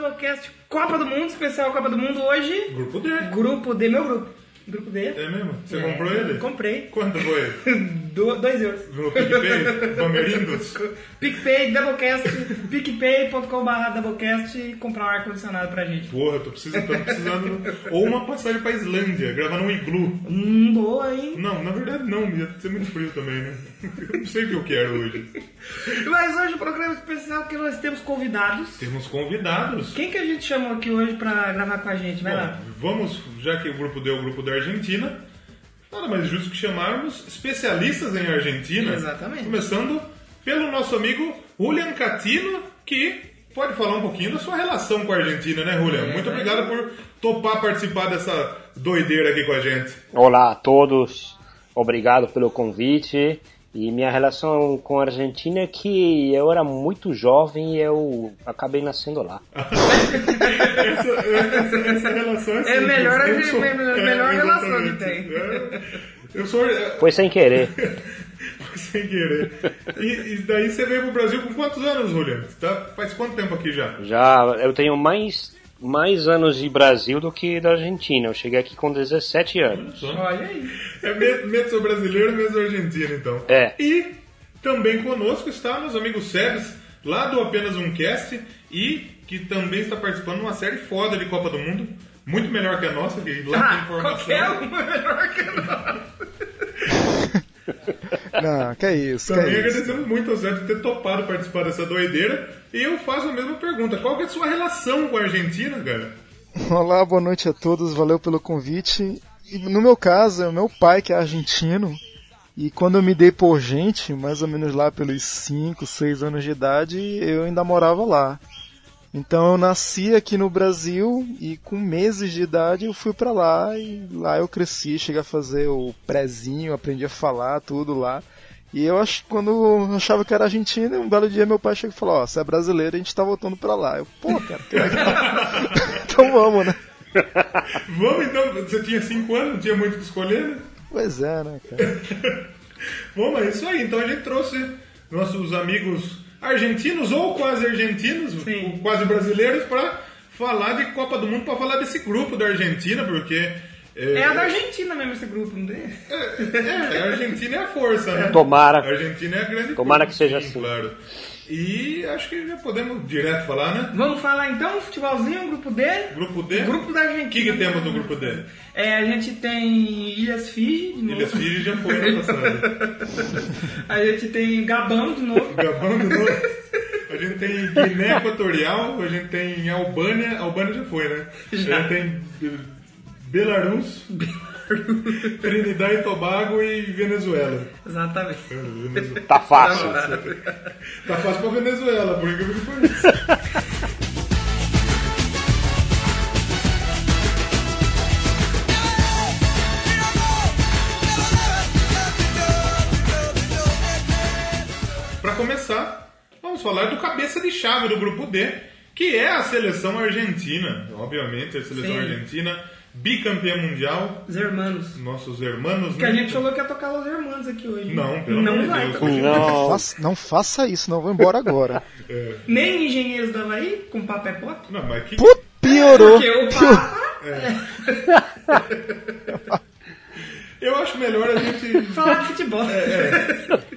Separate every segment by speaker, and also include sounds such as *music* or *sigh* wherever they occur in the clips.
Speaker 1: podcast um Copa do Mundo, especial Copa do Mundo hoje.
Speaker 2: Grupo D.
Speaker 1: Grupo D, meu grupo. Grupo D.
Speaker 2: É mesmo? Você
Speaker 1: É,
Speaker 2: comprou ele?
Speaker 1: Comprei.
Speaker 2: Quanto foi?
Speaker 1: Do, dois euros.
Speaker 2: No PicPay? Bamerindos?
Speaker 1: *laughs* PicPay, Doublecast, picpay.com.br Doublecast e comprar um ar-condicionado pra gente.
Speaker 2: Porra, eu tô precisando, tô precisando. um- Ou uma passagem pra Islândia, gravar num iglu.
Speaker 1: Hum, boa, hein?
Speaker 2: Não, na verdade não, ia ser muito frio também, né? *laughs* Eu não sei o que eu quero hoje.
Speaker 1: Mas hoje o programa é especial porque nós temos convidados.
Speaker 2: Temos convidados.
Speaker 1: Quem que a gente chamou aqui hoje pra gravar com a gente? Vai lá.
Speaker 2: Bom, vamos, já que o grupo deu o grupo da Argentina, nada mais justo que chamarmos especialistas em Argentina.
Speaker 1: Exatamente.
Speaker 2: Começando pelo nosso amigo Julian Catino, que pode falar um pouquinho da sua relação com a Argentina, né, Julian? Muito obrigado por topar participar dessa doideira aqui com a gente.
Speaker 3: Olá a todos, obrigado pelo convite. E minha relação com a Argentina é que eu era muito jovem e eu acabei nascendo lá.
Speaker 2: *laughs* Essa, essa- essa relação é, simples.
Speaker 1: melhor a
Speaker 2: Eu
Speaker 1: gente- é melhor- melhor relação que
Speaker 2: exatamente.
Speaker 1: tem.
Speaker 2: É, eu sou é,
Speaker 3: Foi sem *laughs* querer.
Speaker 2: *laughs* sem querer. E, e daí você veio pro Brasil com quantos anos, Julian? Você Tá, faz quanto tempo aqui já?
Speaker 3: Já eu tenho mais, mais anos de Brasil do que da Argentina. Eu cheguei aqui com 17 anos.
Speaker 1: Olha aí.
Speaker 2: É me- mesmo sou brasileiro, mesmo sou argentino, então.
Speaker 3: É.
Speaker 2: E também conosco está meus amigos Sebes, lá do Apenas Um Cast, e que também está participando de uma série foda de Copa do Mundo, muito melhor que a nossa, que lá tem
Speaker 1: Ah,
Speaker 2: informação.
Speaker 1: qualquer um é melhor que nós.
Speaker 4: Não, que é isso, que
Speaker 2: Também
Speaker 4: isso.
Speaker 2: agradecemos muito ao Zé de ter topado participar dessa doideira. E eu faço a mesma pergunta: qual que é a sua relação com a Argentina, cara?
Speaker 4: Olá, boa noite a todos, valeu pelo convite. E no meu caso, é o meu pai que é argentino, e quando eu me dei por gente, mais ou menos lá pelos 5, 6 anos de idade, eu ainda morava lá. Então eu nasci aqui no Brasil e com meses de idade eu fui pra lá e lá eu cresci, cheguei a fazer o prezinho, aprendi a falar, tudo lá. E eu acho quando eu achava que era argentino, um belo dia meu pai chegou e falou, ó, você é brasileiro, a gente tá voltando pra lá. Eu, pô, cara, que legal. então vamos, né?
Speaker 2: Vamos então, você tinha 5 anos, não tinha muito o que escolher, né?
Speaker 4: Pois é, né, cara?
Speaker 2: Bom, mas é isso aí. Então a gente trouxe nossos amigos argentinos ou quase argentinos,
Speaker 1: Sim.
Speaker 2: ou quase brasileiros, para falar de Copa do Mundo, para falar desse grupo da Argentina, porque
Speaker 1: É a
Speaker 2: é,
Speaker 1: da Argentina mesmo esse grupo, não tem?
Speaker 2: é, a Argentina é a força, né? A
Speaker 3: Tomara.
Speaker 2: Argentina é a grande
Speaker 3: Tomara
Speaker 2: força,
Speaker 3: que seja
Speaker 2: sim,
Speaker 3: assim.
Speaker 2: Claro. E acho que já podemos direto falar, né?
Speaker 1: Vamos falar então, futebolzinho, grupo D.
Speaker 2: Grupo D?
Speaker 1: Grupo da
Speaker 2: O que,
Speaker 1: Argentina.
Speaker 2: que temos no grupo D?
Speaker 1: É, a gente tem Ilhas Fiji, de novo.
Speaker 2: Ilhas Fiji já foi na passada.
Speaker 1: A gente tem Gabão, de novo. *laughs*
Speaker 2: Gabão de novo. né? A gente tem Guiné Equatorial, a gente tem Albânia, Albânia já foi, né? A gente tem eh, Belarus, Trinidad e Tobago e Venezuela.
Speaker 1: Exatamente.
Speaker 2: Eh, Venezuela.
Speaker 3: Tá fácil.
Speaker 2: Tá fácil pra Venezuela, por incrível que pareça. Pra começar, vamos falar do cabeça de chave do grupo D, que é a seleção argentina. Obviamente, a seleção
Speaker 1: Sim.
Speaker 2: argentina, bicampeã mundial,
Speaker 1: Os hermanos.
Speaker 2: nossos irmãos. né?
Speaker 1: Que a gente falou que ia tocar Los Hermanos aqui hoje.
Speaker 2: Não, pelo
Speaker 1: Não
Speaker 2: amor de
Speaker 1: vai
Speaker 2: Deus.
Speaker 1: tocar.
Speaker 3: Não.
Speaker 4: Faça- não faça isso, não, vou embora agora.
Speaker 1: Nem Engenheiros do Havaí, com Papa é Pop.
Speaker 2: Não, mas que
Speaker 4: Pô, piorou.
Speaker 1: Porque o Papa...
Speaker 2: Eu acho melhor a gente
Speaker 1: Falar de futebol.
Speaker 2: É,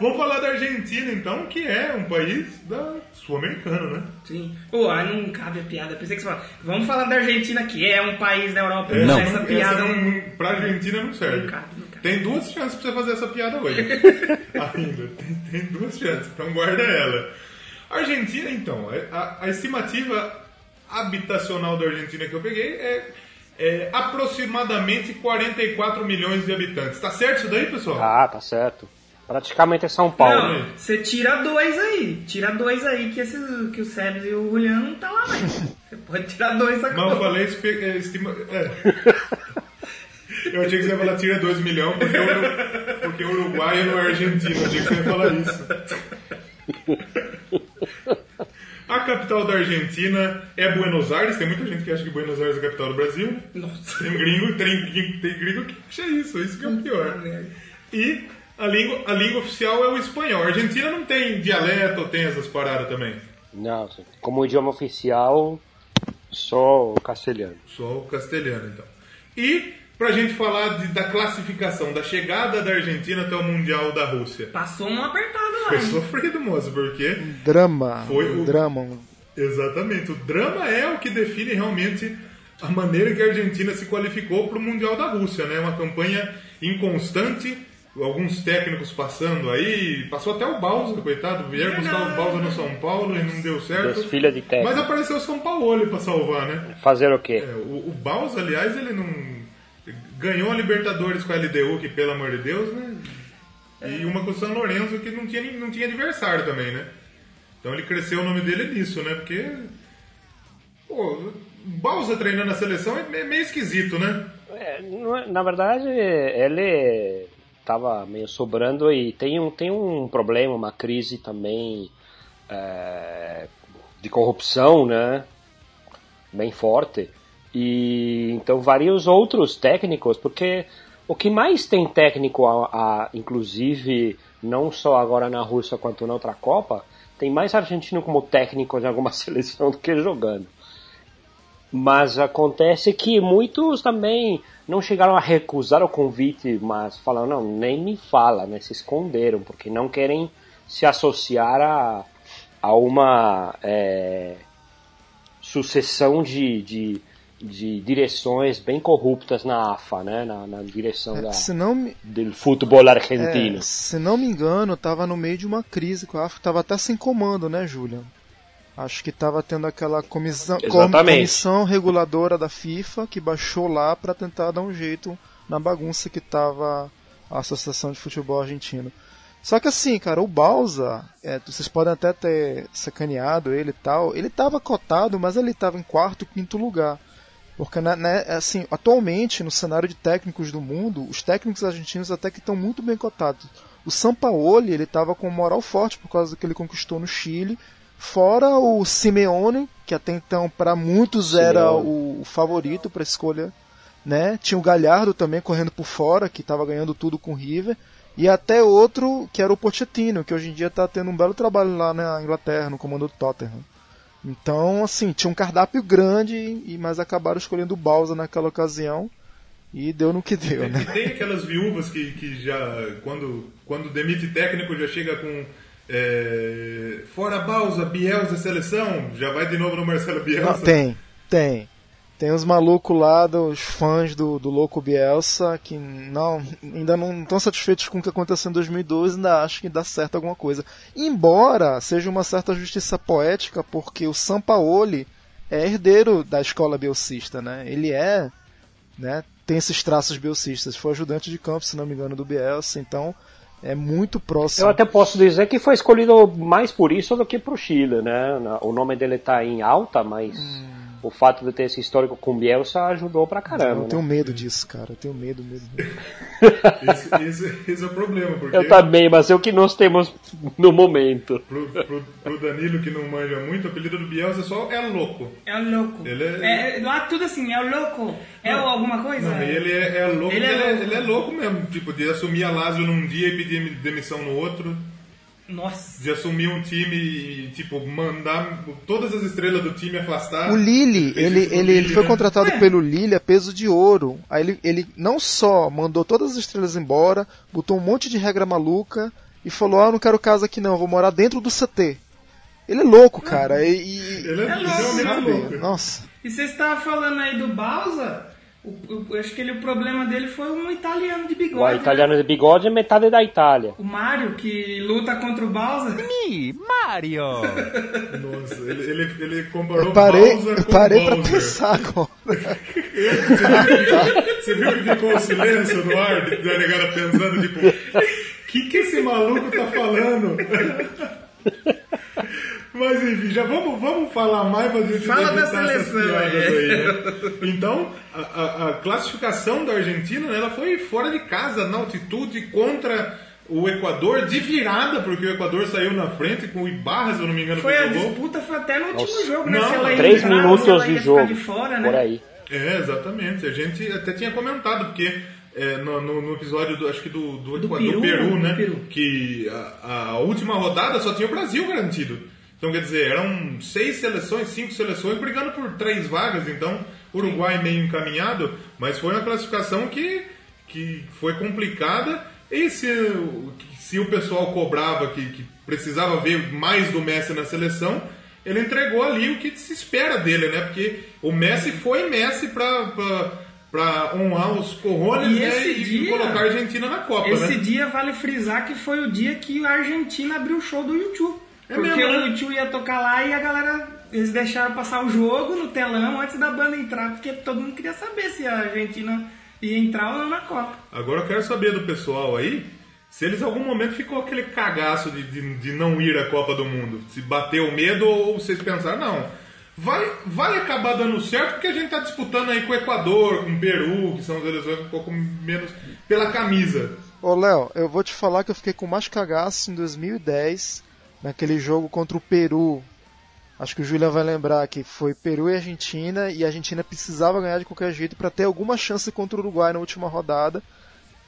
Speaker 2: Vamos falar da Argentina, então, que é um país da sul-americano, né?
Speaker 1: Sim. Pô, aí não cabe a piada. Pensei que você fala, vamos falar da Argentina, que é um país da Europa.
Speaker 2: É,
Speaker 1: Essa piada um
Speaker 2: não, não, pra Argentina não serve.
Speaker 1: Não cabe, não cabe.
Speaker 2: Tem duas chances pra você fazer essa piada
Speaker 1: *laughs*
Speaker 2: hoje. Ainda. Tem, tem duas chances, então guarda ela. Argentina, então, é- a, a estimativa habitacional da Argentina que eu peguei é, é aproximadamente 44 milhões de habitantes. Tá certo isso daí, pessoal?
Speaker 3: Ah, tá certo. Praticamente é São Paulo.
Speaker 1: Não, você tira dois aí. Tira dois aí que, esses, que o Sebs e o Juliano não tá lá, velho. Você pode tirar dois agora.
Speaker 2: Mas eu falei espe- é, estima... é. Eu achei que você ia falar tira 2 milhões porque, o Uru- porque o Uruguai não é argentino. Eu achei que você ia falar isso. A capital da Argentina é Buenos Aires. Tem muita gente que acha que Buenos Aires é a capital do Brasil.
Speaker 1: Nossa.
Speaker 2: Tem gringo, tem, gringo- tem gringo que acha isso. Isso que é o pior.
Speaker 1: merda.
Speaker 2: E a língua, a língua oficial é o espanhol. A Argentina não tem dialeto, tem essas paradas também.
Speaker 3: Não, como idioma oficial, só o castelhano.
Speaker 2: Só o castelhano, então. E pra gente falar de- da classificação, da chegada da Argentina até o Mundial da Rússia.
Speaker 1: Passou uma apertada lá.
Speaker 2: Foi
Speaker 1: hein?
Speaker 2: sofrido, moço, porque
Speaker 4: Drama.
Speaker 2: Foi o-
Speaker 4: Drama. mano.
Speaker 2: exatamente, o drama é o que define realmente a maneira que a Argentina se qualificou pro Mundial da Rússia, né? Uma campanha inconstante, alguns técnicos passando aí, passou até o Balsa, coitado, vieram buscar o Balsa no São Paulo e não deu certo.
Speaker 3: Desfila de técnico.
Speaker 2: Mas apareceu o São Paulo pra salvar, né?
Speaker 3: Fazer o quê?
Speaker 2: É, o, o Baus, aliás, ele não. Ganhou a Libertadores com a LDU, que pelo amor de Deus, né? E uma com o São Lourenço, que não tinha, nem- não tinha adversário também, né? Então ele cresceu o nome dele nisso, né? Porque. Pô, Bausa treinando a seleção é me- meio esquisito, né?
Speaker 3: É, não é- na verdade, ele estava meio sobrando e tem um, tem um problema, uma crise também é, de corrupção, né? Bem forte. E então vários outros técnicos, porque o que mais tem técnico, a, a- inclusive não só agora na Rússia quanto na outra Copa, tem mais argentino como técnico de alguma *laughs* seleção do que jogando. Mas acontece que muitos também não chegaram a recusar o convite, mas falaram, não, nem me fala, né? Se esconderam, porque não querem se associar a, a uma eh, sucessão de, de, de direções bem corruptas na AFA, né? Na, na direção da,
Speaker 4: É, Se não me,
Speaker 3: do futebol
Speaker 4: é,
Speaker 3: argentino.
Speaker 4: se não me engano, tava no meio de uma crise com a África, tava até sem comando, né, Julian? Acho que tava tendo aquela comissão, com-
Speaker 3: Exatamente.
Speaker 4: comissão reguladora da FIFA que baixou lá para tentar dar um jeito na bagunça que tava a Associação de Futebol Argentino. Só que assim, cara, o Balsa, é, vocês podem até ter sacaneado ele e tal, ele tava cotado, mas ele tava em quarto, quinto lugar. Porque, né, né, assim, atualmente, no cenário de técnicos do mundo, os técnicos argentinos até que estão muito bem cotados. O Sampaoli, ele estava com moral forte por causa do que ele conquistou no Chile. Fora o Simeone, que até então, para muitos, era o, o favorito para escolha. Né? Tinha o Galhardo também correndo por fora, que estava ganhando tudo com o River. E até outro, que era o Pochettino, que hoje em dia está tendo um belo trabalho lá na Inglaterra, no comando do Tottenham. Então, assim, tinha um cardápio grande, e mas acabaram escolhendo o Balsa naquela ocasião. E deu no que deu, né?
Speaker 2: E tem aquelas viúvas que, que já, quando, quando demite técnico, já chega com. é, fora Bausa, Bielsa, é seleção, já vai de novo no Marcelo Bielsa.
Speaker 4: Não, tem, tem. Tem os malucos lá, dos fãs do, do Louco Bielsa, que não, ainda não estão satisfeitos com o que aconteceu em 2012, ainda acham que dá certo alguma coisa. Embora seja uma certa justiça poética, porque o Sampaoli é herdeiro da escola bielcista, né? Ele é, né? Tem esses traços bielcistas. Foi ajudante de campo, se não me engano, do Bielsa, então é muito próximo.
Speaker 3: Eu até posso dizer que foi escolhido mais por isso do que pro Chile, né? Na- O nome dele tá em alta, mas o fato de ter esse histórico com Bielsa ajudou pra caramba.
Speaker 4: Eu tenho
Speaker 3: né?
Speaker 4: medo disso, cara. Eu tenho medo mesmo.
Speaker 2: Esse, esse- esse é o problema, porque.
Speaker 3: Eu também, mas é o que nós temos no momento.
Speaker 2: Pro, pro, pro Danilo, que não manja muito, o apelido do Bielsa só é louco.
Speaker 1: É o louco.
Speaker 2: Ele é-
Speaker 1: é... lá tudo assim, é o louco. É o alguma coisa?
Speaker 2: Não, e ele é, é louco, ele
Speaker 1: Ele
Speaker 2: é,
Speaker 1: é
Speaker 2: ele,
Speaker 1: louco.
Speaker 2: é, louco mesmo. Tipo, de assumir a Lazio num dia e pedir demissão no outro.
Speaker 1: Nossa.
Speaker 2: De assumir um time e, tipo, mandar todas as estrelas do time afastar.
Speaker 4: O Lille,
Speaker 2: Fez
Speaker 4: ele,
Speaker 2: isso com o
Speaker 4: ele, ele
Speaker 2: Lille,
Speaker 4: foi
Speaker 2: né?
Speaker 4: contratado
Speaker 1: É.
Speaker 4: pelo Lille a peso de ouro. Aí ele, ele não só mandou todas as estrelas embora, botou um monte de regra maluca e falou: Ah, não quero casa aqui não, vou morar dentro do CT. Ele é louco, cara. E, e-
Speaker 2: Ele é,
Speaker 1: É louco,
Speaker 2: realmente
Speaker 4: sabe?
Speaker 2: louco.
Speaker 4: Nossa.
Speaker 1: E você estava falando aí do Balsa? O, o- eu acho que ele, o problema dele foi um italiano de bigode. né?
Speaker 3: O italiano de bigode é metade da Itália.
Speaker 1: O Mario, que luta contra o Balsa.
Speaker 5: Mario.
Speaker 2: Nossa, ele, ele, ele comparou
Speaker 4: Eu parei,
Speaker 2: É Bowser
Speaker 4: eu
Speaker 2: com
Speaker 4: parei pra
Speaker 2: Bowser.
Speaker 4: pensar agora.
Speaker 2: *laughs* Você viu que ficou o silêncio no ar, da negada pensando, tipo, o que, que esse maluco tá falando? *laughs* Mas enfim, já vamos, vamos falar mais pra gente
Speaker 1: Fala da
Speaker 2: evitar essas
Speaker 1: seleção,
Speaker 2: piadas
Speaker 1: é.
Speaker 2: aí, né? Então, a, a- a classificação da Argentina, né, ela foi fora de casa, na altitude, contra o Equador, de virada, porque o Equador saiu na frente com o Ibarra, se eu não me engano,
Speaker 1: Foi
Speaker 2: que
Speaker 1: a
Speaker 2: jogou.
Speaker 1: disputa, foi até no último
Speaker 3: Nossa.
Speaker 1: jogo, né?
Speaker 2: Não,
Speaker 1: se ela ia
Speaker 3: Três
Speaker 1: entrar,
Speaker 3: minutos
Speaker 1: se ela
Speaker 3: de
Speaker 1: ia
Speaker 3: jogo.
Speaker 1: ficar de fora, né?
Speaker 3: Por aí.
Speaker 2: É, exatamente. A gente até tinha comentado, porque é, no, no- no episódio, do, acho que do, do,
Speaker 1: Do
Speaker 2: Equador-
Speaker 1: Peru,
Speaker 2: do Peru, né?
Speaker 1: do Peru.
Speaker 2: Que a, a última rodada só tinha o Brasil garantido. Então, quer dizer, eram seis seleções, cinco seleções brigando por três vagas, então Uruguai meio encaminhado, mas foi uma classificação que, que foi complicada. E se, se o pessoal cobrava que, que precisava ver mais do Messi na seleção, ele entregou ali o que se espera dele, né? Porque o Messi foi Messi para honrar os corrones
Speaker 1: E
Speaker 2: né?
Speaker 1: esse
Speaker 2: e
Speaker 1: dia-
Speaker 2: colocar a Argentina na Copa,
Speaker 1: Esse
Speaker 2: né?
Speaker 1: dia vale frisar que foi o dia que a Argentina abriu o show do YouTube.
Speaker 2: É
Speaker 1: porque
Speaker 2: mesmo,
Speaker 1: o
Speaker 2: né?
Speaker 1: YouTube ia tocar lá e a galera. Eles deixaram passar o jogo no telão antes da banda entrar, porque todo mundo queria saber se a Argentina ia entrar ou não na Copa.
Speaker 2: Agora eu quero saber do pessoal aí se eles em algum momento ficou aquele cagaço de, de, de não ir à Copa do Mundo. Se bateu o medo ou vocês pensaram, não. Vai, vai acabar dando certo porque a gente tá disputando aí com o Equador, com o Peru, que são seleções um pouco menos pela camisa.
Speaker 4: Ô Léo, eu vou te falar que eu fiquei com mais cagaço em 2010, naquele jogo contra o Peru. Acho que o Julian vai lembrar que foi Peru e Argentina, e a Argentina precisava ganhar de qualquer jeito para ter alguma chance contra o Uruguai na última rodada.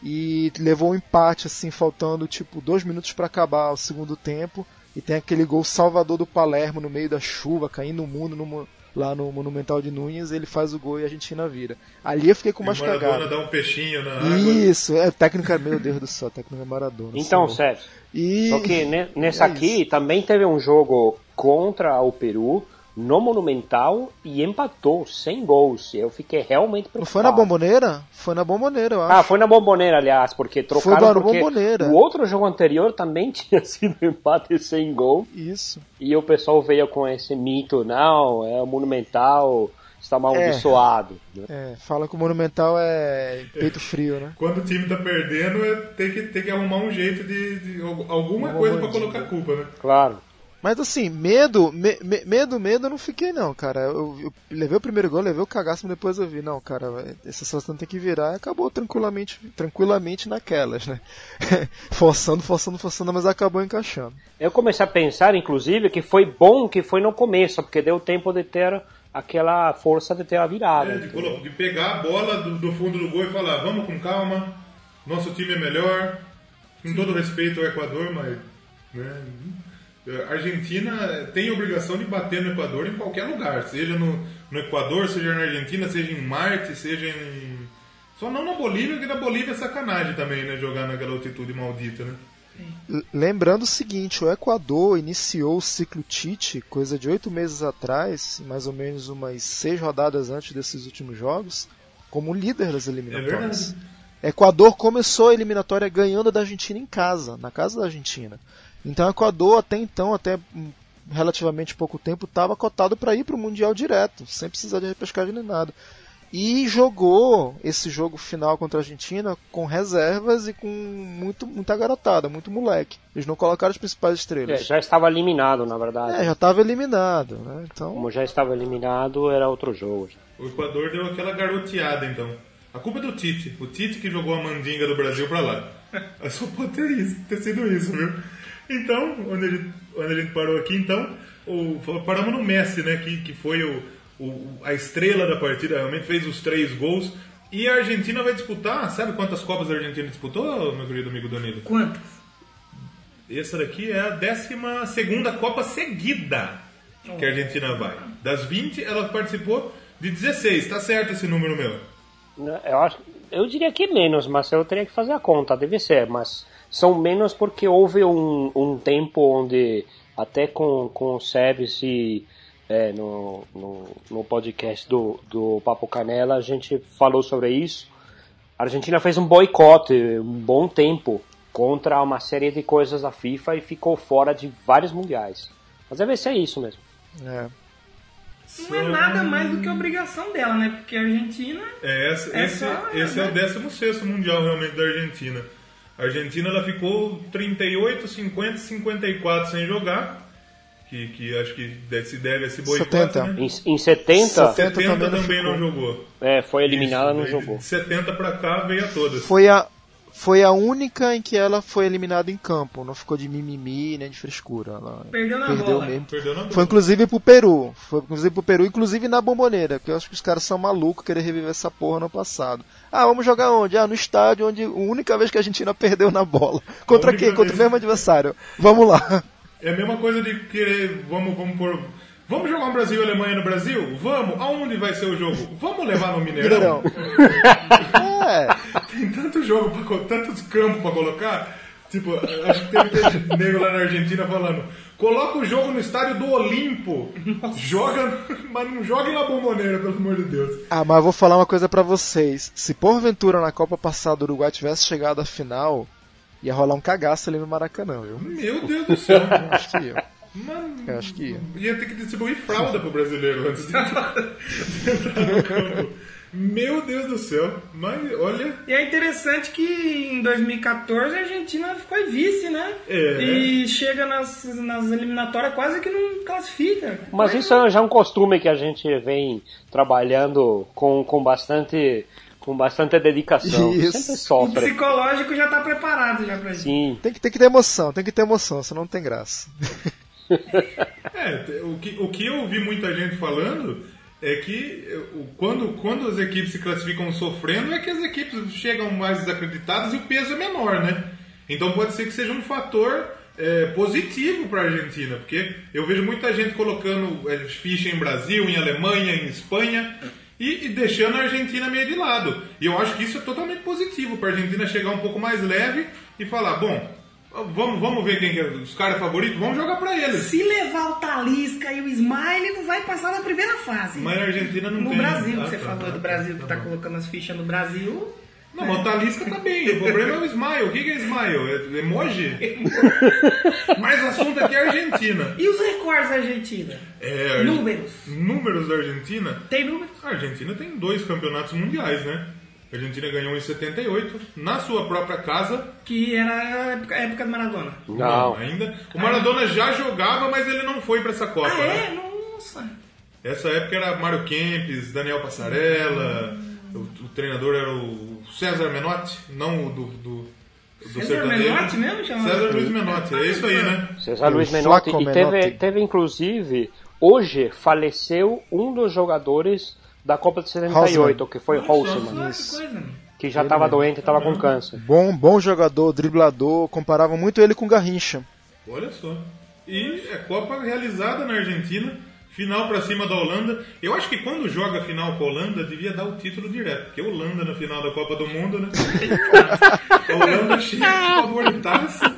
Speaker 4: E levou um empate, assim, faltando tipo dois minutos para acabar o segundo tempo. E tem aquele gol salvador do Palermo no meio da chuva, caindo no mundo no mo- lá no Monumental de Nunes. Ele faz o gol e a Argentina vira. Ali eu fiquei com
Speaker 2: E
Speaker 4: mais
Speaker 2: o Maradona
Speaker 4: cagado.
Speaker 2: dá um peixinho na água.
Speaker 4: Isso, é técnica, meu Deus do céu, técnica Maradona.
Speaker 3: Então,
Speaker 4: senhor.
Speaker 3: Sérgio,
Speaker 4: e...
Speaker 3: Só que ne- nessa
Speaker 4: é
Speaker 3: aqui também teve um jogo contra o Peru no Monumental e empatou sem gols. Eu fiquei realmente preocupado.
Speaker 4: Não foi na bomboneira? Foi na bomboneira, eu acho.
Speaker 3: Ah, foi na Bomboneira, aliás, porque trocaram
Speaker 4: na
Speaker 3: porque
Speaker 4: Bombonera.
Speaker 3: o outro jogo anterior também *laughs* tinha sido empate sem gol
Speaker 4: Isso.
Speaker 3: e o pessoal veio com esse mito, não, é o Monumental, está amaldiçoado. né?
Speaker 4: É, fala que o Monumental é peito frio, né?
Speaker 2: Quando o time tá perdendo, é tem que, tem que arrumar um jeito de, de al- alguma coisa pra
Speaker 4: bandida.
Speaker 2: colocar a culpa, né?
Speaker 3: Claro.
Speaker 4: Mas assim, medo, me- me- medo, medo eu não fiquei não, cara. Eu, eu levei o primeiro gol, levei o cagaço, mas depois eu vi, não, cara, essa situação tem que virar e acabou tranquilamente, tranquilamente naquelas, né? *laughs* forçando, forçando, forçando, mas acabou encaixando.
Speaker 3: Eu comecei a pensar, inclusive, que foi bom que foi no começo, porque deu tempo de ter aquela força de ter a virada.
Speaker 2: É, de, colo- de pegar a bola do, do fundo do gol e falar, vamos com calma, nosso time é melhor, com todo respeito ao Equador, mas né, a Argentina tem a obrigação de bater no Equador em qualquer lugar, seja no, no Equador, seja na Argentina, seja em Marte, seja em. Só não na Bolívia, porque na Bolívia é sacanagem também, né? Jogar naquela altitude maldita, né?
Speaker 4: L- Lembrando o seguinte, o Equador iniciou o ciclo Tite, coisa de oito meses atrás, mais ou menos umas seis rodadas antes desses últimos jogos, como líder das
Speaker 2: É
Speaker 4: eliminatórias.
Speaker 2: verdade.
Speaker 4: Equador começou a eliminatória ganhando da Argentina em casa, na casa da Argentina. Então o Equador até então, até hum, relativamente pouco tempo, estava cotado para ir para o Mundial direto, sem precisar de repescagem nem nada. E jogou esse jogo final contra a Argentina com reservas e com muito, muita garotada, muito moleque. Eles não colocaram as principais
Speaker 3: É,
Speaker 4: estrelas.
Speaker 3: já estava eliminado, na verdade.
Speaker 4: É, já estava eliminado, né? Então,
Speaker 3: Como já estava eliminado, era outro jogo. já.
Speaker 2: O Equador deu aquela garoteada, então. A culpa é do Tite. O Tite que jogou a mandinga do Brasil pra lá. É Só pode ter, isso, ter sido isso, viu? Então, onde ele, onde ele parou aqui, então, o- paramos no Messi, né? Que, que foi o, o- a estrela da partida, realmente fez os três gols. E a Argentina vai disputar, sabe quantas Copas a Argentina disputou, meu querido amigo Danilo?
Speaker 1: Quantas?
Speaker 2: Essa daqui é a 12 segunda Copa seguida que a Argentina vai. Das 20, ela participou de 16. Tá certo esse número meu.
Speaker 3: Né? Eu, acho, eu diria que menos, mas eu teria que fazer a conta, deve ser. Mas são menos porque houve um, um tempo onde, até com, com o Sebs é, no, no, no podcast do, do Papo Canela, a gente falou sobre isso. A Argentina fez um boicote um bom tempo contra uma série de coisas da FIFA e ficou fora de vários mundiais. Mas deve ser isso mesmo.
Speaker 4: é.
Speaker 1: Não é nada mais do que obrigação dela, né? Porque a Argentina.
Speaker 2: É, esse,
Speaker 1: É
Speaker 2: esse,
Speaker 1: só,
Speaker 2: esse é o
Speaker 1: né?
Speaker 2: 16 Mundial realmente da Argentina. A Argentina ela ficou 38, 50, 54 sem jogar. Que, que acho que deve- se deve a esse boicote.
Speaker 4: 70.
Speaker 2: Né?
Speaker 3: Em, em 70,
Speaker 4: 70
Speaker 2: 70
Speaker 4: também não
Speaker 2: também não
Speaker 4: ficou.
Speaker 2: jogou.
Speaker 3: é, foi eliminada,
Speaker 2: Isso,
Speaker 3: não
Speaker 2: daí
Speaker 3: jogou.
Speaker 2: De 70 pra cá veio a todas.
Speaker 4: Foi a foi a única em que ela foi eliminada em campo, não ficou de mimimi nem de frescura. Ela
Speaker 1: Perdeu na
Speaker 4: perdeu
Speaker 1: bola.
Speaker 4: mesmo.
Speaker 2: Perdeu na
Speaker 4: Foi inclusive pro Peru. Foi inclusive pro Peru, inclusive na bomboneira, porque eu acho que os caras são malucos querer reviver essa porra no passado. Ah, vamos jogar onde? Ah, no estádio onde a única vez que a Argentina perdeu na bola. Contra
Speaker 2: única
Speaker 1: é
Speaker 4: quem? Contra o
Speaker 2: vez.
Speaker 4: mesmo adversário. Vamos lá.
Speaker 2: É a mesma coisa de querer, vamos, vamos pôr. Vamos jogar um Brasil e Alemanha no Brasil? Vamos! Aonde vai ser o jogo? Vamos levar no Mineirão?
Speaker 4: Mineirão. é,
Speaker 2: *laughs* Tem tanto jogo, pra, co- tantos campos pra colocar. Tipo, acho que teve aquele nego lá na Argentina falando: coloca o jogo no estádio do Olimpo. Joga, *laughs* mas não joga em La Bombonera, pelo amor de Deus.
Speaker 4: Ah, mas eu vou falar uma coisa pra vocês. Se porventura na Copa passada o Uruguai tivesse chegado à final, ia rolar um cagaço ali no Maracanã, viu?
Speaker 2: Meu Deus do céu.
Speaker 4: Eu acho que ia.
Speaker 2: Mano,
Speaker 4: Eu acho que ia.
Speaker 2: Ia ter que distribuir fralda pro brasileiro antes de entrar, de entrar no campo. Meu Deus do céu. Mas olha,
Speaker 1: E é interessante que em 2014 a Argentina ficou vice, né?
Speaker 2: É.
Speaker 1: E chega nas, nas eliminatórias quase que não classifica.
Speaker 3: Mas isso é já um costume que a gente vem trabalhando com, com bastante com bastante dedicação.
Speaker 4: Isso.
Speaker 3: Sempre
Speaker 1: O
Speaker 3: sofre.
Speaker 1: psicológico já tá preparado já pra isso.
Speaker 3: Sim.
Speaker 4: Tem que, tem que ter emoção, tem que ter emoção, senão não tem graça.
Speaker 2: É, te- o que, o que eu ouvi muita gente falando é que eh, o- quando, quando as equipes se classificam sofrendo é que as equipes chegam mais desacreditadas e o peso é menor, né? Então pode ser que seja um fator eh, positivo para a Argentina, porque eu vejo muita gente colocando eh, ficha em Brasil, em Alemanha, em Espanha e, e deixando a Argentina meio de lado. E eu acho que isso é totalmente positivo para a Argentina chegar um pouco mais leve e falar, bom, vamos, vamos ver quem que é os caras favoritos, vamos jogar para eles.
Speaker 1: Se levar o Talisca e o Smiley, não vai passar na primeira fase.
Speaker 2: Mas a Argentina não
Speaker 1: no
Speaker 2: tem.
Speaker 1: Brasil, que
Speaker 2: Ah,
Speaker 1: você
Speaker 2: tá,
Speaker 1: falou
Speaker 2: tá,
Speaker 1: do Brasil, que tá
Speaker 2: bom.
Speaker 1: colocando as fichas no
Speaker 2: *laughs*
Speaker 1: Brasil.
Speaker 2: Não, mas o Talisca tá bem. O problema é o Smile. O que que é Smile? É emoji? Mas o assunto aqui é a Argentina.
Speaker 1: E os recordes da Argentina?
Speaker 2: É, a Ar-
Speaker 1: Números.
Speaker 2: Números da Argentina.
Speaker 1: Tem números?
Speaker 2: A Argentina tem dois campeonatos mundiais, né? A Argentina ganhou em 78, na sua própria casa.
Speaker 1: Que era a época, a época do Maradona.
Speaker 3: Não. é.
Speaker 2: ainda. O Maradona já jogava, mas ele não foi pra essa Copa,
Speaker 1: Ah,
Speaker 2: né?
Speaker 1: é? Nossa.
Speaker 2: Essa época era Mário Kempes, Daniel Passarella,
Speaker 1: Hum.
Speaker 2: o, o treinador era o César Menotti, não o do. do, do
Speaker 1: César
Speaker 2: sertanejo.
Speaker 1: Menotti mesmo chamava?
Speaker 2: César Luiz Menotti, é isso aí, né?
Speaker 3: César Luiz
Speaker 4: O
Speaker 3: Menotti.
Speaker 4: Flaco
Speaker 3: E teve,
Speaker 4: Menotti.
Speaker 3: teve, inclusive, hoje faleceu um dos jogadores da Copa de 78, que foi Holzman,
Speaker 1: Nossa, que coisa. mano.
Speaker 3: que já estava doente, estava com câncer.
Speaker 4: Bom, bom jogador, driblador, comparavam muito ele com o Garrincha.
Speaker 2: Olha só. E a Copa realizada na Argentina, final pra cima da Holanda. Eu acho que quando joga a final com a Holanda, devia dar o título direto, porque a Holanda na final da Copa do
Speaker 1: *laughs*
Speaker 2: Mundo, né? a Holanda chega favoritaça.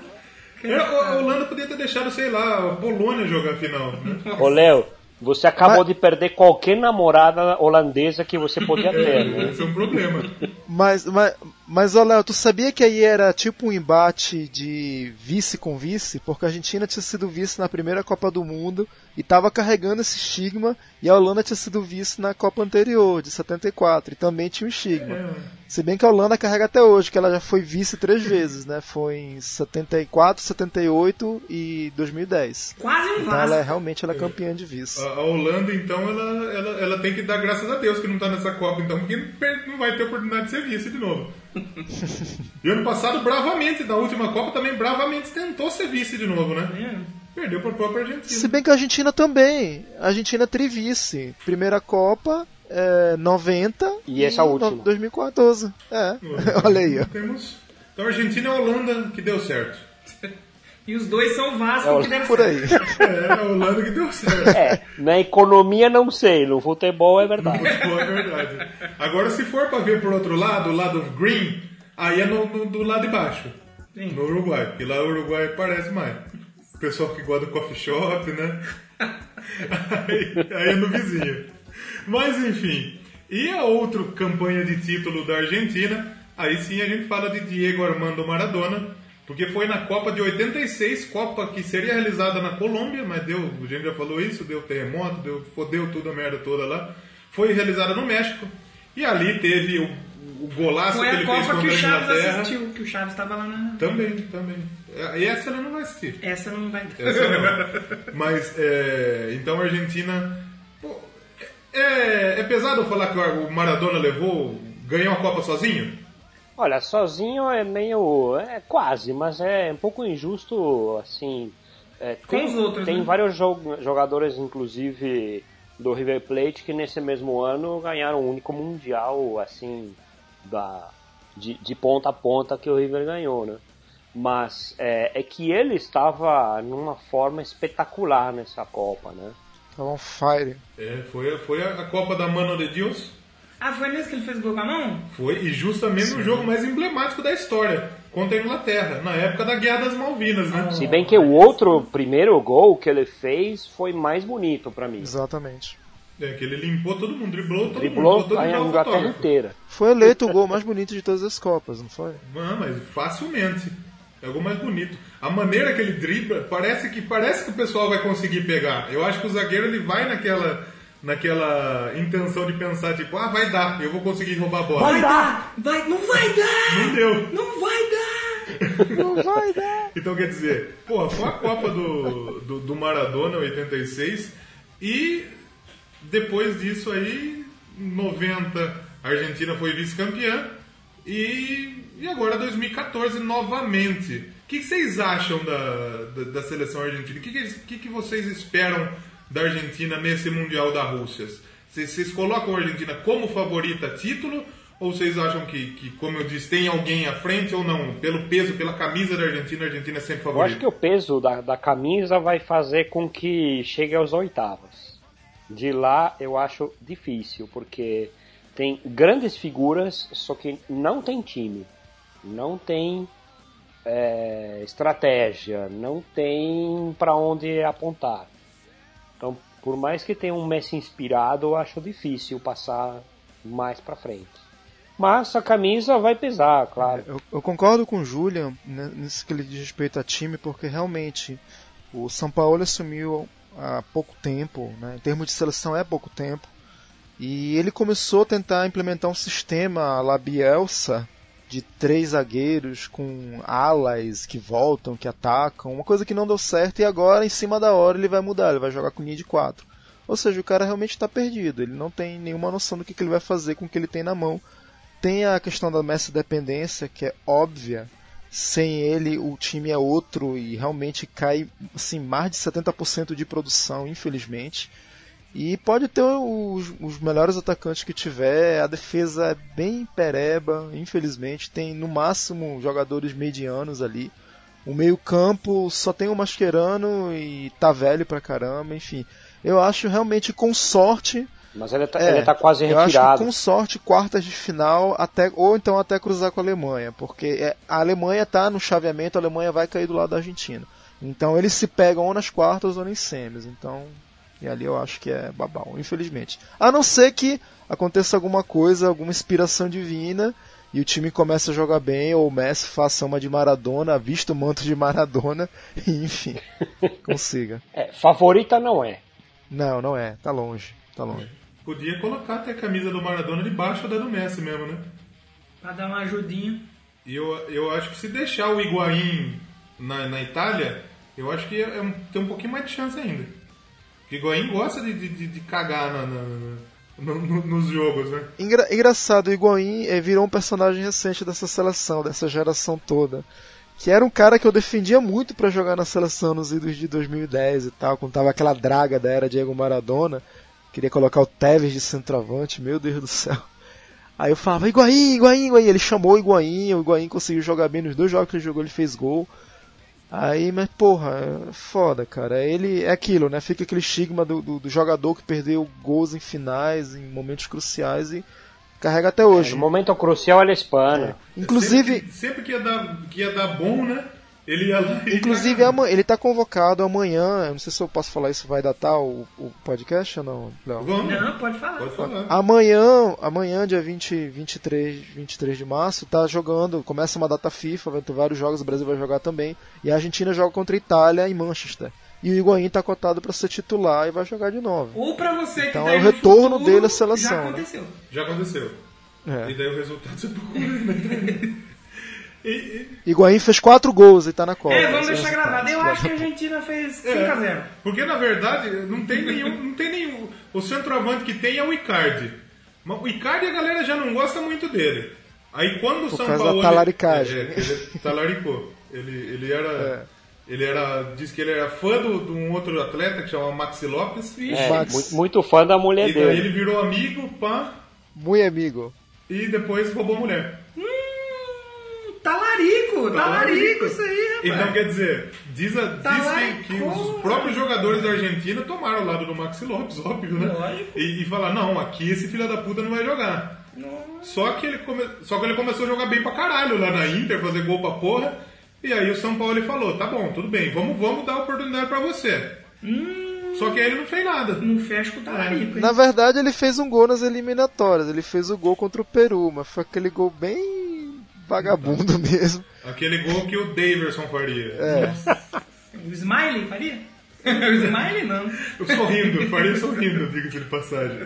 Speaker 2: Era- A Holanda podia ter deixado, sei lá, a Polônia jogar a final, né?
Speaker 3: Ô, Léo, você acabou
Speaker 4: Mas-
Speaker 3: de perder qualquer namorada holandesa que você podia ter, né?
Speaker 4: *laughs*
Speaker 2: Esse é um problema.
Speaker 4: Mas, mas, mas olha, tu sabia que aí era tipo um embate de vice com vice? Porque a Argentina tinha sido vice na primeira Copa do Mundo e tava carregando esse estigma, e a Holanda tinha sido vice na Copa anterior, de 74, e também tinha um estigma. Se bem que a Holanda carrega até hoje, que ela já foi vice três vezes, né? Foi em 74, 78 e 2010.
Speaker 1: Quase um
Speaker 4: Então ela é-
Speaker 1: Vasco.
Speaker 4: realmente ela é campeã de vice.
Speaker 2: A a Holanda, então, ela, ela, ela tem que dar graças a Deus que não tá nessa Copa, então, porque não per- não vai ter oportunidade de ser vice de
Speaker 4: *laughs*
Speaker 2: novo. e ano passado, bravamente, na última Copa, também bravamente tentou ser vice de novo, né?
Speaker 1: É.
Speaker 2: Perdeu pra própria Argentina.
Speaker 4: Se bem que a Argentina também. A Argentina é trivice. Primeira Copa, é, 90.
Speaker 3: E essa última.
Speaker 4: no- 2014. É. *laughs* Olha aí, ó.
Speaker 2: Temos... Então, a Argentina e a Holanda que deu certo.
Speaker 1: E os dois são Vasco
Speaker 3: É,
Speaker 1: que deram
Speaker 4: Por aí.
Speaker 2: É, a Holanda que deu certo.
Speaker 4: *laughs*
Speaker 3: É, na economia não sei, no futebol é
Speaker 2: No
Speaker 3: verdade.
Speaker 2: futebol, é verdade. Agora, se for pra ver por outro lado, o lado green, aí é no, no- do lado de baixo.
Speaker 1: Sim.
Speaker 2: No Uruguai, porque lá o Uruguai parece mais. O pessoal que gosta do coffee shop, né? aí, aí é no vizinho. Mas enfim. E a outra campanha de título da Argentina, aí sim a gente fala de Diego Armando Maradona, porque foi na Copa de 86, Copa que seria realizada na Colômbia, mas deu, a gente já falou isso, deu terremoto, deu, fodeu tudo a merda toda lá. Foi realizada no México. E ali teve o, o golaço
Speaker 1: Foi
Speaker 2: que
Speaker 1: a
Speaker 2: ele fez
Speaker 1: Copa
Speaker 2: contra
Speaker 1: que o
Speaker 2: a
Speaker 1: Chaves
Speaker 2: Inglaterra.
Speaker 1: assistiu, que o Chaves tava lá na.
Speaker 2: Também, também. E essa ele não vai assistir.
Speaker 1: Essa não vai entrar.
Speaker 2: Essa não. Mas, é, então a Argentina. pô, é, é pesado eu falar que o Maradona levou, ganhou a Copa sozinho?
Speaker 3: Olha, sozinho é meio. é quase, mas é um pouco injusto, assim. É,
Speaker 1: Com
Speaker 3: tem,
Speaker 1: os outros,
Speaker 3: Tem
Speaker 1: né?
Speaker 3: vários jo- jogadores, inclusive do River Plate, que nesse mesmo ano ganharam o único mundial, assim, da, de, de ponta a ponta que o River ganhou, né? Mas é, é que ele estava numa forma espetacular nessa Copa, né?
Speaker 4: Tava Tá on fire.
Speaker 2: É, foi, foi a a Copa da Mano de Deus.
Speaker 1: Ah, foi nesse que ele fez gol com a mão?
Speaker 2: Foi, e justamente o jogo mais emblemático da história, contra a Inglaterra, na época da Guerra das Malvinas, né?
Speaker 3: Se bem que o outro primeiro gol que ele fez foi mais bonito pra mim.
Speaker 4: Exatamente.
Speaker 2: É, que ele limpou todo mundo, driblou todo mundo,
Speaker 3: Driblou
Speaker 2: todo
Speaker 3: a
Speaker 2: mundo é um
Speaker 3: Inglaterra
Speaker 2: fotógrafo.
Speaker 3: inteira.
Speaker 4: Foi eleito o gol mais bonito de todas as Copas, não foi?
Speaker 2: Ah, mas facilmente. É algo mais bonito. A maneira que ele dribla, parece que parece que o pessoal vai conseguir pegar. Eu acho que o zagueiro ele vai naquela naquela intenção de pensar tipo, ah, vai dar, eu vou conseguir roubar a bola.
Speaker 1: Vai dar! Vai, não vai dar!
Speaker 2: Não deu.
Speaker 1: Não vai dar!
Speaker 4: Não vai dar!
Speaker 2: Então quer dizer, porra, foi a Copa do, do, do Maradona 86 e depois disso aí, 90, a Argentina foi vice-campeã e, e agora 2014 novamente. O que vocês acham da, da, da seleção argentina? O que, que, eles- que que vocês esperam da Argentina nesse Mundial da Rússia? Vocês vocês colocam a Argentina como favorita a título? Ou vocês acham que, que, como eu disse, tem alguém à frente ou não? Pelo peso, pela camisa da Argentina, a Argentina é sempre
Speaker 3: Eu acho que
Speaker 2: favorita.
Speaker 3: o peso da, da camisa vai fazer com que chegue aos oitavas. De lá eu acho difícil, porque tem grandes figuras, só que não tem time, não tem é, estratégia, não tem para onde apontar. Então, por mais que tenha um Messi inspirado, eu acho difícil passar mais para frente. Mas a camisa vai pesar, claro.
Speaker 4: Eu, eu concordo com o Julian né, nisso que ele diz respeito a time, porque realmente o São Paulo assumiu há pouco tempo, né, em termos de seleção é pouco tempo, e ele começou a tentar implementar um sistema la Bielsa de três zagueiros com alas que voltam, que atacam, uma coisa que não deu certo e agora em cima da hora ele vai mudar, ele vai jogar com linha de quatro. Ou seja, o cara realmente está perdido, ele não tem nenhuma noção do que, que ele vai fazer com o que ele tem na mão. Tem a questão da Messi dependência, que é óbvia. Sem ele, o time é outro e realmente cai assim, mais de 70% de produção, infelizmente. E pode ter os, os melhores atacantes que tiver. A defesa é bem pereba, infelizmente. Tem no máximo jogadores medianos ali. O meio-campo só tem o Mascherano e tá velho pra caramba. Enfim, eu acho realmente com sorte
Speaker 3: Mas ele tá,
Speaker 4: É,
Speaker 3: ele tá quase
Speaker 4: eu acho que
Speaker 3: retirado.
Speaker 4: com sorte, quartas de final, até, ou então até cruzar com a Alemanha, porque é, a Alemanha está no chaveamento, a Alemanha vai cair do lado da Argentina. Então eles se pegam ou nas quartas ou nas semis. Então, e ali eu acho que é babau, infelizmente. A não ser que aconteça alguma coisa, alguma inspiração divina, e o time comece a jogar bem, ou o Messi faça uma de Maradona, vista o manto de Maradona, *laughs* e enfim, consiga.
Speaker 3: É, favorita não é.
Speaker 4: Não, não é, tá longe, tá longe.
Speaker 2: Podia colocar até a camisa do Maradona debaixo da do Messi mesmo, né?
Speaker 1: Pra dar uma ajudinha.
Speaker 2: E eu, eu acho que se deixar o Higuaín na, na Itália, eu acho que é um- tem um pouquinho mais de chance ainda. Porque o Higuaín gosta de, de, de- de cagar na- na- na- no- no- nos jogos, né?
Speaker 4: Engra- engraçado, o Higuaín eh, virou um personagem recente dessa seleção, dessa geração toda. Que era um cara que eu defendia muito pra jogar na seleção nos idos de 2010 e tal, quando tava aquela draga da era Diego Maradona. Queria colocar o Tevez de centroavante, meu Deus do céu. Aí eu falava, Higuaín, Higuaín, Higuaín. Ele chamou o Higuaín, o Higuaín conseguiu jogar bem nos dois jogos que ele jogou, ele fez gol. Aí, mas porra, é foda, cara. Ele é aquilo, né? Fica aquele estigma do, do- do jogador que perdeu gols em finais, em momentos cruciais e carrega até hoje.
Speaker 3: No momento crucial ele é hispana.
Speaker 4: Inclusive,
Speaker 2: Sempre, que- sempre que, ia dar, que ia dar bom, né? Ele ia lá e
Speaker 4: Inclusive,
Speaker 2: cagava.
Speaker 4: ama- ele tá convocado amanhã. Eu não sei se eu posso falar isso, vai datar o, o podcast ou não, Léo?
Speaker 2: Vamos,
Speaker 1: Não, pode falar.
Speaker 2: pode falar.
Speaker 4: Ah. Amanhã, amanhã, dia 20, 23, 23 de março, tá jogando. Começa uma data FIFA, vai ter vários jogos, o Brasil vai jogar também. E a Argentina joga contra a Itália em Manchester. E o Higuaín tá cotado pra ser titular e vai jogar de novo.
Speaker 1: Ou pra você que
Speaker 4: Então
Speaker 1: tá
Speaker 4: é
Speaker 1: aí
Speaker 4: o
Speaker 1: no
Speaker 4: retorno
Speaker 1: futuro,
Speaker 4: dele à seleção,
Speaker 1: Já
Speaker 4: né?
Speaker 1: aconteceu.
Speaker 2: Já aconteceu. E
Speaker 4: É.
Speaker 2: daí o resultado você procura na internet.
Speaker 4: *laughs*
Speaker 2: E- e-
Speaker 4: Higuaín fez quatro gols e tá na Copa.
Speaker 1: É, vamos
Speaker 4: Esse é o
Speaker 1: deixar
Speaker 4: resultado.
Speaker 1: gravado. Eu acho que a Argentina fez
Speaker 2: é,
Speaker 1: 5x0.
Speaker 2: Porque na verdade não tem nenhum. Não tem nenhum. O centroavante que tem é o Icardi. Mas o Icardi a galera já não gosta muito dele. Aí quando o São
Speaker 4: causa da
Speaker 2: Paulo.
Speaker 4: talaricagem.
Speaker 2: É, é, ele talaricou. Ele, ele era. Ele era. Diz que ele era fã do- de um outro atleta que chamava Maxi Lopes. E,
Speaker 3: É,
Speaker 4: Fax.
Speaker 3: muito, muito fã da mulher
Speaker 2: e daí
Speaker 3: dele.
Speaker 2: ele virou amigo, pá.
Speaker 4: Muito amigo.
Speaker 2: E depois roubou a mulher.
Speaker 1: Hum, talarico, Talarico!
Speaker 2: Tá
Speaker 1: Talarico isso aí, rapaz!
Speaker 2: Então, quer dizer, diz a-
Speaker 1: Tá
Speaker 2: diz
Speaker 1: lá
Speaker 2: que-
Speaker 1: em
Speaker 2: que,
Speaker 1: como?
Speaker 2: os próprios jogadores da Argentina tomaram o lado do Maxi Lopes, *laughs* óbvio, né?
Speaker 1: Lógico.
Speaker 2: E, e falar, não, aqui esse filho da puta não vai jogar.
Speaker 1: Nossa.
Speaker 2: Só que, ele come- Só que ele começou a jogar bem pra caralho lá na Inter, fazer gol pra porra. E aí o São Paulo ele falou, tá bom, tudo bem, vamos, vamos dar oportunidade pra você.
Speaker 1: Hum.
Speaker 2: Só que aí ele não fez nada.
Speaker 1: Não fecha com o Talarico, hein?
Speaker 4: Na verdade, ele fez um gol nas eliminatórias. Ele fez o gol contra o Peru, mas foi aquele gol bem vagabundo *laughs* mesmo.
Speaker 1: Tá?
Speaker 2: Aquele gol que o Daverson faria.
Speaker 1: O Smiley faria? *laughs* o Smiley não.
Speaker 2: Eu sorrindo, faria sorrindo, diga-se de passagem.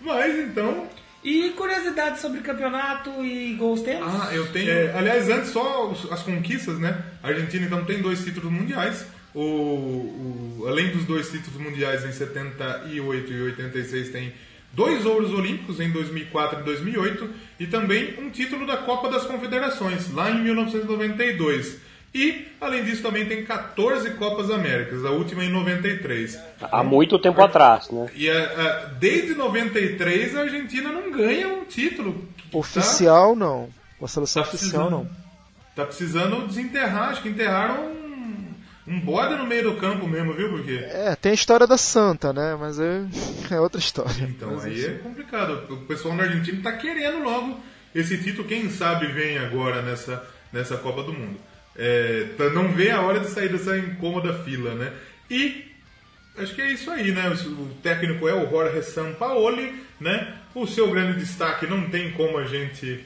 Speaker 2: Mas então,
Speaker 1: E curiosidades sobre campeonato e gols temos?
Speaker 2: Ah, eu tenho. aliás, antes só os- as conquistas, né? A Argentina então tem dois títulos mundiais. O, o- além dos dois títulos mundiais em 78 e 86 tem dois ouros olímpicos em 2004 e 2008 e também um título da Copa das Confederações lá em 1992. E além disso também tem 14 Copas Américas, a última em 93.
Speaker 3: Há muito tempo atrás, né?
Speaker 2: E a- a- desde 93 a Argentina não ganha um título tá?
Speaker 4: Oficial, não. Com a seleção oficial,
Speaker 2: precisando.
Speaker 4: não.
Speaker 2: Tá precisando desenterrar, acho que enterraram um, um bode no meio do campo mesmo, viu? Porque.
Speaker 4: É, tem a história da Santa, né? Mas é, *laughs* é outra história.
Speaker 2: Então
Speaker 4: Mas
Speaker 2: aí é complicado. O pessoal na Argentina tá querendo logo esse título, quem sabe vem agora nessa, nessa Copa do Mundo. É, tá- não vê a hora de sair dessa incômoda fila, né? E acho que é isso aí, né? O o técnico é o Jorge Sampaoli, né? O seu grande destaque não tem como a gente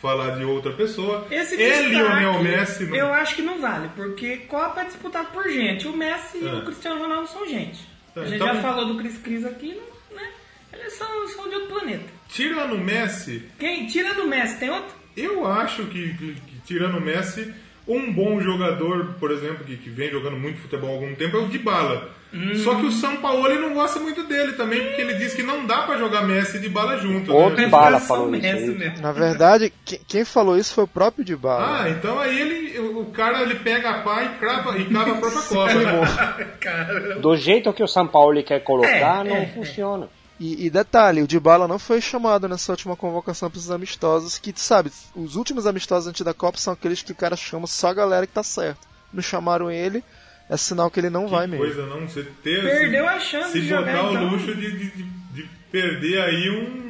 Speaker 2: falar de outra pessoa.
Speaker 1: Esse
Speaker 2: é
Speaker 1: destaque,
Speaker 2: Lionel Messi. não-
Speaker 1: Eu acho que não vale, porque Copa é disputada por gente. O Messi
Speaker 2: É.
Speaker 1: e o Cristiano Ronaldo são gente.
Speaker 2: Tá,
Speaker 1: a gente
Speaker 2: então-
Speaker 1: já falou do Cris Cris aqui, não- né? Eles são, são de outro planeta.
Speaker 2: Tirando o Messi,
Speaker 1: Quem tira do Messi tem outro?
Speaker 2: Eu acho que, que- que, tirando o Messi, um bom jogador, por exemplo, que, que vem jogando muito futebol há algum tempo, é o Dybala.
Speaker 1: Hum.
Speaker 2: Só que o São Paulo ele não gosta muito dele também, porque ele diz que não dá pra jogar Messi e Dybala junto.
Speaker 3: Outro
Speaker 2: né?
Speaker 3: Dybala
Speaker 1: Só
Speaker 3: falou
Speaker 1: o
Speaker 3: isso
Speaker 1: Messi
Speaker 3: aí.
Speaker 1: mesmo.
Speaker 4: Na verdade, que- quem falou isso foi o próprio Dybala.
Speaker 2: Ah, então aí ele, o o cara ele pega a pá e crava, e crava a própria cobra.
Speaker 1: Cara,
Speaker 3: Do jeito que o São Paulo quer colocar,
Speaker 1: É,
Speaker 3: não
Speaker 1: é,
Speaker 3: funciona.
Speaker 4: E, e detalhe, o Dybala não foi chamado nessa última convocação para os amistosos, que, sabe, os últimos amistosos antes da Copa são aqueles que o cara chama só a galera que tá certo. Não chamaram ele, é sinal que ele não vai
Speaker 2: Que
Speaker 4: mesmo.
Speaker 2: coisa não, você ter, assim.
Speaker 1: Perdeu
Speaker 2: se,
Speaker 1: a chance
Speaker 2: se
Speaker 1: de jogar,
Speaker 2: botar o
Speaker 1: então.
Speaker 2: luxo de, de- de- de perder aí um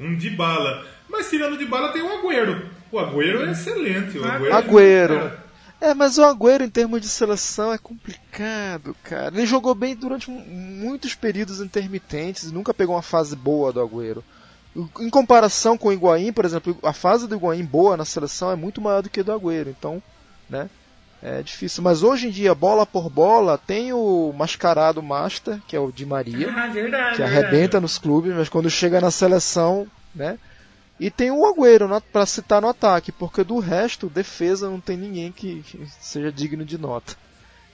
Speaker 2: um de bala. Mas tirando de bala tem o Agüero. O Agüero é excelente. O Agüero,
Speaker 4: Agüero. É, mas o Agüero em termos de seleção é complicado, cara. Ele jogou bem durante mu- muitos períodos intermitentes, nunca pegou uma fase boa do Agüero. O- Em comparação com o Higuaín, por exemplo, a fase do Higuaín boa na seleção é muito maior do que a do Agüero, então, né? É difícil, mas hoje em dia, bola por bola, tem o mascarado master, que é o Di Maria
Speaker 1: Ah, verdade.
Speaker 4: que
Speaker 1: verdade.
Speaker 4: arrebenta nos clubes, mas quando chega na seleção, né? E tem o Agüero na- pra citar no ataque, porque do resto, defesa não tem ninguém que, que seja digno de nota.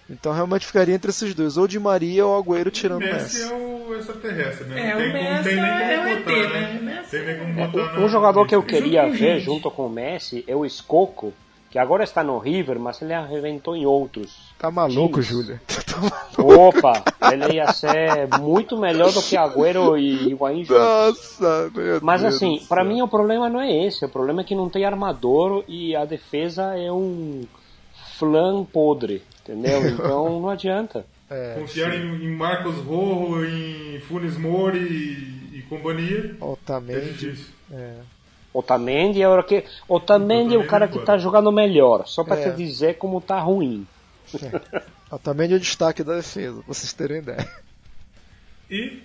Speaker 4: Então realmente ficaria entre esses dois, ou de Maria ou Agüero
Speaker 2: O
Speaker 4: tirando o
Speaker 2: Messi é
Speaker 4: Messi.
Speaker 2: o extraterrestre, né?
Speaker 1: É,
Speaker 2: Não
Speaker 1: o
Speaker 2: tem, como- não
Speaker 1: Messi
Speaker 2: tem nem como
Speaker 1: é o ET,
Speaker 2: botar,
Speaker 1: né? O
Speaker 2: né?
Speaker 1: Messi
Speaker 2: Tem nem como
Speaker 3: É,
Speaker 2: botar né?
Speaker 3: o-
Speaker 2: na-
Speaker 3: Um jogador que eu
Speaker 2: Junto
Speaker 3: queria
Speaker 1: com
Speaker 3: ver
Speaker 1: gente.
Speaker 3: junto com o Messi é o Escoco, que agora está no River, mas ele arrebentou em outros.
Speaker 4: Tá maluco,
Speaker 3: Times.
Speaker 4: Júlia? Tá maluco.
Speaker 3: Opa, ele ia ser muito melhor do que Agüero e Higuaín juntos.
Speaker 4: *laughs* Nossa, meu
Speaker 3: Mas
Speaker 4: Deus
Speaker 3: assim,
Speaker 4: do
Speaker 3: pra
Speaker 4: céu.
Speaker 3: mim o problema não é esse. O problema é que não tem armador e a defesa é um flan podre,
Speaker 4: *laughs*
Speaker 3: entendeu? Então não adianta.
Speaker 4: É,
Speaker 2: Confiar em, em Marcos Rojo, em Funes Mori e, e companhia. É
Speaker 4: Altamente.
Speaker 2: difícil.
Speaker 3: Otamendi é o que Otamendi é o cara que tá jogando melhor, só pra
Speaker 4: É.
Speaker 3: te dizer como tá ruim.
Speaker 4: Altamente é o destaque da defesa, pra vocês terem ideia.
Speaker 2: E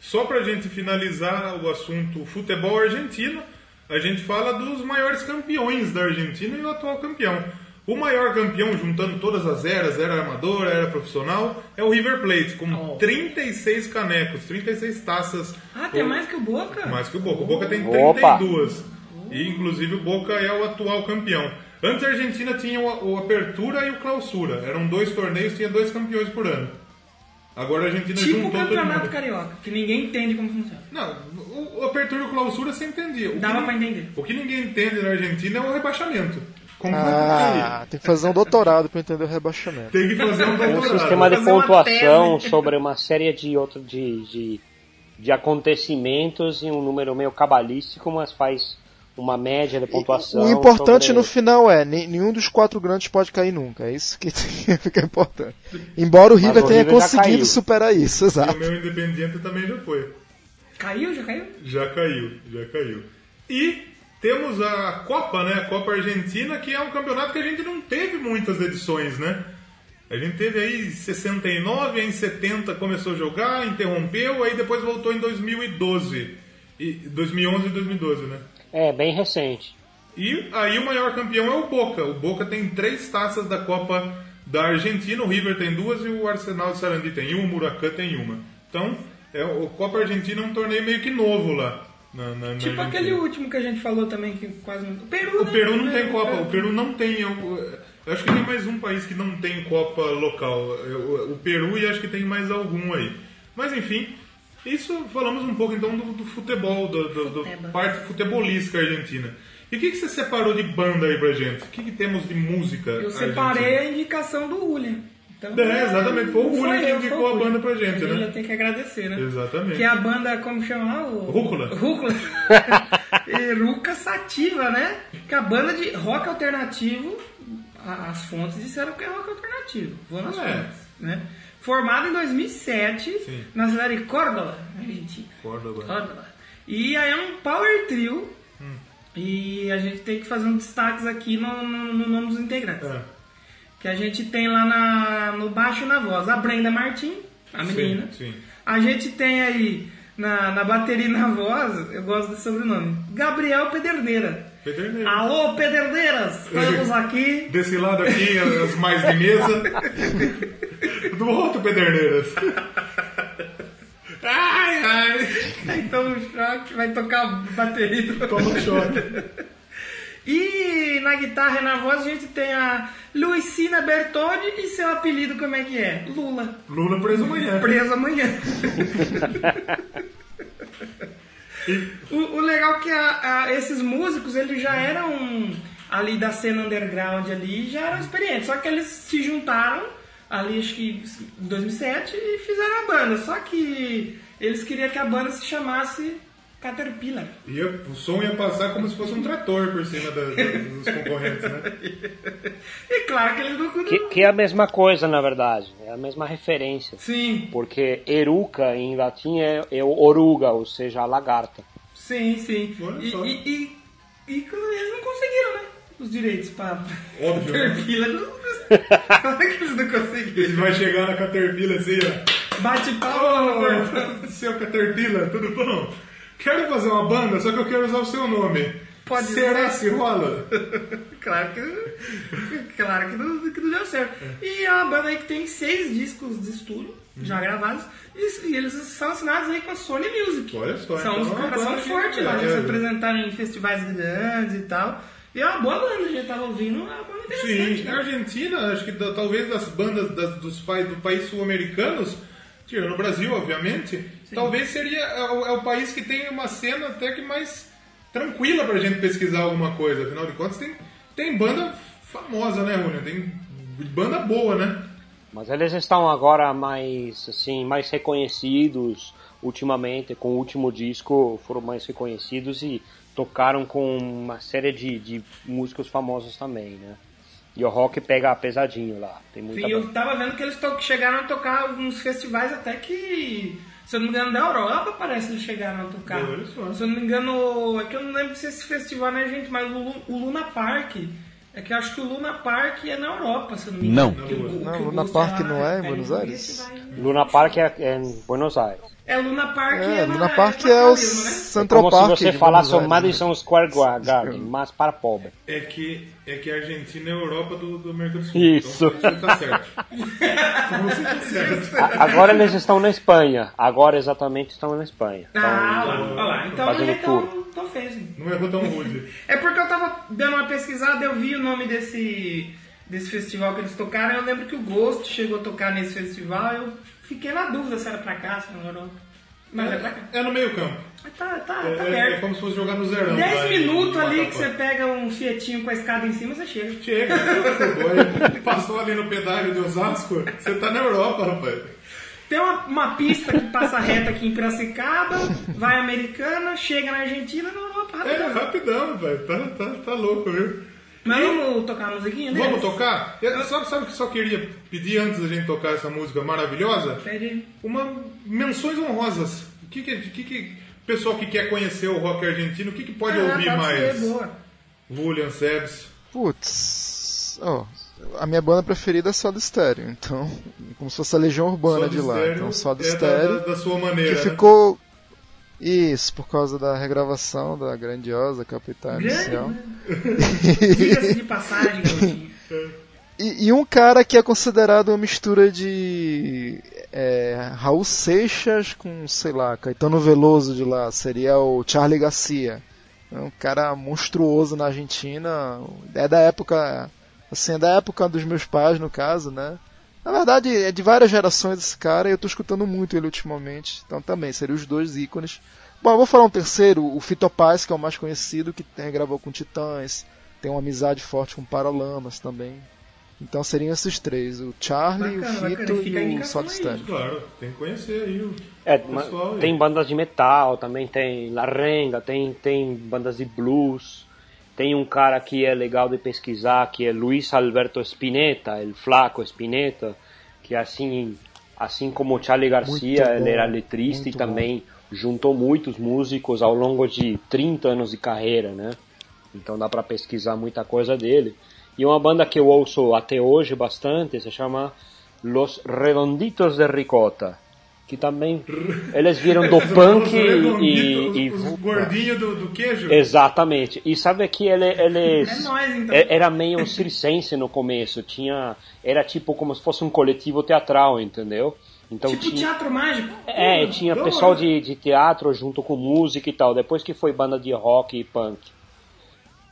Speaker 2: só pra gente finalizar o assunto futebol argentino, a gente fala dos maiores campeões da Argentina e o atual campeão. O maior campeão, juntando todas as eras, era amador, era profissional, é o River Plate, com
Speaker 1: Oh.
Speaker 2: 36 canecos, 36 taças.
Speaker 1: Ah, tem
Speaker 2: O-
Speaker 1: mais que o Boca?
Speaker 2: Mais que o Boca. O Boca tem
Speaker 3: Opa!
Speaker 2: 32. E, inclusive, o Boca é o atual campeão. Antes a Argentina tinha o, o Apertura e o Clausura. Eram dois torneios, tinha dois campeões por ano. Agora a Argentina
Speaker 1: Tipo o
Speaker 2: juntou todo
Speaker 1: campeonato
Speaker 2: mundo.
Speaker 1: carioca, que ninguém entende como funciona.
Speaker 2: Não, o, o Apertura e o Clausura você entendia. O que
Speaker 1: Dava
Speaker 2: nin-
Speaker 1: pra entender.
Speaker 2: O que ninguém entende na Argentina é o rebaixamento. Como
Speaker 4: Ah, tem que fazer um doutorado pra entender o rebaixamento.
Speaker 2: tem que fazer um
Speaker 3: É um
Speaker 2: doutorado.
Speaker 3: sistema de
Speaker 1: Fazer uma
Speaker 3: pontuação
Speaker 1: tese.
Speaker 3: sobre uma série de outro de, de, de acontecimentos e um número meio cabalístico, mas faz uma média de pontuação.
Speaker 4: O importante
Speaker 3: sobre-
Speaker 4: no final é, ne- nenhum dos quatro grandes pode cair nunca. É isso que *laughs* fica importante. Embora o River
Speaker 3: o
Speaker 4: tenha
Speaker 3: River já
Speaker 4: conseguido
Speaker 3: caiu.
Speaker 4: superar isso,
Speaker 2: E o
Speaker 4: exato.
Speaker 2: meu Independiente também já foi.
Speaker 1: Caiu? Já caiu?
Speaker 2: Já caiu, já caiu. E temos a Copa, né? A Copa Argentina, que é um campeonato que a gente não teve muitas edições, né? A gente teve aí em 69, aí em 70 começou a jogar, interrompeu, aí depois voltou em 2012. E 2011 e 2012, né?
Speaker 3: É, bem recente.
Speaker 2: E aí o maior campeão é o Boca. O Boca tem três taças da Copa da Argentina, o River tem duas e o Arsenal de Sarandi tem uma, o Muracan tem uma. Então, é, o Copa Argentina é um torneio meio que novo lá. Na, na, na
Speaker 1: Tipo
Speaker 2: Argentina.
Speaker 1: aquele último que a gente falou também, que quase não. O Peru,
Speaker 2: O
Speaker 1: né?
Speaker 2: Peru não tem Copa. O Peru não tem. Eu, eu acho que tem mais um país que não tem Copa local. Eu- o Peru e acho que tem mais algum aí. Mas enfim, isso falamos um pouco então do, do futebol, do, do- do
Speaker 1: Futeba.
Speaker 2: parte futebolística argentina. E o que, que você separou de banda aí pra gente? O que, que temos de música?
Speaker 1: Eu
Speaker 2: argentina?
Speaker 1: separei né, a indicação do William. Então,
Speaker 2: É, exatamente, foi o
Speaker 1: não
Speaker 2: William
Speaker 1: eu,
Speaker 2: que
Speaker 1: foi
Speaker 2: indicou a
Speaker 1: William.
Speaker 2: banda pra gente, né?
Speaker 1: Eu tenho que agradecer, né?
Speaker 2: Exatamente.
Speaker 1: Que é a banda, como chama lá? O...
Speaker 2: Rúcula. *laughs*
Speaker 1: Rúcula. Eruca Sativa, né? Que é a banda de rock alternativo, a- as fontes disseram que é rock alternativo. Vou nas
Speaker 2: É.
Speaker 1: fontes, né? Formada em 2007,
Speaker 2: Sim.
Speaker 1: na cidade de Córdoba, Argentina.
Speaker 2: Córdoba.
Speaker 1: Córdoba. E aí é um power trio. E a gente tem que fazer um destaques aqui no, no- no nome dos integrantes.
Speaker 2: É.
Speaker 1: Que a gente tem lá na- no baixo na voz a Brenda Martin, a
Speaker 2: Sim,
Speaker 1: menina.
Speaker 2: sim.
Speaker 1: A gente tem aí na, na bateria e na voz, eu gosto desse sobrenome, Gabriel Pederneira.
Speaker 2: Pederneira.
Speaker 1: Alô, Pederneiras!
Speaker 2: *laughs*
Speaker 1: Estamos aqui.
Speaker 2: Desse lado aqui, as mais de
Speaker 1: *laughs*
Speaker 2: mesa. Do outro, Pederneiras. Ai, ai.
Speaker 1: Então o choque vai tocar a bateria.
Speaker 2: Toma um choque.
Speaker 1: E na guitarra e na voz a gente tem a Luicina Bertoldi e seu apelido como é que é? Lula.
Speaker 2: Lula preso amanhã.
Speaker 1: Preso amanhã. o, o legal é que a- a- esses músicos, eles já eram ali da cena underground ali, já eram experientes. Só que eles se juntaram ali, acho que em 2007, e fizeram a banda. Só que eles queriam que a banda se chamasse Caterpillar.
Speaker 2: E o som ia passar como se fosse um trator por cima da- da- dos concorrentes, né?
Speaker 1: E claro que eles não...
Speaker 3: Que, que é a mesma coisa, na verdade. É a mesma referência.
Speaker 1: Sim,
Speaker 3: Porque eruca em latim é, é oruga, ou seja, a lagarta.
Speaker 1: Sim, sim.
Speaker 2: Olha
Speaker 1: E,
Speaker 2: só.
Speaker 1: e, e, e quando eles não conseguiram, né? Os direitos para
Speaker 2: Óbvio, né?
Speaker 1: Caterpillar. Não- Como é que
Speaker 2: *laughs*
Speaker 1: eles não
Speaker 2: Ele
Speaker 1: conseguiram?
Speaker 2: vai chegar na Caterpillar assim, ó.
Speaker 1: Bate palma
Speaker 2: Oh.
Speaker 1: no portão.
Speaker 2: Ô, seu Caterpillar, tudo bom? Quero fazer uma banda, só que eu quero usar o seu nome.
Speaker 1: Pode
Speaker 2: Será se rola?
Speaker 1: Claro que, claro que, não, que não deu certo. E é uma banda aí que tem seis discos de estúdio
Speaker 2: Uhum.
Speaker 1: já gravados. E, e eles são assinados aí com a Sony Music.
Speaker 2: Olha só,
Speaker 1: São
Speaker 2: então
Speaker 1: uns
Speaker 2: é uma
Speaker 1: caras são
Speaker 2: banda que-
Speaker 1: fortes né? lá.
Speaker 2: é,
Speaker 1: Eles se
Speaker 2: é.
Speaker 1: apresentaram em festivais grandes e tal. E é uma boa banda, a gente tava ouvindo. É uma banda interessante.
Speaker 2: Sim,
Speaker 1: né?
Speaker 2: a Argentina, acho que da- talvez das bandas das- dos pais do país sul-americanos, tirando o Brasil, obviamente, talvez seria é o, é o país que tem uma cena até que mais tranquila pra gente pesquisar alguma coisa. Afinal de contas, tem, tem banda famosa, né, Rúnia? Tem banda boa, né?
Speaker 3: Mas eles estão agora mais, assim, mais reconhecidos ultimamente, com o último disco foram mais reconhecidos e tocaram com uma série de, de músicos famosos também, né? E o rock pega pesadinho lá, tem muita
Speaker 1: Sim,
Speaker 3: banda.
Speaker 1: eu tava vendo que eles to- chegaram a tocar uns festivais até que. Se eu não me engano, da Europa parece que eles chegaram a tocar.
Speaker 2: Olha só.
Speaker 1: Se eu não me engano, é que eu não lembro se esse festival, né, gente? Mas o, Lu- o Luna Park. É que eu acho que o Luna Park é na Europa, se eu não me engano.
Speaker 5: Não.
Speaker 1: Que o-
Speaker 4: Não,
Speaker 1: que o
Speaker 4: Luna
Speaker 1: Gusto
Speaker 4: Park
Speaker 1: lá
Speaker 4: não é em
Speaker 1: pega
Speaker 4: Buenos
Speaker 1: um
Speaker 4: Aires?
Speaker 1: festival.
Speaker 3: Luna Park é, é em Buenos Aires.
Speaker 1: É Luna Park
Speaker 4: É,
Speaker 1: é
Speaker 4: Luna
Speaker 1: na-
Speaker 4: Park
Speaker 1: na
Speaker 4: é o
Speaker 1: Florida, né?
Speaker 4: Central
Speaker 3: Como
Speaker 4: Park. né?
Speaker 3: se você
Speaker 4: de
Speaker 3: falasse o
Speaker 4: Buenos Aires.
Speaker 3: Madison Square Gra- Garden, mas para pobre.
Speaker 2: É que, é que a Argentina é a Europa do, do América do Sul.
Speaker 3: Isso.
Speaker 2: Então, você tá *laughs* certo. Então, você tá certo.
Speaker 3: A- Agora eles estão na Espanha. Agora exatamente estão na Espanha.
Speaker 1: Ah, lá, olha lá.
Speaker 4: Tá
Speaker 1: Então
Speaker 3: Fazendo
Speaker 1: ele então, então fez. né?
Speaker 2: Não errou tão rude.
Speaker 1: É porque eu tava dando uma pesquisada, eu vi o nome desse, desse festival que eles tocaram. Eu lembro que o Ghost chegou a tocar nesse festival. Eu fiquei na dúvida se era pra cá, se não era. Mas é pra cá.
Speaker 2: É no meio campo.
Speaker 1: Mas Tá, tá,
Speaker 2: É,
Speaker 1: tá
Speaker 2: é
Speaker 1: perto.
Speaker 2: como se fosse jogar no zerão. lá,
Speaker 1: 10
Speaker 2: em
Speaker 1: minutos ali que você
Speaker 2: Macapá.
Speaker 1: pega um fietinho com a escada em cima, você chega.
Speaker 2: Chega, acabou. Aí passou ali no pedágio de Osasco, você tá na Europa, rapaz.
Speaker 1: Tem uma, uma pista que passa reta aqui em Piracicaba, vai americana, chega na Argentina, não, não, para.
Speaker 2: É, rapidão, velho. Tá, tá, tá louco, viu?
Speaker 1: Mas vamos tocar a musiquinha deles?
Speaker 2: Vamos tocar? Eu- Sabe, sabe o que eu só queria pedir antes da gente tocar essa música maravilhosa?
Speaker 1: Pede.
Speaker 2: Uma menções honrosas. O que que, o que que- o pessoal que quer conhecer o rock argentino, o que que pode
Speaker 1: Ah,
Speaker 2: ouvir mais?
Speaker 1: Ser, boa.
Speaker 2: Julian Sebs.
Speaker 4: Putz. ó, a minha banda preferida é Soda Stereo, então. Como se fosse a Legião Urbana
Speaker 2: Soda
Speaker 4: de lá.
Speaker 2: Stereo
Speaker 4: então, Soda
Speaker 2: é da-
Speaker 4: Stereo.
Speaker 2: Da, da sua
Speaker 4: Que
Speaker 2: maneira. né?
Speaker 4: ficou. Isso, por causa da regravação da grandiosa Capital
Speaker 1: Grande,
Speaker 4: Inicial.
Speaker 1: né? *laughs* Diga-se de passagem, Gordinho.
Speaker 4: E, e um cara que é considerado uma mistura de é, Raul Seixas com, sei lá, Caetano Veloso de lá, seria o Charlie Garcia. É um cara monstruoso na Argentina, é da época, assim, é da época dos meus pais, no caso, né? Na verdade, é de várias gerações esse cara e eu tô escutando muito ele ultimamente, então também, seriam os dois ícones. Bom, eu vou falar um terceiro, o Fito Paz, que é o mais conhecido, que tem- gravou com Titãs, tem uma amizade forte com Paralamas também, então seriam esses três, o
Speaker 1: Bacana,
Speaker 4: Charlie, o
Speaker 1: bacana.
Speaker 4: Fito
Speaker 1: Fica a
Speaker 4: e o
Speaker 1: indicação
Speaker 4: Soda
Speaker 1: aí.
Speaker 4: Stereo.
Speaker 2: Claro, tem que conhecer aí o
Speaker 3: É,
Speaker 2: pessoal
Speaker 3: ma-
Speaker 2: aí.
Speaker 3: tem bandas de metal, também tem Larenga, tem, tem bandas de blues. Tem um cara que é legal de pesquisar, que é Luiz Alberto Spinetta, el flaco Spinetta, que assim, assim como Charlie Garcia,
Speaker 4: Muito
Speaker 3: ele
Speaker 4: bom,
Speaker 3: era letrista e
Speaker 4: muito
Speaker 3: também juntou muitos músicos ao longo de 30 anos de carreira, né? Então dá para pesquisar muita coisa dele. E uma banda que eu ouço até hoje bastante se chama Los Redonditos de Ricota, que também eles viram do
Speaker 2: Os
Speaker 3: punk
Speaker 2: redonditos,
Speaker 3: e, e
Speaker 2: os, os gordinhos do, do queijo.
Speaker 3: Exatamente. E sabe que ele, eles
Speaker 1: É nóis, então.
Speaker 3: e- era meio circense no começo, tinha era tipo como se fosse um coletivo teatral, entendeu? Então
Speaker 1: Tipo
Speaker 3: tinha
Speaker 1: teatro mágico.
Speaker 3: é, tinha
Speaker 2: da
Speaker 3: pessoal
Speaker 2: hora.
Speaker 3: de, de teatro junto com música e tal, depois que foi banda de rock e punk.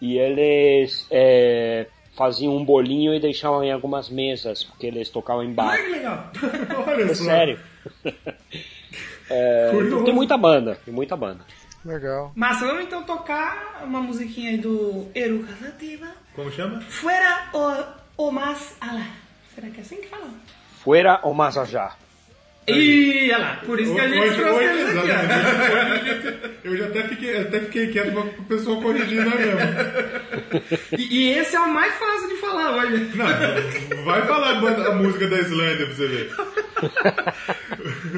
Speaker 3: E eles é, faziam um bolinho e deixavam em algumas mesas, porque eles tocavam em bar.
Speaker 1: Olha que legal. *laughs*
Speaker 2: Olha
Speaker 3: É
Speaker 2: só.
Speaker 3: sério. É,
Speaker 2: Curioso.
Speaker 3: tem muita banda, tem muita banda.
Speaker 4: Legal.
Speaker 1: Mas vamos então tocar uma musiquinha aí do Eruca Sativa.
Speaker 2: Como chama?
Speaker 1: Fuera o, o más alá. Será que é assim que fala?
Speaker 3: Fuera ou mais allá?
Speaker 1: Ih, olha lá. Por isso que a gente
Speaker 2: Hoje-
Speaker 1: trouxe
Speaker 2: hoje,
Speaker 1: eles aqui, ó.
Speaker 2: exatamente. Eu já até fiquei, até fiquei quieto pra- pro pessoal corrigir, não é mesmo?
Speaker 1: E, e esse é o mais fácil de falar, olha.
Speaker 2: Então- Não, vai falar a banda- a música da Islândia pra você ver.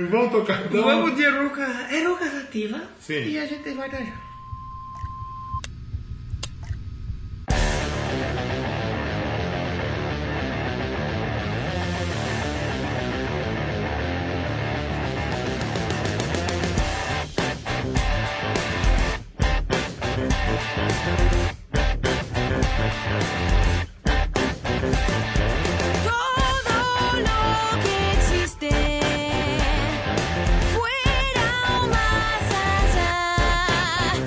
Speaker 2: Vamos tocar então.
Speaker 1: Vamos de Eruca, Eruca Sativa.
Speaker 2: Sim.
Speaker 1: E a gente vai dar já.
Speaker 6: Todo lo que existe fuera o más allá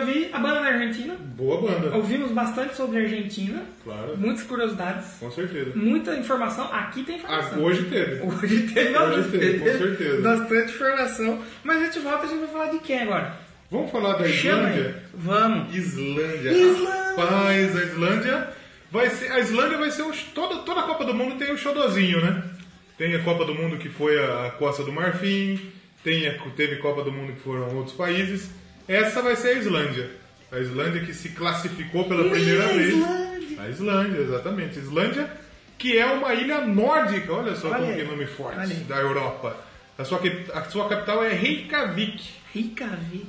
Speaker 1: Então, Argentina.
Speaker 2: Boa banda,
Speaker 1: Ouvimos bastante sobre a Argentina.
Speaker 2: claro.
Speaker 1: Muitas curiosidades.
Speaker 2: Com certeza.
Speaker 1: Muita informação. Aqui tem
Speaker 2: Ah,
Speaker 1: informação.
Speaker 2: hoje teve.
Speaker 1: Hoje teve,
Speaker 2: Hoje teve, com certeza.
Speaker 1: bastante informação. Mas a gente volta a gente vai falar de quem agora?
Speaker 2: Vamos falar da
Speaker 1: Chama aí.
Speaker 2: Islândia?
Speaker 1: Vamos.
Speaker 2: Islândia.
Speaker 1: Islândia.
Speaker 2: Rapaz, a Islândia vai ser. A Islândia vai ser um. Toda, toda a Copa do Mundo tem o xodozinho, né? Tem a Copa do Mundo que foi a Costa do Marfim, tem a- teve Copa do Mundo que foram outros países. Essa vai ser a Islândia. A Islândia que se classificou pela primeira vez. A Islândia, exatamente. Islândia, que é uma ilha nórdica, olha só
Speaker 1: Olha
Speaker 2: como
Speaker 1: aí.
Speaker 2: que nome forte,
Speaker 1: Olha aí.
Speaker 2: da Europa. A sua, cap- a sua capital é Reykjavik.
Speaker 1: Ricavik.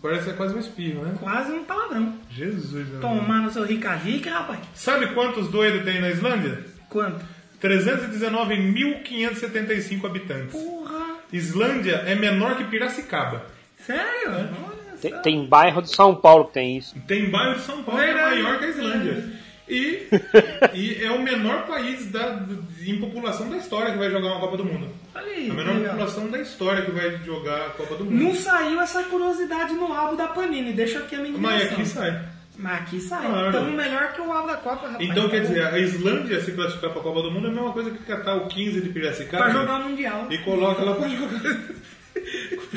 Speaker 2: Parece é quase um espirro, né?
Speaker 1: Quase um palavrão.
Speaker 2: Jesus, meu amigo.
Speaker 1: Tomar no seu Ricavik, rapaz.
Speaker 2: Sabe quantos doidos tem na Islândia?
Speaker 1: Quanto?
Speaker 2: 319.575 habitantes.
Speaker 1: Porra.
Speaker 2: Islândia é menor que Piracicaba.
Speaker 1: Sério?
Speaker 2: É.
Speaker 1: Olha
Speaker 3: Tem,
Speaker 1: só.
Speaker 3: tem bairro de São Paulo que tem isso.
Speaker 2: Tem bairro de São Paulo que é
Speaker 1: Verdade.
Speaker 2: maior que a Islândia. E, e é o menor país da, em população da história que vai jogar uma Copa do Mundo.
Speaker 1: Olha
Speaker 2: É
Speaker 1: aí.
Speaker 2: a menor
Speaker 1: legal.
Speaker 2: população da história que vai jogar a Copa do Mundo.
Speaker 1: Não saiu essa curiosidade no álbum da Panini. Deixa aqui a minha
Speaker 2: Mas aqui
Speaker 1: indignação.
Speaker 2: sai.
Speaker 1: Mas aqui sai.
Speaker 2: Claro.
Speaker 1: Então melhor que o álbum da Copa, rapaz.
Speaker 2: Então, quer
Speaker 1: Tá
Speaker 2: dizer,
Speaker 1: bom.
Speaker 2: a Islândia se classificar para a Copa do Mundo é a mesma coisa que catar o 15 de Piracicaba.
Speaker 1: Pra jogar o Mundial.
Speaker 2: E coloca lá pra jogar. *laughs*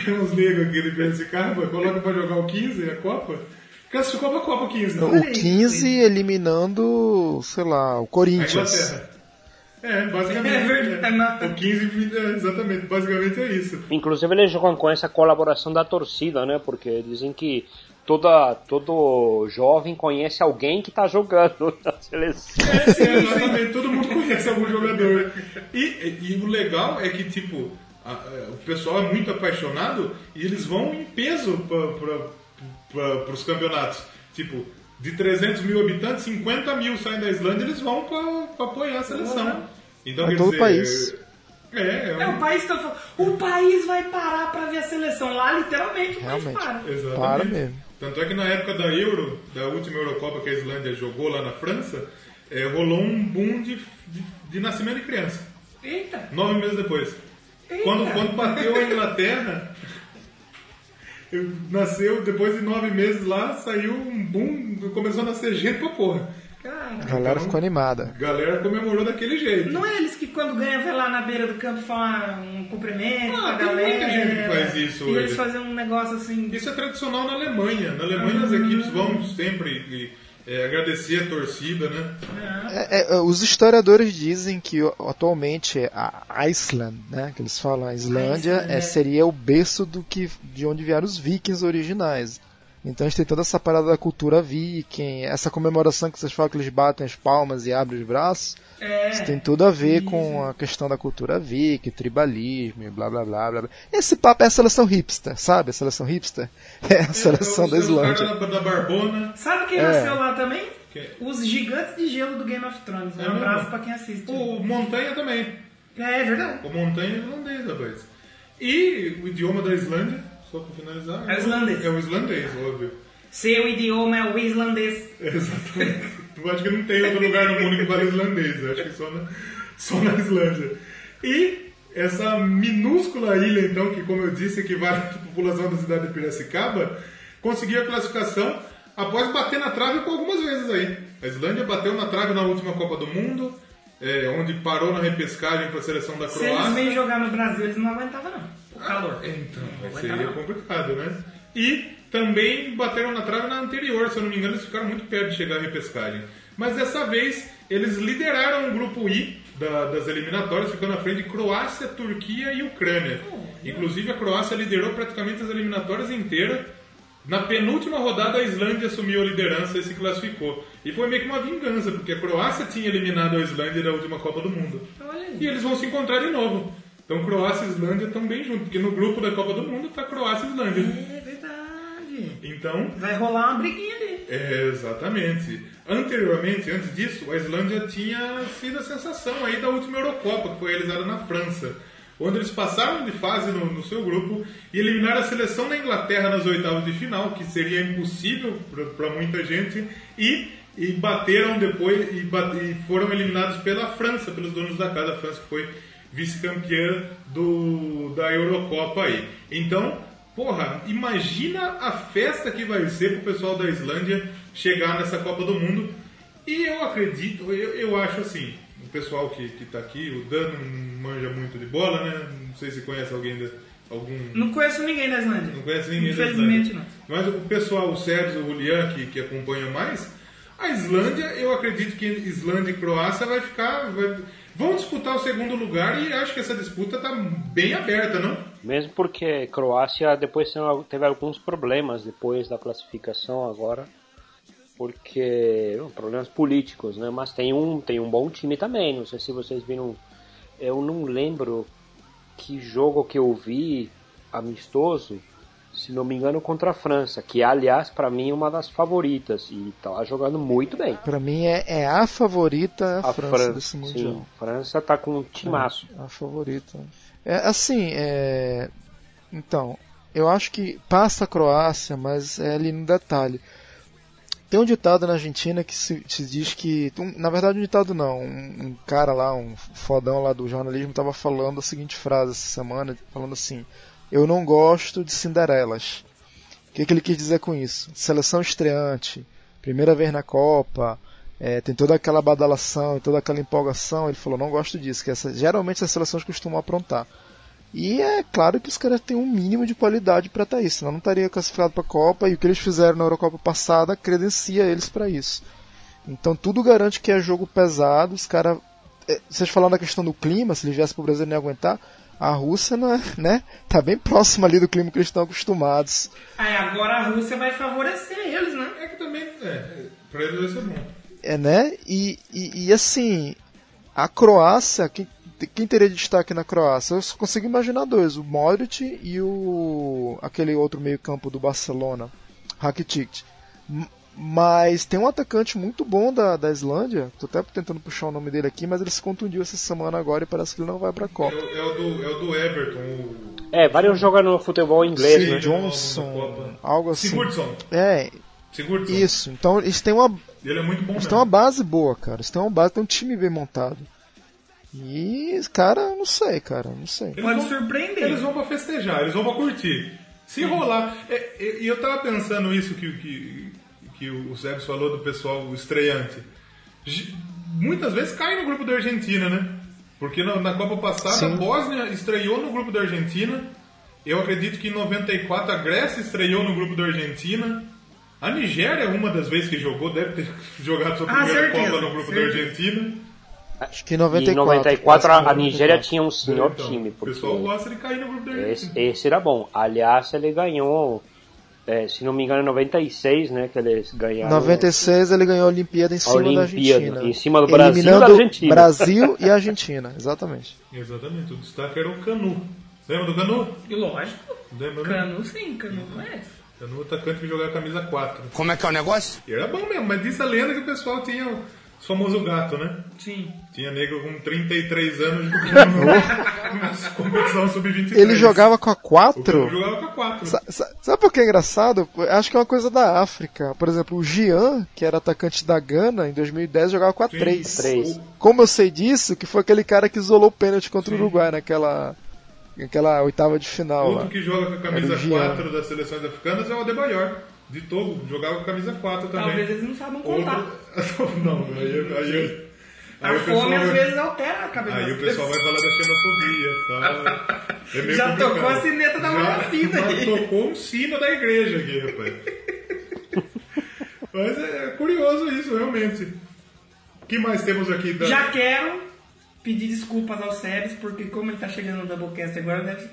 Speaker 2: Tem uns negros aqui de Piracicaba, coloca pra jogar o 15, a Copa. Classificou pra Copa o 15. né?
Speaker 4: O 15 eliminando, sei lá, o
Speaker 2: A
Speaker 4: Corinthians.
Speaker 2: Inglaterra. É, basicamente.
Speaker 1: É verdade,
Speaker 2: é.
Speaker 1: né?
Speaker 2: O 15, é, exatamente, basicamente é isso.
Speaker 3: Inclusive eles jogam com essa colaboração da torcida, né? Porque dizem que toda, todo jovem conhece alguém que tá jogando *laughs* na seleção.
Speaker 2: É, sim, exatamente. Todo mundo conhece algum jogador. E, e o legal é que, tipo, a- a- o pessoal é muito apaixonado e eles vão em peso para os campeonatos. Tipo, de 300 mil habitantes, 50 mil saem da Islândia eles vão para apoiar a seleção. Então,
Speaker 4: Pra
Speaker 2: quer
Speaker 4: todo o
Speaker 2: dizer,
Speaker 4: país.
Speaker 2: É, é,
Speaker 1: É, o
Speaker 2: um-
Speaker 1: país tá fal- O país vai parar pra ver a seleção. Lá, literalmente, o
Speaker 4: Realmente.
Speaker 1: país para.
Speaker 2: Exatamente.
Speaker 4: Para mesmo.
Speaker 2: Tanto é que na época da Euro, da última Eurocopa que a Islândia jogou lá na França, eh, rolou um boom de, de, de nascimento de criança.
Speaker 1: Eita.
Speaker 2: Nove meses depois.
Speaker 1: Eita.
Speaker 2: Quando, quando bateu a Inglaterra, eu- nasceu, depois de nove meses lá, saiu um boom, começou a nascer gente pra porra.
Speaker 4: A
Speaker 1: Cara.
Speaker 4: galera
Speaker 2: Então-
Speaker 4: ficou animada.
Speaker 2: A galera comemorou daquele jeito.
Speaker 1: Não é eles que quando ganha vai lá na beira do campo falar um cumprimento
Speaker 2: Ah,
Speaker 1: pra
Speaker 2: tem
Speaker 1: galera.
Speaker 2: muita gente que faz isso
Speaker 1: E
Speaker 2: hoje.
Speaker 1: eles fazem um negócio assim.
Speaker 2: Isso é tradicional na Alemanha. Na Alemanha as equipes vão
Speaker 1: Ah.
Speaker 2: sempre e, eh, agradecer a torcida, né?
Speaker 4: É, é, os historiadores dizem que o- atualmente a Iceland, né, que eles falam, a Islândia,
Speaker 1: Iceland,
Speaker 4: é,
Speaker 1: é.
Speaker 4: seria o berço do que, de onde vieram os vikings originais. Então a gente tem toda essa parada da cultura viking, essa comemoração que vocês falam que eles batem as palmas e abrem os braços,
Speaker 1: É.
Speaker 4: isso tem tudo a ver com a questão da cultura viking, tribalismo, e blá blá blá blá. blá. Esse papo é a seleção hipster, sabe? A seleção hipster *laughs* é a seleção
Speaker 2: Os-
Speaker 4: da
Speaker 2: os
Speaker 4: Islândia.
Speaker 2: caras Da, da Barbona.
Speaker 1: Sabe quem
Speaker 4: É.
Speaker 1: nasceu lá também?
Speaker 2: Quem?
Speaker 1: Os gigantes de gelo do Game of Thrones.
Speaker 2: É
Speaker 1: um abraço
Speaker 2: mesmo?
Speaker 1: pra quem assiste.
Speaker 2: O Montanha também.
Speaker 1: É, é verdade.
Speaker 2: O Montanha é irlandês, rapaz. E o idioma da Islândia, só pra finalizar.
Speaker 1: É o islandês.
Speaker 2: É o islandês, óbvio.
Speaker 1: Seu idioma é o islandês.
Speaker 2: Exatamente. Eu acho que não tem outro lugar no mundo que fala islandês. Eu acho que só na, só na Islândia. E essa minúscula ilha, então, que como eu disse, equivale à população da cidade de Piracicaba, conseguiu a classificação após bater na trave por algumas vezes aí. A Islândia bateu na trave na última Copa do Mundo, é, onde parou na repescagem para a seleção da
Speaker 1: Se eles
Speaker 2: Croácia.
Speaker 1: vêm jogar no Brasil, eles não aguentavam, não. O calor.
Speaker 2: Então,
Speaker 1: Vai
Speaker 2: seria
Speaker 1: dar.
Speaker 2: complicado, né? E também bateram na trave na anterior, se eu não me engano, eles ficaram muito perto de chegar à repescagem. Mas dessa vez, eles lideraram o grupo I da- das eliminatórias, ficando à frente de Croácia, Turquia e Ucrânia. Inclusive, a Croácia liderou praticamente as eliminatórias inteiras. Na penúltima rodada, a Islândia assumiu a liderança e se classificou. E foi meio que uma vingança, porque a Croácia tinha eliminado a Islândia na última Copa do Mundo.
Speaker 1: Olha aí.
Speaker 2: E eles vão se encontrar de novo. Então Croácia e Islândia estão bem juntos, porque no grupo da Copa do Mundo tá Croácia e Islândia.
Speaker 1: É verdade.
Speaker 2: Então,
Speaker 1: Vai rolar uma briguinha ali.
Speaker 2: é, exatamente. Anteriormente, antes disso, a Islândia tinha sido a sensação aí da última Eurocopa, que foi realizada na França, onde eles passaram de fase no, no seu grupo e eliminaram a seleção da Inglaterra nas oitavas de final, que seria impossível para muita gente, e, e bateram depois e, bate- e foram eliminados pela França, pelos donos da casa, a França que foi vice-campeã do- da Eurocopa aí. Então, Porra, imagina a festa que vai ser pro pessoal da Islândia chegar nessa Copa do Mundo. E eu acredito, eu, eu acho assim, o pessoal que, que tá aqui, o Dan não manja muito de bola, né? Não sei se conhece alguém, da, algum...
Speaker 1: Não conheço ninguém da Islândia.
Speaker 2: Não conhece ninguém da
Speaker 1: Infelizmente
Speaker 2: Islândia.
Speaker 1: não.
Speaker 2: Mas o pessoal, o Sérgio, o Julian, que, que acompanha mais, a Islândia, eu acredito que Islândia e Croácia vai ficar. vai- vão disputar o segundo lugar e acho que essa disputa tá bem aberta, não?
Speaker 3: Mesmo porque Croácia depois tem- teve alguns problemas depois da classificação agora, porque bom, problemas políticos, né? Mas tem um tem um bom time também. Não sei se vocês viram. Eu não lembro que jogo que eu vi amistoso, se não me engano contra a França, que aliás para mim é uma das favoritas e tá jogando muito bem.
Speaker 4: Pra mim é, é a favorita a, França, desse
Speaker 3: sim,
Speaker 4: Mundial. É.
Speaker 3: França tá com um timaço.
Speaker 4: A favorita. É, assim, é... então, eu acho que passa a Croácia, mas é ali no detalhe. Tem um ditado na Argentina que se, se diz que. um- na verdade, um ditado não. Um, um cara lá, um fodão lá do jornalismo, estava falando a seguinte frase essa semana: falando assim, Eu não gosto de Cinderelas. O que, que ele quis dizer com isso? Seleção estreante, primeira vez na Copa, é, tem toda aquela badalação e toda aquela empolgação. Ele falou: não gosto disso, que essa, geralmente essas seleções costumam aprontar. E é claro que os caras têm um mínimo de qualidade para estar isso, senão não estaria classificado para a Copa. E o que eles fizeram na Eurocopa passada credencia eles para isso. Então tudo garante que é jogo pesado. Os caras. é, Vocês falaram da questão do clima, se eles viessem para o Brasil não ia aguentar. A Rússia não é, né? Tá bem próxima ali do clima que eles estão acostumados.
Speaker 1: Aí agora a Rússia vai favorecer eles, né?
Speaker 2: É que também. É, pra eles vai ser bom.
Speaker 4: É, né? E, e, e, assim, a Croácia, quem, quem teria de destaque na Croácia? Eu só consigo imaginar dois, o Modric e o aquele outro meio-campo do Barcelona, Rakitic. M- Mas tem um atacante muito bom da, da Islândia, tô até tentando puxar o nome dele aqui, mas ele se contundiu essa semana agora e parece que ele não vai pra
Speaker 2: É,
Speaker 4: Copa.
Speaker 2: o- é o do, é o do Everton, o.
Speaker 3: É, vários jogam no futebol inglês,
Speaker 2: Sim,
Speaker 3: né?
Speaker 4: Johnson, algo assim.
Speaker 2: Sigurdsson.
Speaker 4: É,
Speaker 2: Sigurdsson.
Speaker 4: isso. Então eles têm uma
Speaker 2: Ele é muito bom
Speaker 4: Eles
Speaker 2: mesmo.
Speaker 4: têm uma base boa, cara. Eles têm uma base, tem um time bem montado. E, cara, eu não sei, cara, eu não sei.
Speaker 2: Eles
Speaker 1: Pode
Speaker 2: vão-
Speaker 1: surpreender.
Speaker 2: Eles vão pra festejar, eles vão pra curtir. Se rolar. é, é, E eu tava pensando isso que, que, que o Sérgio falou do pessoal estreante. G- Muitas vezes cai no grupo da Argentina, né? Porque na, na Copa passada a
Speaker 4: Sim.
Speaker 2: Bósnia estreou no grupo da Argentina. Eu acredito que em 94 a Grécia estreou no grupo da Argentina. A Nigéria, uma das vezes que jogou, deve ter *laughs* jogado sua
Speaker 1: Ah,
Speaker 2: primeira
Speaker 1: certeza,
Speaker 2: Copa no grupo da
Speaker 1: certeza.
Speaker 2: Argentina.
Speaker 4: Acho que
Speaker 3: E
Speaker 4: 94.
Speaker 3: em 94 a, a
Speaker 4: 94.
Speaker 3: Nigéria tinha um
Speaker 4: É,
Speaker 3: senhor
Speaker 2: Então,
Speaker 3: time,
Speaker 2: o
Speaker 3: porque
Speaker 2: pessoal gosta de cair no grupo da Argentina.
Speaker 3: esse, esse era bom. Aliás, ele ganhou, é, se não me engano, em 96, né? Que eles ganharam.
Speaker 4: 96 ele ganhou a Olimpíada em cima da
Speaker 3: Olimpíada,
Speaker 4: Argentina.
Speaker 3: em cima do Brasil e da
Speaker 4: Eliminando
Speaker 3: Argentina.
Speaker 4: Brasil e
Speaker 3: *laughs*
Speaker 4: Argentina, exatamente.
Speaker 2: Exatamente, o destaque era o Canu. Lembra do Canu?
Speaker 1: E Lógico.
Speaker 2: Lembra, né?
Speaker 1: Canu sim, Canu conhece.
Speaker 2: Canu, tá atacante que jogava a camisa 4.
Speaker 5: Como é que é o negócio?
Speaker 2: E era bom mesmo, mas disse a lenda que o pessoal tinha o famoso gato, né?
Speaker 1: Sim.
Speaker 2: Tinha negro com 33 anos
Speaker 4: *laughs*
Speaker 2: jogando na competição sub-23.
Speaker 4: Ele jogava com a
Speaker 2: O Canu
Speaker 4: 4?
Speaker 2: jogava com a 4.
Speaker 4: Sa- sa- Sabe por que é engraçado? Acho que é uma coisa da África. Por exemplo, o Gian, que era atacante da Gana, em 2010 jogava com a 3.
Speaker 3: Três.
Speaker 4: Como eu sei disso, que foi aquele cara que isolou o pênalti contra o Uruguai naquela, naquela oitava de final lá.
Speaker 2: Outro que joga com a
Speaker 4: Era o
Speaker 2: camisa
Speaker 4: Jean.
Speaker 2: 4 das seleções africanas é o Adebayor, de Togo. Jogava com a camisa 4 também.
Speaker 1: Talvez eles não saibam contar.
Speaker 2: Outro... *laughs* Não, aí, eu- aí, eu-
Speaker 1: A
Speaker 2: aí o pessoal
Speaker 1: fome às
Speaker 2: vai-
Speaker 1: vezes altera a cabeça.
Speaker 2: Aí
Speaker 1: das
Speaker 2: o pessoal vai
Speaker 1: pessoas.
Speaker 2: falar da xenofobia, tá? É
Speaker 1: *laughs*
Speaker 2: meio
Speaker 1: Já
Speaker 2: complicado.
Speaker 1: tocou a sineta da morfina
Speaker 2: já
Speaker 1: aí.
Speaker 2: tocou um sino da igreja aqui, rapaz. Mas é, é curioso isso, realmente. O que mais temos aqui? Da...
Speaker 1: Já quero pedir desculpas ao Sebes, porque como ele tá chegando no Doublecast agora, deve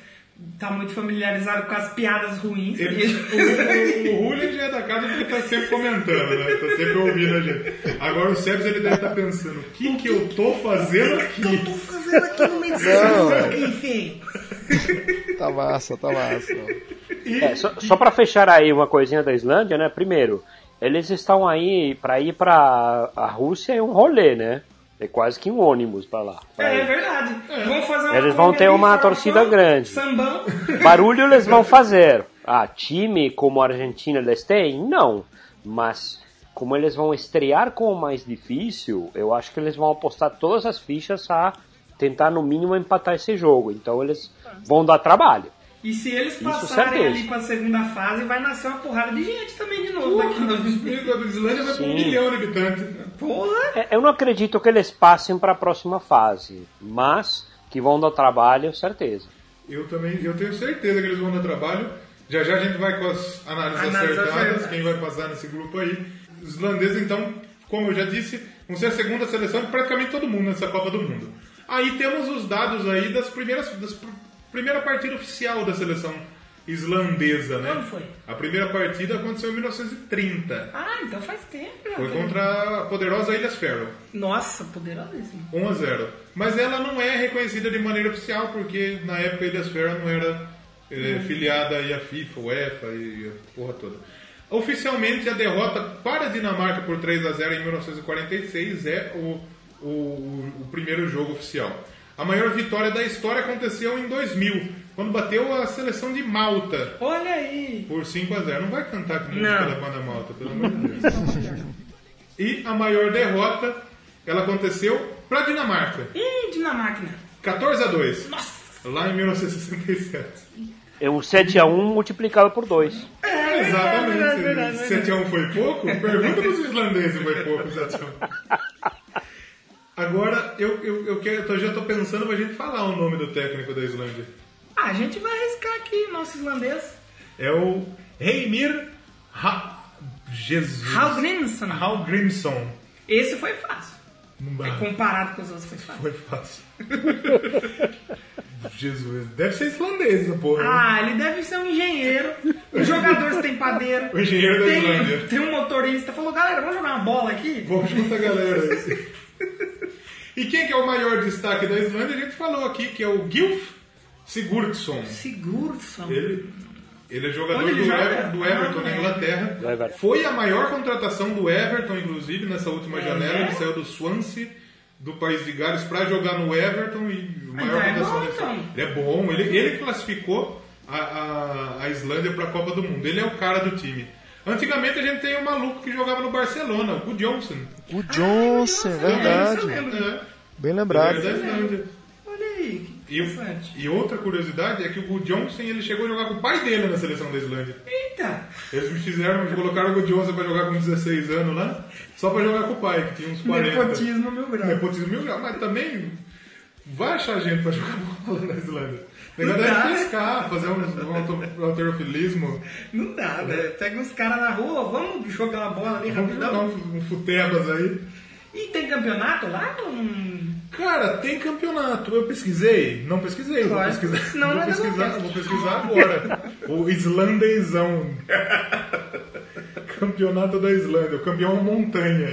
Speaker 1: tá muito familiarizado com as piadas ruins.
Speaker 2: Ele,
Speaker 1: Ele-
Speaker 2: o, o, o Julio já é da casa porque tá sempre comentando, né? Tá sempre ouvindo a gente. Agora o Sebs ele deve estar pensando, o que que eu tô fazendo aqui?
Speaker 1: *laughs* eu tô fazendo aqui no meio
Speaker 3: é.
Speaker 1: dessa aqui, feio.
Speaker 4: Tá massa, tá massa.
Speaker 3: É, só só para fechar aí uma coisinha da Islândia, né? Primeiro, eles estão aí para ir para a Rússia é um rolê, né? É quase que um ônibus para lá. pra
Speaker 1: É, é
Speaker 3: ir.
Speaker 1: verdade. Vão fazer uma
Speaker 3: Eles vão ter uma
Speaker 1: formação,
Speaker 3: torcida grande.
Speaker 1: Sambão.
Speaker 3: *laughs* Barulho eles vão fazer. Ah, time como a Argentina eles têm? Não. Mas como eles vão estrear com o mais difícil, eu acho que eles vão apostar todas as fichas a tentar no mínimo empatar esse jogo. Então eles vão dar trabalho.
Speaker 1: E se eles
Speaker 3: Isso,
Speaker 1: passarem
Speaker 3: certeza.
Speaker 1: ali pra segunda fase, vai nascer uma porrada de gente também de novo. daqui a uns meses.
Speaker 2: A Islândia vai pra um
Speaker 3: Sim.
Speaker 2: milhão de
Speaker 1: né?
Speaker 2: habitantes.
Speaker 1: Porra!
Speaker 3: É, Eu não acredito que eles passem para a próxima fase, mas que vão dar trabalho, certeza.
Speaker 2: Eu também, eu tenho certeza que eles vão dar trabalho. Já já a gente vai com as análises
Speaker 1: Análises
Speaker 2: acertadas,
Speaker 1: acertadas.
Speaker 2: quem vai passar nesse grupo aí. Os islandeses, então, como eu já disse, vão ser a segunda seleção de praticamente todo mundo nessa Copa do Mundo. Aí temos os dados aí das primeiras, das pr- primeira partida oficial da seleção islandesa, né?
Speaker 1: Quando foi?
Speaker 2: A primeira partida aconteceu em 1930.
Speaker 1: Ah, então faz tempo. já.
Speaker 2: Foi contra a poderosa Ilhas Faroe.
Speaker 1: Nossa, poderosíssimo.
Speaker 2: 1 a 0. Mas ela não é reconhecida de maneira oficial, porque na época a Ilhas Faroe não era eh, filiada aí à FIFA, UEFA e a porra toda. Oficialmente, a derrota para a Dinamarca por 3 a 0 em 1946 é o, o, o primeiro jogo oficial. A maior vitória da história aconteceu em 2000, quando bateu a seleção de Malta
Speaker 1: Olha aí!
Speaker 2: por 5 a 0 Não vai cantar com
Speaker 1: Não.
Speaker 2: música da banda malta, pelo amor de Deus. e a maior derrota, ela aconteceu pra Dinamarca.
Speaker 1: Hum, Dinamarca.
Speaker 2: 14 a 2
Speaker 1: Nossa!
Speaker 2: lá em 1967.
Speaker 3: É um 7 a 1 multiplicado por 2.
Speaker 1: É, verdade, verdade,
Speaker 2: Exatamente. né?
Speaker 1: verdade.
Speaker 2: 7 a 1 foi pouco? Pergunta pros islandeses se foi pouco 7 a 1. Agora, eu, eu, eu, quero, eu já tô pensando pra gente falar o nome do técnico da Islândia.
Speaker 1: Ah, a gente vai arriscar aqui nosso islandês.
Speaker 2: É o Reimir ha... Jesus.
Speaker 1: Hal Grimson.
Speaker 2: Hal Grimson.
Speaker 1: Esse foi fácil.
Speaker 2: Não
Speaker 1: É, comparado com os outros foi fácil.
Speaker 2: Foi fácil. *laughs* Jesus, deve ser islandês essa porra. né?
Speaker 1: Ah, ele deve ser um engenheiro. Os jogadores têm padeiro.
Speaker 2: *laughs* O engenheiro da
Speaker 1: Tem,
Speaker 2: Islândia.
Speaker 1: tem um motorista. Falou, galera, vamos jogar uma bola aqui?
Speaker 2: Vamos juntar a galera. e quem que é o maior destaque da Islândia? A gente falou aqui que é o Gilf Sigurdsson.
Speaker 1: Seguro, são.
Speaker 2: Ele, ele é jogador
Speaker 1: Onde ele
Speaker 2: do,
Speaker 1: joga?
Speaker 2: Ever- do Everton
Speaker 1: Ah,
Speaker 2: na
Speaker 1: é.
Speaker 2: Inglaterra.
Speaker 3: Do Everton.
Speaker 2: Foi a maior contratação do Everton, inclusive, nessa última
Speaker 1: É,
Speaker 2: janela.
Speaker 1: né?
Speaker 2: Ele saiu do Swansea, do País de Gales, pra jogar no Everton. E a maior
Speaker 1: Ah, então é
Speaker 2: contratação
Speaker 1: bom,
Speaker 2: dessa-
Speaker 1: então.
Speaker 2: Ele é bom. Ele, ele classificou a, a, a Islândia pra Copa do Mundo. Ele é o cara do time. Antigamente a gente tem um maluco que jogava no Barcelona, o Gu Johnson.
Speaker 4: O Johnson, é verdade.
Speaker 1: Isso eu lembro.
Speaker 2: É,
Speaker 4: Bem
Speaker 2: ele
Speaker 4: lembrado.
Speaker 2: é da Islândia.
Speaker 1: Olha aí, que
Speaker 2: E, o-
Speaker 1: interessante.
Speaker 2: e outra curiosidade é que o Gu Johnson ele chegou a jogar com o pai dele na seleção da Islândia.
Speaker 1: Eita!
Speaker 2: Eles me fizeram, me colocaram o Johnson pra jogar com 16 anos lá, só pra jogar com o pai, que tinha uns 40.
Speaker 1: Nepotismo mil grau.
Speaker 2: Nepotismo mil graus, mas também vai achar gente pra jogar *laughs* bola na Islândia. O negócio
Speaker 1: Não dá,
Speaker 2: é
Speaker 1: né?
Speaker 2: pescar, fazer um, um auto- alterofilismo,
Speaker 1: Não dá, velho. Pega uns caras na rua, vamos jogar uma bola ali
Speaker 2: vamos jogar
Speaker 1: rapidão.
Speaker 2: um, um futebas aí.
Speaker 1: E tem campeonato lá? Hum,
Speaker 2: Cara, tem campeonato. Eu pesquisei? Não pesquisei, vou
Speaker 1: Claro.
Speaker 2: pesquisar.
Speaker 1: Senão
Speaker 2: vou,
Speaker 1: não é
Speaker 2: pesquisar
Speaker 1: democrático.
Speaker 2: vou pesquisar agora. O islandezão. campeonato da Islândia, o campeão é montanha.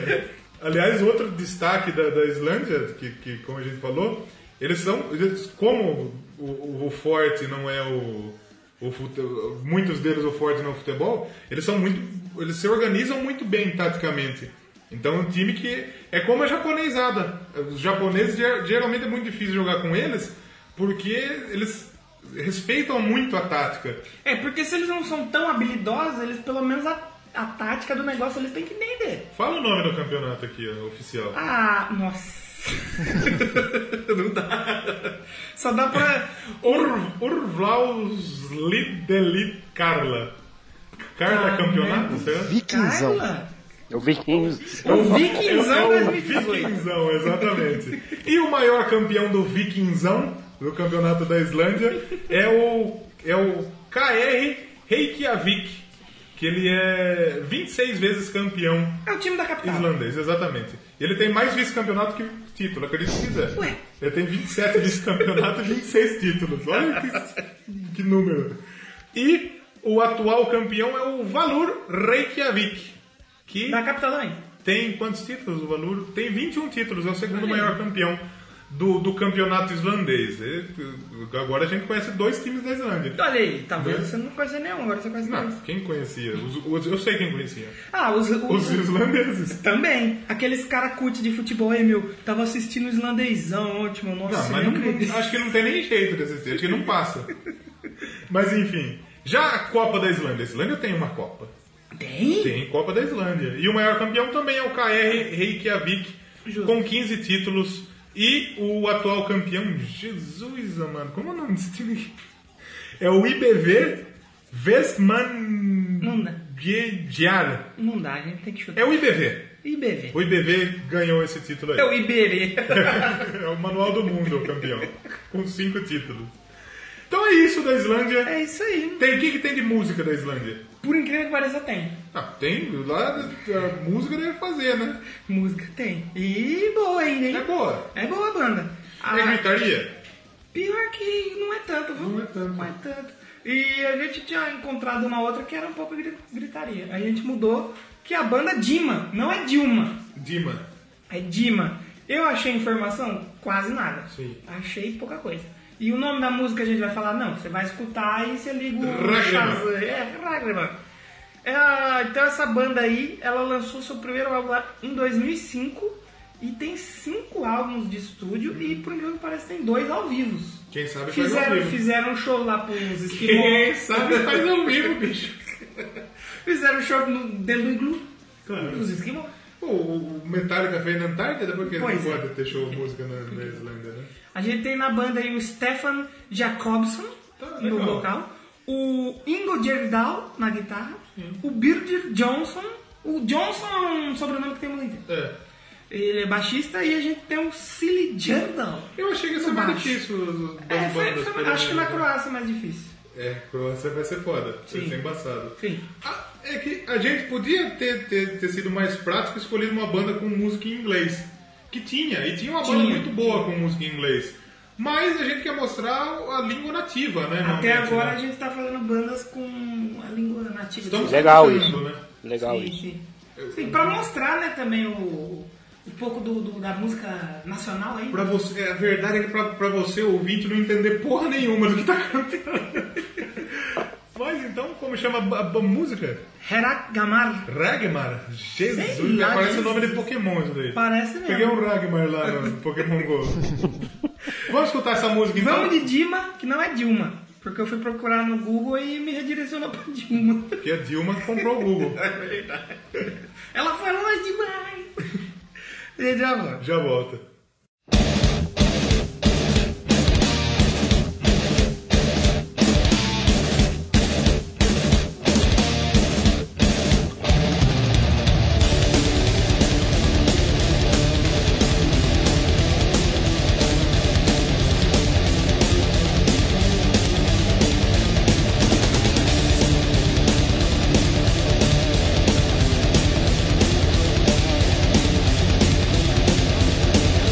Speaker 2: Aliás, outro destaque da, da Islândia, que, que como a gente falou, eles são. eles- como o, o- o forte não é o. o fute- muitos deles o forte não é o futebol, eles são muito. Eles se organizam muito bem taticamente. Então é um time que é como a japonesada. Os japoneses ger- geralmente é muito difícil jogar com eles porque eles respeitam muito a tática.
Speaker 1: É, porque se eles não são tão habilidosos, eles pelo menos a, a tática do negócio eles têm que entender.
Speaker 2: Fala o nome do campeonato aqui, ó, oficial.
Speaker 1: Ah, nossa. *laughs* não dá. Só dá pra.
Speaker 2: Ur, Urvlaus Lidelit Carla. Carla
Speaker 1: Ah,
Speaker 2: é campeonato, será?
Speaker 4: Vikingzão.
Speaker 1: Carla?
Speaker 3: Eu vi 15.
Speaker 1: O né? Vikingzão
Speaker 2: É o
Speaker 1: 2018.
Speaker 2: Vikingzão, exatamente. E o maior campeão do Vikingzão, do campeonato da Islândia, é o, é o KR Reykjavik, que ele é 26 vezes campeão
Speaker 1: É o time da capital.
Speaker 2: islandês, exatamente. Ele tem mais vice-campeonato que título, acredite se quiser.
Speaker 1: Ué.
Speaker 2: Ele tem 27 vice-campeonatos e 26 títulos. Olha que, que número. E o atual campeão é o Valur Reykjavik, que
Speaker 1: Da capital também.
Speaker 2: tem quantos títulos o Valur? Tem 21 títulos, é o segundo maior campeão do, do campeonato islandês. E, agora a gente conhece dois times da Islândia.
Speaker 1: Olha aí, talvez você não conheça nenhum, agora você conhece
Speaker 2: Não,
Speaker 1: dois.
Speaker 2: quem conhecia? Os- os- eu sei quem conhecia.
Speaker 1: Ah, os, os,
Speaker 2: Os islandeses.
Speaker 1: Também. Aqueles cara cut de futebol, hein, meu? Tava assistindo o islandesão ótimo. Nossa,
Speaker 2: Não, mas
Speaker 1: eu
Speaker 2: não-
Speaker 1: acredito.
Speaker 2: acho que não tem nem jeito de assistir, acho que não
Speaker 1: *laughs*
Speaker 2: passa. mas enfim, já a Copa da Islândia. A Islândia tem uma Copa.
Speaker 1: Tem?
Speaker 2: Tem Copa da Islândia. E o maior campeão também é o KR Reykjavik,
Speaker 1: Justo.
Speaker 2: com 15 títulos. E o atual campeão, Jesus, mano, como é o nome desse time? É o IBV Vesman...
Speaker 1: Não dá.
Speaker 2: Gediara.
Speaker 1: Não dá, a gente tem que chutar.
Speaker 2: É o IBV.
Speaker 1: IBV.
Speaker 2: O IBV ganhou esse título aí.
Speaker 1: É o Iberê.
Speaker 2: É o manual do mundo, o campeão. Com cinco títulos. Então é isso da Islândia.
Speaker 1: É isso aí.
Speaker 2: Tem, o que, que tem de música da Islândia?
Speaker 1: Por incrível que pareça, tem.
Speaker 2: Ah, tem. Lá a música deve fazer, né?
Speaker 1: Música tem. E boa ainda, hein?
Speaker 2: É boa.
Speaker 1: É boa a banda. Ah,
Speaker 2: É gritaria?
Speaker 1: pior que não é tanto, viu?
Speaker 2: Não é tanto.
Speaker 1: Não é tanto. E a gente tinha encontrado uma outra que era um pouco gri- gritaria. A gente mudou, que é a banda Dima, não é Dilma,
Speaker 2: Dima.
Speaker 1: é Dima. Eu achei informação? Quase nada.
Speaker 2: Sim.
Speaker 1: Achei pouca coisa. E o nome da música a gente vai falar? Não, você vai escutar e você liga o
Speaker 2: Ragnar.
Speaker 1: Shazam. É, Ragnar. É, então essa banda aí, ela lançou seu primeiro álbum lá em 2005 e tem cinco álbuns de estúdio e por enquanto parece que tem dois ao vivo.
Speaker 2: Quem sabe faz ao
Speaker 1: Fizeram,
Speaker 2: vivo.
Speaker 1: fizeram um show lá pros
Speaker 2: Quem
Speaker 1: esquimós.
Speaker 2: sabe faz ao vivo, bicho.
Speaker 1: Fizeram um show no, dentro do iglu.
Speaker 2: Claro.
Speaker 1: Pros esquimós.
Speaker 2: Pô, o Metallica fez na Antártida, porque não
Speaker 1: Pois é.
Speaker 2: pode ter show música na, na Islândia, né?
Speaker 1: A gente tem na banda aí o Stefan Jacobson
Speaker 2: Tá,
Speaker 1: no
Speaker 2: legal.
Speaker 1: vocal, o Ingo Gerdau na guitarra, o Birger Johnson. O Johnson é um sobrenome que tem muito inteiro.
Speaker 2: É.
Speaker 1: Ele é baixista e a gente tem o Silly Jandal.
Speaker 2: Eu achei que ia ser
Speaker 1: No
Speaker 2: mais
Speaker 1: baixo.
Speaker 2: difícil. os- os-
Speaker 1: É,
Speaker 2: das
Speaker 1: foi-
Speaker 2: bandas,
Speaker 1: foi-
Speaker 2: pelo
Speaker 1: acho que na
Speaker 2: menos, né?
Speaker 1: Croácia é mais difícil.
Speaker 2: É, Croácia vai ser foda. Vai
Speaker 1: Sim.
Speaker 2: ser embaçado.
Speaker 1: Sim.
Speaker 2: Ah, é que a gente podia ter, ter, ter sido mais prático e escolhido uma banda com música em inglês. Que tinha, e tinha uma banda
Speaker 1: Tinha.
Speaker 2: muito boa com música em inglês. Mas a gente quer mostrar a língua nativa, né?
Speaker 1: Até
Speaker 2: realmente,
Speaker 1: agora a
Speaker 2: né?
Speaker 1: gente tá fazendo bandas com a língua nativa.
Speaker 2: Estamos
Speaker 3: Legal
Speaker 2: tentando,
Speaker 3: isso.
Speaker 2: Né?
Speaker 3: Legal
Speaker 1: sim,
Speaker 3: isso.
Speaker 1: sim. Sim, pra mostrar, né, também o, um pouco do, do- da música nacional aí.
Speaker 2: Pra você, a verdade é que pra, pra você, ouvinte, não entender porra nenhuma do que tá cantando. Mas então, como chama a, a música?
Speaker 1: Herak Gamar.
Speaker 2: Ragmar?
Speaker 1: Sei
Speaker 2: Jesus,
Speaker 1: lá,
Speaker 2: parece o
Speaker 1: Jesus.
Speaker 2: nome de Pokémon isso daí.
Speaker 1: Parece mesmo.
Speaker 2: Peguei um Ragmar lá no Pokémon
Speaker 1: *laughs*
Speaker 2: GO. Vamos escutar essa música então?
Speaker 1: Vamos de Dima, que não é Dilma. Porque eu fui procurar no Google e me redirecionou pra Dilma.
Speaker 2: Porque a Dilma comprou o Google.
Speaker 1: Ela foi longe demais. *laughs* E já volto.
Speaker 2: Já volta.
Speaker 6: Thank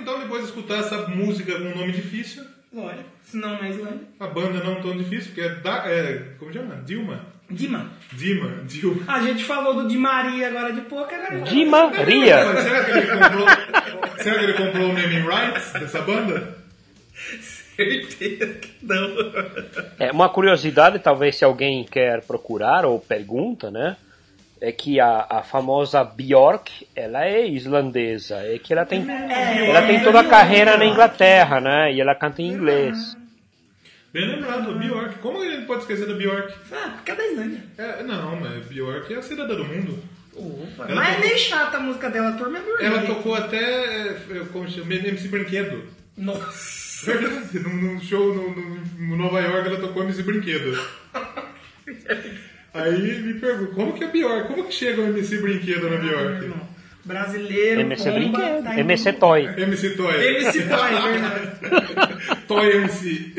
Speaker 2: então, escutar essa música com um nome difícil,
Speaker 1: Olha, se não na Islândia.
Speaker 2: a banda não tão difícil, porque é, da, é como chama? Dilma.
Speaker 1: Dima.
Speaker 2: Dima, Dilma.
Speaker 1: A gente falou do Di Maria agora de pouco, agora
Speaker 3: Di
Speaker 2: Mas
Speaker 1: É.
Speaker 3: Maria.
Speaker 2: será que ele comprou? será que ele comprou o naming rights dessa banda?
Speaker 1: Certeza que não.
Speaker 3: É, uma curiosidade, talvez se alguém quer procurar ou pergunta, né? É que a, a famosa Bjork, ela é islandesa, é que ela tem, ela tem toda a carreira na Inglaterra, né? E ela canta em inglês.
Speaker 2: Bem lembrado, Bjork. Como ele pode esquecer da Bjork?
Speaker 1: Ah, porque é da Islândia.
Speaker 2: É, não, mas Bjork é a cidadã do mundo.
Speaker 1: Opa,
Speaker 2: Ela
Speaker 1: mas é
Speaker 2: tocou-
Speaker 1: meio chata a música dela, a turma é dormida.
Speaker 2: Ela tocou até, eh, como chama, MC Brinquedo.
Speaker 1: Nossa.
Speaker 2: Verdade, num, num show no, no- no Nova York ela tocou MC Brinquedo. Aí me pergunto, como que é Bjork? Como que chega o MC Brinquedo na Bjork?
Speaker 1: Não. Brasileiro,
Speaker 3: MC
Speaker 1: bomba,
Speaker 3: É Brinquedo,
Speaker 1: tá indo-
Speaker 3: MC Toy.
Speaker 2: MC Toy.
Speaker 1: MC Toy, é verdade.
Speaker 2: *laughs* Toy MC.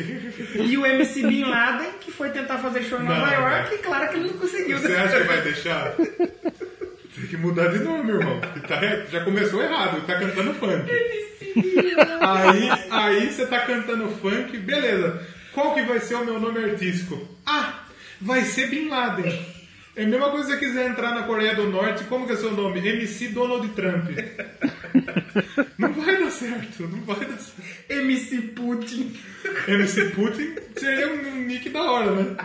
Speaker 1: E o MC Bin Laden, que foi tentar fazer show em
Speaker 2: Não,
Speaker 1: Nova
Speaker 2: não.
Speaker 1: York, e claro que ele não conseguiu. *laughs*
Speaker 2: Você acha que vai deixar? Tem que mudar de nome, irmão. Que tá- já começou errado, tá cantando funk. Aí, aí você tá cantando funk, beleza. Qual que vai ser o meu nome artístico? Ah, vai ser Bin Laden. É a mesma coisa se você quiser entrar na Coreia do Norte, como que é seu nome? MC Donald Trump. Não vai dar certo, não vai dar certo.
Speaker 1: MC Putin.
Speaker 2: MC Putin seria um nick da hora, né?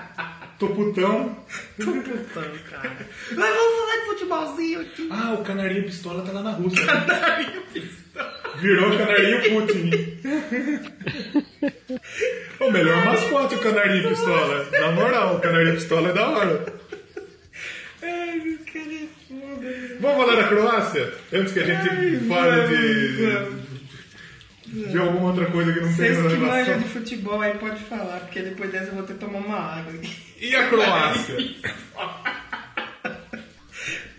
Speaker 2: Tô putão.
Speaker 1: Puta, Então, cara. Mas vamos falar de futebolzinho aqui.
Speaker 2: Ah, o canarinho pistola tá lá na Rússia. Canarinho pistola. Virou o canarinho Putin. É o melhor mascote, o canarinho pistola. Na moral, o canarinho pistola é da hora.
Speaker 1: Ai, meu cara é foda.
Speaker 2: Vamos falar da Croácia? Antes que a gente
Speaker 1: Ai,
Speaker 2: fale
Speaker 1: vamos,
Speaker 2: tipo um de. De alguma outra coisa que não tem
Speaker 1: Vocês
Speaker 2: nada
Speaker 1: que
Speaker 2: a
Speaker 1: manjam de
Speaker 2: relação.
Speaker 1: futebol aí pode falar, porque depois dessa eu vou ter que tomar uma água.
Speaker 2: E
Speaker 1: *laughs*
Speaker 2: a Croácia?
Speaker 1: Assim,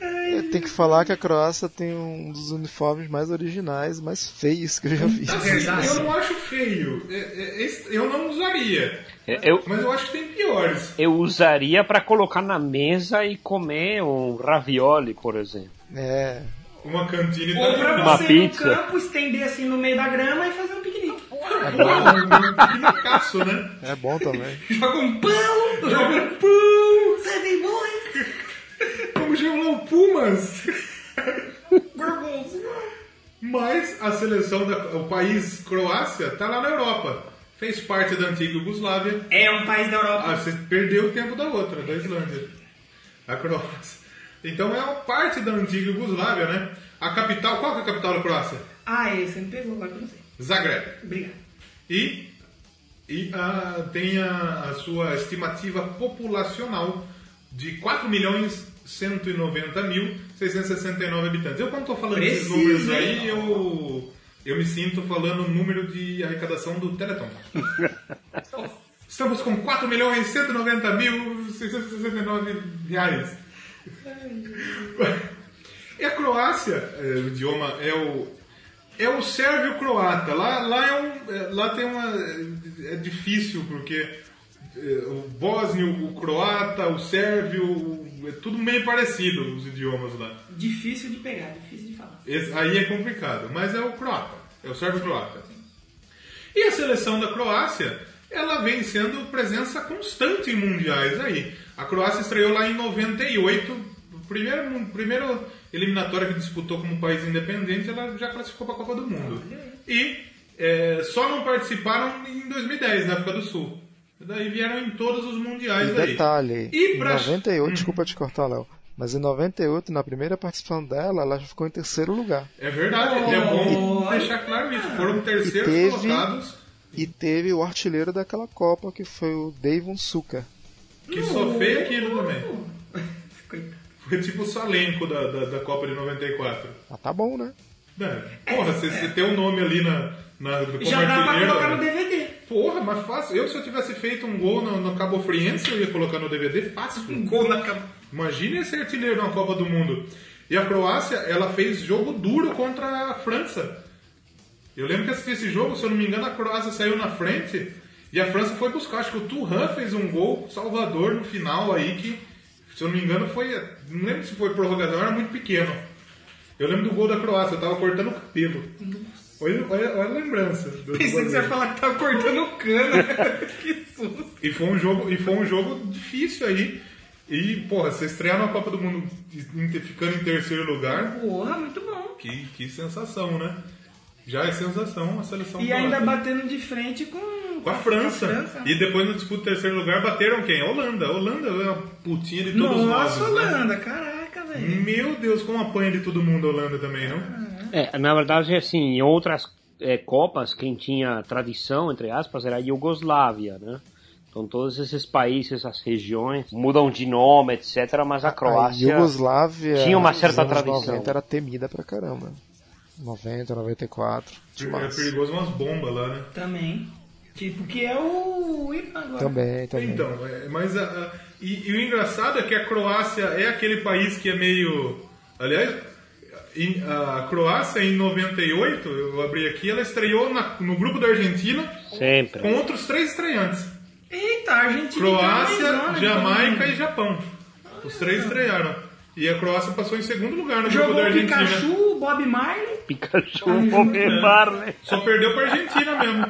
Speaker 4: É, tem que falar que a Croácia tem um dos uniformes mais originais, mais feios que eu já
Speaker 2: É
Speaker 4: vi.
Speaker 1: verdade.
Speaker 2: Assim, Eu não acho feio. É- é- esse- Eu não usaria.
Speaker 3: É, Eu,
Speaker 2: Mas eu acho que tem piores.
Speaker 3: eu usaria para colocar na mesa e comer um ravioli, por exemplo.
Speaker 4: É.
Speaker 2: Uma cantina
Speaker 1: Ou
Speaker 2: italiana.
Speaker 1: pra
Speaker 3: Uma
Speaker 1: você ir no
Speaker 3: pizza.
Speaker 1: campo, estender assim no meio da grama e fazer um piquenique.
Speaker 2: Uma caço, né?
Speaker 4: É bom também.
Speaker 1: Joga um pão,
Speaker 2: Joga
Speaker 1: *laughs*
Speaker 2: um pão!
Speaker 1: você é vem muito,
Speaker 2: Como chamam lá o Pumas?
Speaker 1: gorgonzola.
Speaker 2: Mas a seleção, da, o país Croácia, tá lá na Europa. Fez parte da antiga Yugoslávia.
Speaker 1: É um país da Europa.
Speaker 2: Ah, você perdeu o tempo da outra, da Islândia. A Croácia. Então é uma parte da antiga Yugoslávia, né? A capital, qual que é a capital da Croácia?
Speaker 1: Ah, esse me pegou agora, não sei.
Speaker 2: Zagreb.
Speaker 1: Obrigado.
Speaker 2: E, e ah, tem a, a sua estimativa populacional de 4 milhões 190.669 habitantes. Eu, quando estou falando esses
Speaker 1: Preciso,
Speaker 2: números aí,
Speaker 1: hein?
Speaker 2: eu, eu me sinto falando o número de arrecadação
Speaker 1: *laughs*
Speaker 2: do Teleton. Estamos com 4 milhões 190.669 reais. *laughs* E a Croácia, é, o idioma é o é o sérvio croata. Lá lá é um é, lá tem uma é difícil porque é, o bósnio, o croata, o sérvio, o- é tudo meio parecido os idiomas lá.
Speaker 1: Difícil de pegar, difícil de falar.
Speaker 2: Esse- aí é complicado, mas é o croata, é o sérvio croata. E a seleção da Croácia, ela vem sendo presença constante em mundiais aí. A Croácia estreou lá em 98, o primeiro, mun- primeiro eliminatória que disputou como país independente, ela já classificou para a Copa do Mundo. E é, só não participaram em 2010, na África do Sul. Daí vieram em todos os mundiais
Speaker 4: E
Speaker 2: aí.
Speaker 4: Um detalhe,
Speaker 2: E
Speaker 4: em
Speaker 2: pra- Hum.
Speaker 4: 98, desculpa te cortar, Léo, mas em 98, na primeira participação dela, ela já ficou em terceiro lugar.
Speaker 2: É verdade, é bom deixar claro isso. Foram terceiros
Speaker 4: teve-
Speaker 2: colocados.
Speaker 4: E teve o artilheiro daquela Copa, que foi o Davon Suka.
Speaker 2: Que só fez aquilo também.
Speaker 1: *laughs* Coitado.
Speaker 2: Foi tipo o Salenco da, da, da Copa de 94.
Speaker 4: Ah, tá bom, né?
Speaker 2: Né? Porra, você você tem um nome ali na, na como
Speaker 1: Já dá pra
Speaker 2: artilheiro,
Speaker 1: colocar no
Speaker 2: né?
Speaker 1: DVD.
Speaker 2: Porra, mas fácil. Eu, se eu tivesse feito um gol no, no Cabo Friense, eu ia colocar no DVD fácil.
Speaker 1: Um Gol na cama.
Speaker 2: Imagina esse artilheiro na Copa do Mundo. E a Croácia, ela fez jogo duro contra a França. Eu lembro que assisti esse jogo, se eu não me engano, a Croácia saiu na frente e a França foi buscar. Acho que o Turan fez um gol salvador no final aí que, se eu não me engano, foi. Não lembro se foi prorrogação, eu era muito pequeno. Eu lembro do gol da Croácia, eu tava cortando o cabelo. Olha, olha, olha a lembrança. do- do
Speaker 1: Pensei que você ia
Speaker 2: bagulho.
Speaker 1: falar que tava cortando cana. *laughs* que susto.
Speaker 2: E foi um jogo, e foi um jogo difícil aí. E, porra, você estrear na Copa do Mundo em- ficando em terceiro lugar,
Speaker 1: Porra, muito bom.
Speaker 2: que, que sensação, né? Já é sensação a seleção
Speaker 1: E
Speaker 2: croata.
Speaker 1: ainda batendo de frente com,
Speaker 2: com a França. E depois no disputa terceiro lugar bateram quem? A Holanda. A Holanda é uma putinha de todos nós.
Speaker 1: Nossa,
Speaker 2: né?
Speaker 1: Holanda, caraca, velho.
Speaker 2: Meu Deus, como apanha de todo mundo a Holanda também, não?
Speaker 3: É, na verdade, assim, em outras é, Copas, quem tinha tradição, entre aspas, era a Iugoslávia, né? Então todos esses países, essas regiões, mudam de nome, etc., mas a Croácia...
Speaker 4: A Iugoslávia.
Speaker 3: tinha uma certa
Speaker 4: nos anos
Speaker 3: tradição.
Speaker 4: 90 era temida pra caramba. 90, 94.
Speaker 2: Era
Speaker 4: Demais.
Speaker 2: É perigoso umas bombas lá, né?
Speaker 1: Também. Tipo, que é o Irã agora.
Speaker 4: Também, também.
Speaker 2: Então, é, mas a- a- e, e o engraçado é que a Croácia é aquele país que é meio. Aliás, em- a Croácia em 98, eu abri aqui, ela estreou na- no grupo da Argentina
Speaker 3: Sempre.
Speaker 2: com outros três estreantes:
Speaker 1: Eita, a gente
Speaker 2: Croácia, Jamaica e Japão. Os três estrearam. E a Croácia passou em segundo lugar no grupo
Speaker 1: Jogou
Speaker 2: da
Speaker 1: o
Speaker 2: Argentina.
Speaker 1: Pikachu, o Bob Marley.
Speaker 3: Pikachu, Bombar, né?
Speaker 2: Só perdeu pra Argentina mesmo.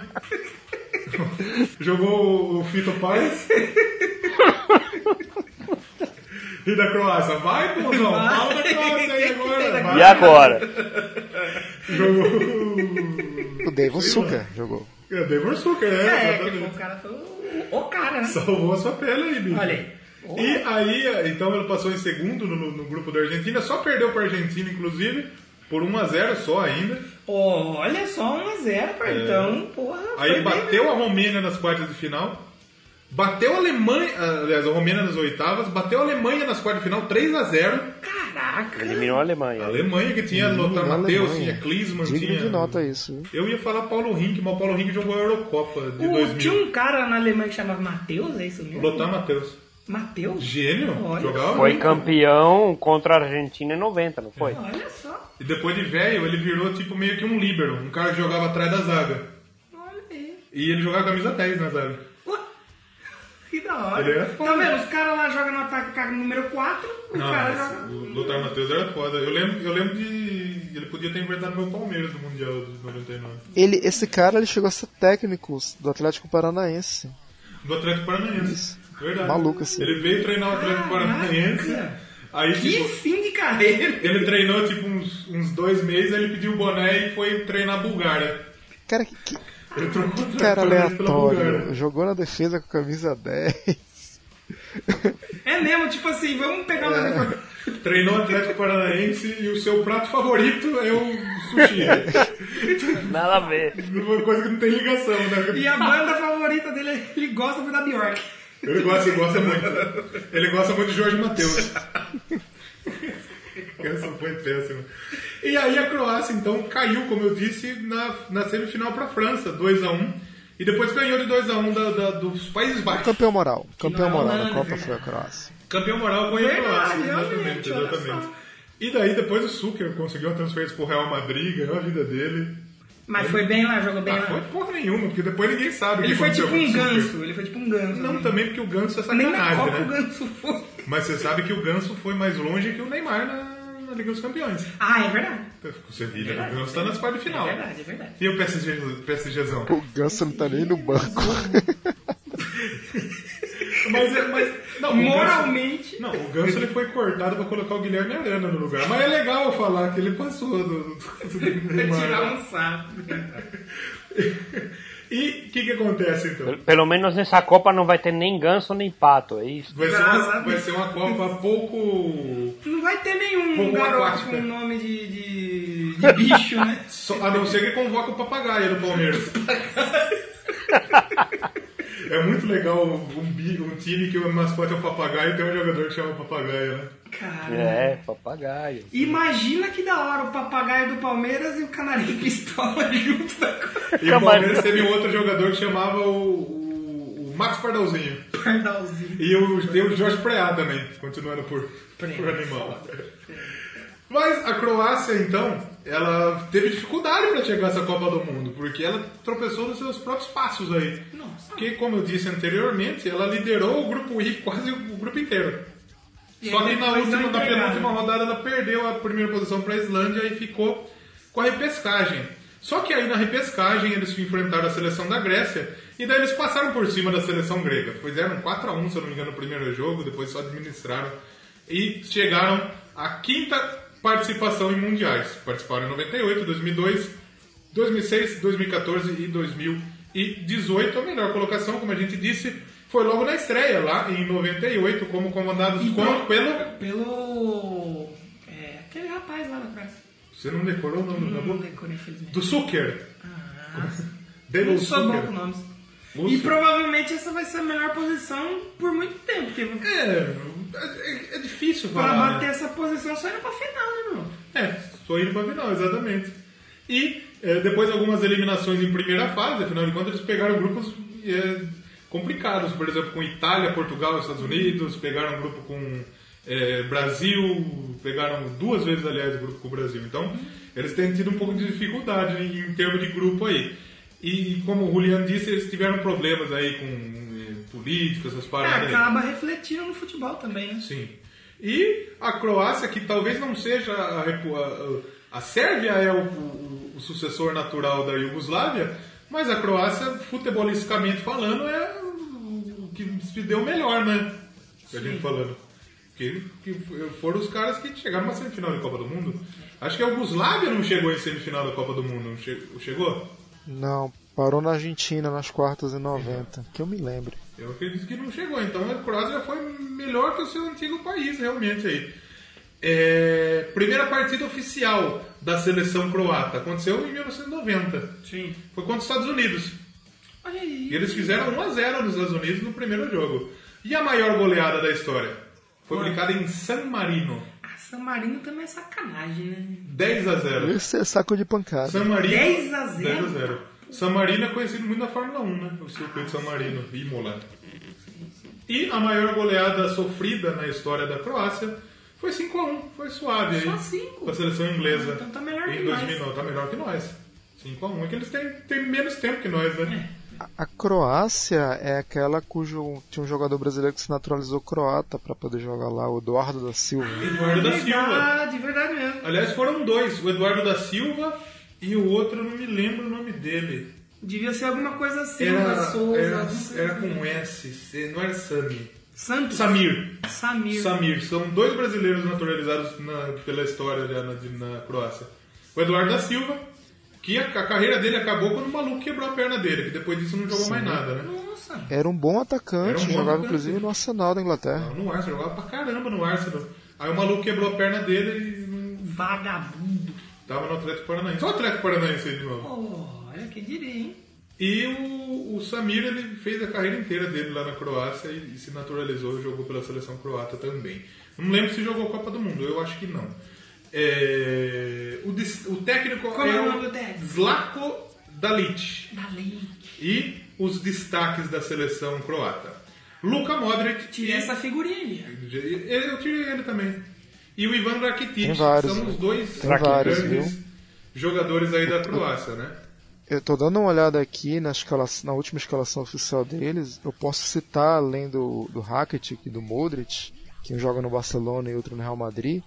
Speaker 2: Jogou o- o Fito Paz. E da Croácia, vai, pôzão, fala da Croácia aí
Speaker 1: *laughs*
Speaker 2: agora. vai.
Speaker 3: E agora?
Speaker 2: Jogou
Speaker 4: O Devon Suka jogou.
Speaker 2: o é, Devor Zucker, né?
Speaker 1: É, que foi
Speaker 2: Exatamente.
Speaker 1: o cara foi o, o cara, né?
Speaker 2: Salvou a sua pele aí, bicho.
Speaker 1: Olha aí.
Speaker 2: E aí, então ele passou em segundo no, no grupo da Argentina, só perdeu pra Argentina, inclusive, por 1x0 só ainda.
Speaker 1: Olha só, 1x0, então, porra.
Speaker 2: É. Aí
Speaker 1: foi bem
Speaker 2: bateu a Romênia nas quartas de final. Bateu a Alemanha, ah, aliás, a Romênia nas oitavas, bateu a Alemanha nas quartas de final 3 a 0.
Speaker 1: Caraca!
Speaker 3: Eliminou a
Speaker 2: A
Speaker 3: Alemanha.
Speaker 2: Alemanha que tinha Lothar
Speaker 4: na
Speaker 2: Matheus,
Speaker 4: Hum, Alemanha.
Speaker 2: Tá, tinha Klinsmann,
Speaker 4: Digno
Speaker 2: tinha
Speaker 4: de nota isso. viu?
Speaker 2: Eu ia falar Paulo Henrique, mas o Paulo Henrique jogou a Eurocopa de
Speaker 1: O,
Speaker 2: 2000.
Speaker 1: tinha um cara na Alemanha que chamava Matheus, é isso mesmo?
Speaker 2: Lothar Matheus.
Speaker 1: Matheus?
Speaker 2: Gênio,
Speaker 1: Olha
Speaker 2: jogava.
Speaker 3: Foi campeão contra a Argentina em 90, não foi?
Speaker 1: Olha só,
Speaker 2: E depois de velho, ele virou tipo meio que um líbero, um cara que jogava atrás da zaga.
Speaker 1: olha aí.
Speaker 2: E ele jogava camisa 10 na zaga.
Speaker 1: Ué, Que da hora.
Speaker 2: Ele é
Speaker 1: tá vendo? Os caras lá jogam no ataque cara, número 4, o
Speaker 2: Não,
Speaker 1: cara
Speaker 2: Ah, mas
Speaker 1: joga.
Speaker 2: o Lothar Matheus era foda. Eu lembro, eu lembro de. Ele podia ter enfrentado meu Palmeiras no Mundial de 99.
Speaker 4: Ele, esse cara ele chegou a ser técnico do Atlético Paranaense.
Speaker 2: Do Atlético Paranaense.
Speaker 4: Isso.
Speaker 2: Verdade.
Speaker 4: Maluco, assim.
Speaker 2: Ele veio treinar o Atlético Paranaense.
Speaker 1: Ah, Caraca.
Speaker 2: Aí,
Speaker 1: Que
Speaker 2: tipo,
Speaker 1: fim de carreira!
Speaker 2: ele treinou tipo uns, uns dois meses, aí ele pediu o boné e foi treinar a Bulgária.
Speaker 4: Cara, que, que
Speaker 2: Ele trocou o
Speaker 4: cara
Speaker 2: Atlético Paranaense pela
Speaker 4: aleatório.
Speaker 2: Bulgária.
Speaker 4: Jogou na defesa com camisa 10.
Speaker 1: É mesmo, tipo assim, vamos pegar
Speaker 2: É.
Speaker 1: o
Speaker 2: Treinou o Atlético Paranaense e o seu prato favorito é o sushi.
Speaker 4: *laughs*
Speaker 3: Nada a ver.
Speaker 2: Uma coisa que não tem ligação,
Speaker 1: E
Speaker 2: né?
Speaker 1: a banda favorita dele, é- ele gosta muito da Bjork.
Speaker 2: Ele gosta, ele gosta muito. Ele gosta muito de Jorge
Speaker 1: *laughs*
Speaker 2: Matheus. Essa foi péssima. E aí a Croácia, então, caiu, como eu disse, na, na semifinal para a França, 2x1. e depois ganhou de 2x1 da, da- dos Países Baixos.
Speaker 4: Campeão moral. Campeão
Speaker 1: não é
Speaker 4: moral da
Speaker 1: Holanda,
Speaker 4: Copa
Speaker 1: né?
Speaker 4: foi a Croácia.
Speaker 2: Campeão moral foi a
Speaker 1: Verdade,
Speaker 2: Croácia.
Speaker 1: realmente,
Speaker 2: Exatamente,
Speaker 1: olha
Speaker 2: exatamente.
Speaker 1: só.
Speaker 2: E daí depois o Suker conseguiu uma transferência pro Real Madrid, ganhou a vida dele.
Speaker 1: Mas foi bem lá, jogou bem
Speaker 2: Ah,
Speaker 1: lá.
Speaker 2: foi porra nenhuma, porque depois ninguém sabe. o
Speaker 1: Ele
Speaker 2: que
Speaker 1: foi
Speaker 2: aconteceu
Speaker 1: tipo
Speaker 2: com
Speaker 1: um
Speaker 2: o Suker.
Speaker 1: ganso, ele foi tipo um ganso.
Speaker 2: Não,
Speaker 1: né?
Speaker 2: também porque o ganso é
Speaker 1: Nem na
Speaker 2: sacanagem,
Speaker 1: Copa o
Speaker 2: né?
Speaker 1: ganso foi.
Speaker 2: Mas você sabe que o Ganso foi mais longe que o Neymar na, na Liga dos Campeões.
Speaker 1: Ah, é verdade.
Speaker 2: O Sevilha, o Ganso tá nas quartas de final.
Speaker 1: É verdade, é verdade.
Speaker 2: E o PSG, z- PSGzão?
Speaker 4: O Ganso não tá nem no banco.
Speaker 2: Mas, é- mas não, o Ganso-
Speaker 1: Moralmente.
Speaker 2: não, o Ganso ele foi cortado pra colocar o Guilherme Arana no lugar. Mas é legal falar que ele passou do, do, do
Speaker 1: *laughs* Pra
Speaker 2: Neymar.
Speaker 1: tirar um sapo.
Speaker 2: E o que que acontece então?
Speaker 3: Pelo menos nessa Copa não vai ter nem ganso nem pato, é isso?
Speaker 2: Vai ser uma,
Speaker 1: Nada.
Speaker 2: vai ser uma Copa pouco...
Speaker 1: Não vai ter nenhum
Speaker 2: Bom,
Speaker 1: garoto
Speaker 2: aquático.
Speaker 1: com nome de, de,
Speaker 2: *laughs*
Speaker 1: de bicho, né?
Speaker 2: só- A não ser que convoca o papagaio
Speaker 1: *laughs*
Speaker 2: do Palmeiras. É muito legal um, bi- um time que o mascote é o papagaio e tem um jogador que chama papagaio, né?
Speaker 1: Cara.
Speaker 3: É, papagaio.
Speaker 1: Imagina que da hora o papagaio do Palmeiras e o canarinho *laughs* pistola junto da cor.
Speaker 2: E o Palmeiras teve um outro jogador que chamava o, o, o Max Pardalzinho.
Speaker 1: Pardalzinho.
Speaker 2: E o, tem o Jorge Preá também, continuando por, por animal. Mas a Croácia, então, ela teve dificuldade para chegar a essa Copa do Mundo, porque ela tropeçou nos seus próprios passos aí.
Speaker 1: Nossa.
Speaker 2: Porque, como eu disse anteriormente, ela liderou o grupo I quase o grupo inteiro.
Speaker 1: E
Speaker 2: Só que
Speaker 1: aí
Speaker 2: na
Speaker 1: depois
Speaker 2: última,
Speaker 1: não
Speaker 2: na
Speaker 1: entregaram.
Speaker 2: penúltima rodada, ela perdeu a primeira posição para a Islândia e ficou com a repescagem. Só que aí na repescagem eles enfrentaram a seleção da Grécia e daí eles passaram por cima da seleção grega. Fizeram 4 a 1 se eu não me engano, no primeiro jogo, depois só administraram e chegaram à quinta participação em mundiais. Participaram em 98, 2002, 2006, 2014 e 2018. A melhor colocação, como a gente disse, foi logo na estreia, lá em 98, como comandados com- pelo.
Speaker 1: Pelo. É, aquele rapaz lá da praça.
Speaker 2: Você não decorou o nome da
Speaker 1: Não
Speaker 2: boca?
Speaker 1: decoro, infelizmente.
Speaker 2: Uhum. Do Zucker.
Speaker 1: Hum. Ah,
Speaker 2: Belo
Speaker 1: não sou bom
Speaker 2: Zucker.
Speaker 1: com nomes.
Speaker 2: Lúcio.
Speaker 1: E provavelmente essa vai ser a melhor posição por muito tempo, porque
Speaker 2: É, é, é difícil
Speaker 1: pra
Speaker 2: falar. né?
Speaker 1: bater essa posição só indo pra final, né, irmão?
Speaker 2: É, estou indo para final, exatamente. E eh, depois de algumas eliminações em primeira fase, afinal de contas, eles pegaram grupos eh, complicados, por exemplo, com Itália, Portugal, Estados Unidos, pegaram um grupo com eh, Brasil, pegaram duas vezes, aliás, o grupo com o Brasil. Então, eles têm tido um pouco de dificuldade em, em termos de grupo aí. E como o Julian disse, eles tiveram problemas aí com eh, políticos, essas
Speaker 1: É,
Speaker 2: paradas. aí.
Speaker 1: acaba refletindo no futebol também, né?
Speaker 2: Sim. E a Croácia, que talvez não seja a, repu- a, a Sérvia é o, o- o sucessor natural da Iugoslávia, mas a Croácia, futebolisticamente falando, é o o que se deu melhor, né? A gente falando. Que, que foram os caras que chegaram na semifinal de Copa do Mundo. Acho que a Iugoslávia não chegou em semifinal da Copa do Mundo. Che- Chegou?
Speaker 4: Não, parou na Argentina nas quartas e 90, que eu me lembro.
Speaker 2: Eu acredito que não chegou, então a Croácia já foi melhor que o seu antigo país, realmente aí. É, primeira partida oficial da seleção croata aconteceu em 1990.
Speaker 1: Sim.
Speaker 2: Foi contra os Estados Unidos.
Speaker 1: Olha aí.
Speaker 2: E eles fizeram 1 a 0 nos Estados Unidos no primeiro jogo. E a maior goleada da história? Foi
Speaker 1: Ué.
Speaker 2: aplicada em San Marino.
Speaker 1: Ah, San Marino também é sacanagem, né?
Speaker 2: 10 a 0.
Speaker 4: Esse é saco de pancada.
Speaker 2: San Marino
Speaker 1: 10 a 0?
Speaker 2: 10 a 0. San Marino é conhecido muito na Fórmula 1, né? O circuito de San Marino, Imola. E a maior goleada sofrida na história da Croácia foi 5 a 1, foi suave aí.
Speaker 1: Só cinco?
Speaker 2: Pra seleção inglesa.
Speaker 1: Então tá melhor
Speaker 2: em
Speaker 1: que nós.
Speaker 2: 2009, tá melhor que nós. 5 a 1 é que eles têm, têm menos tempo que nós, né?
Speaker 4: A Croácia é aquela cujo tinha um jogador brasileiro que se naturalizou croata pra poder jogar lá, o Eduardo da Silva.
Speaker 2: Eduardo da Silva.
Speaker 1: É. Verdade, verdade mesmo.
Speaker 2: Aliás, foram dois, o Eduardo da Silva e o outro, eu não me lembro o nome dele.
Speaker 1: Devia ser alguma coisa assim,
Speaker 2: Era,
Speaker 1: da Souza.
Speaker 2: era,
Speaker 1: alguma coisa
Speaker 2: era
Speaker 1: assim.
Speaker 2: com S, C, não era Sami.
Speaker 1: Santos.
Speaker 2: Samir.
Speaker 1: Samir.
Speaker 2: Samir. São dois brasileiros naturalizados na- pela história já na, na Croácia. O Eduardo da Silva, que a, a carreira dele acabou quando o maluco quebrou a perna dele, que depois disso não jogou mais nada, né?
Speaker 1: Nossa.
Speaker 4: Era um bom atacante,
Speaker 2: Era um bom
Speaker 4: jogava
Speaker 2: atacante.
Speaker 4: inclusive no Arsenal da Inglaterra.
Speaker 2: No Arsenal, jogava pra caramba no Arsenal. Aí o maluco quebrou a perna dele e não-
Speaker 1: Vagabundo.
Speaker 2: tava no Atlético Paranaense. Olha o Atlético Paranaense aí de novo.
Speaker 1: Oh, olha que diria, hein?
Speaker 2: E o, o Samir ele fez a carreira inteira dele lá na Croácia e, e se naturalizou e jogou pela seleção croata também. Não lembro se jogou Copa do Mundo, eu acho que não. É, o, dis- o técnico
Speaker 1: Qual
Speaker 2: é
Speaker 1: é o nome
Speaker 2: o
Speaker 1: do técnico?
Speaker 2: Zlatko Dalic
Speaker 1: Da lei.
Speaker 2: e os destaques da seleção croata. Luka Modric
Speaker 1: Tirei
Speaker 2: e-
Speaker 1: essa figurinha ali.
Speaker 2: ele- Eu tirei ele também. E o Ivan Rakitic,
Speaker 4: Tem vários,
Speaker 2: são os dois
Speaker 4: Tem vários,
Speaker 2: grandes
Speaker 4: viu?
Speaker 2: jogadores aí da Croácia, né?
Speaker 4: Eu tô dando uma olhada aqui na, escala- na última escalação oficial deles. Eu posso citar, além do, do Rakitic e do Modric, que um joga no Barcelona e outro no Real Madrid,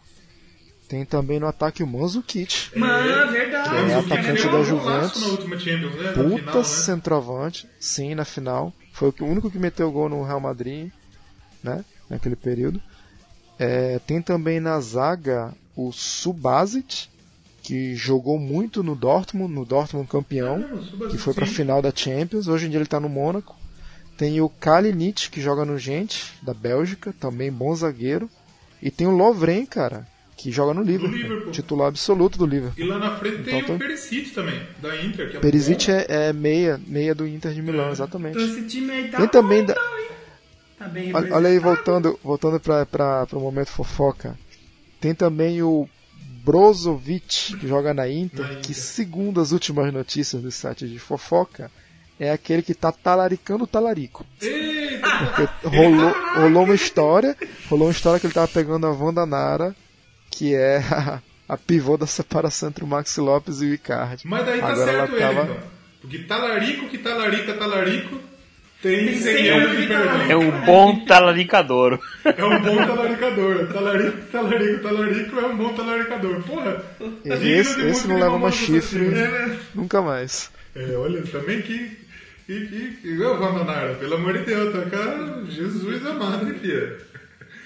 Speaker 4: tem também no ataque o Manzukic.
Speaker 2: É.
Speaker 1: Mano, verdade.
Speaker 4: Ele é
Speaker 2: Temos o
Speaker 4: atacante
Speaker 2: Kevin
Speaker 4: da
Speaker 2: Love,
Speaker 4: Juventus.
Speaker 2: golaço na última Champions, né? Na
Speaker 4: Puta
Speaker 2: final, né?
Speaker 4: centroavante, sim, na final. Foi o único que meteu gol no Real Madrid, né? Naquele período. É, tem também na zaga o Subasic, que jogou muito no Dortmund, no Dortmund campeão.
Speaker 2: Não, suba-
Speaker 4: que foi pra
Speaker 2: sim.
Speaker 4: final da Champions. Hoje em dia ele tá no Mônaco. Tem o Kalinic, que joga no Gente, da Bélgica, também bom zagueiro. E tem o Lovren, cara, que joga no Liverpool,
Speaker 2: Liverpool.
Speaker 4: titular absoluto do Liverpool.
Speaker 2: E lá na frente tem
Speaker 4: Então,
Speaker 2: o
Speaker 4: tá.
Speaker 2: Perisic também, da Inter. Que é
Speaker 4: Perisic é, é meia, meia do Inter de Milão,
Speaker 1: Então
Speaker 2: assim,
Speaker 4: exatamente.
Speaker 1: esse time aí tá
Speaker 4: Tem também
Speaker 1: bom,
Speaker 4: da-
Speaker 1: então, hein? Tá bem
Speaker 4: Olha, olha aí,
Speaker 2: é
Speaker 1: representado.
Speaker 4: voltando, voltando pra, pra, pro momento fofoca. Tem também o Brozovic, que joga na Inter,
Speaker 2: Na Inter.
Speaker 4: que segundo as últimas notícias do site de fofoca, é aquele que tá talaricando o talarico.
Speaker 2: Eita,
Speaker 4: Porque rolou, rolou uma história, rolou uma história que ele tava pegando a Wanda Nara, que é a, a pivô da separação entre o Maxi Lopes e o Icardi.
Speaker 2: mas daí tá
Speaker 4: Agora
Speaker 2: certo
Speaker 4: ela
Speaker 2: ele,
Speaker 4: tava
Speaker 2: então. Porque talarico que talarica talarico Tem
Speaker 1: Tem
Speaker 2: segredo
Speaker 1: segredo
Speaker 2: de
Speaker 1: de
Speaker 2: Pernambuco.
Speaker 1: talarico.
Speaker 3: É um bom talaricadouro.
Speaker 2: É um bom talaricador. Talarico, talarico, talarico é um bom talaricador. Porra!
Speaker 4: Esse-
Speaker 2: digno de
Speaker 4: esse
Speaker 2: música
Speaker 4: não
Speaker 2: de
Speaker 4: leva
Speaker 2: uma
Speaker 4: mais
Speaker 2: música
Speaker 4: chifre.
Speaker 2: assim. É, né?
Speaker 4: Nunca mais.
Speaker 2: É, olha, também que. E que. Igual Vamanara, pelo amor de Deus, tá cá. Jesus amado aqui. ó.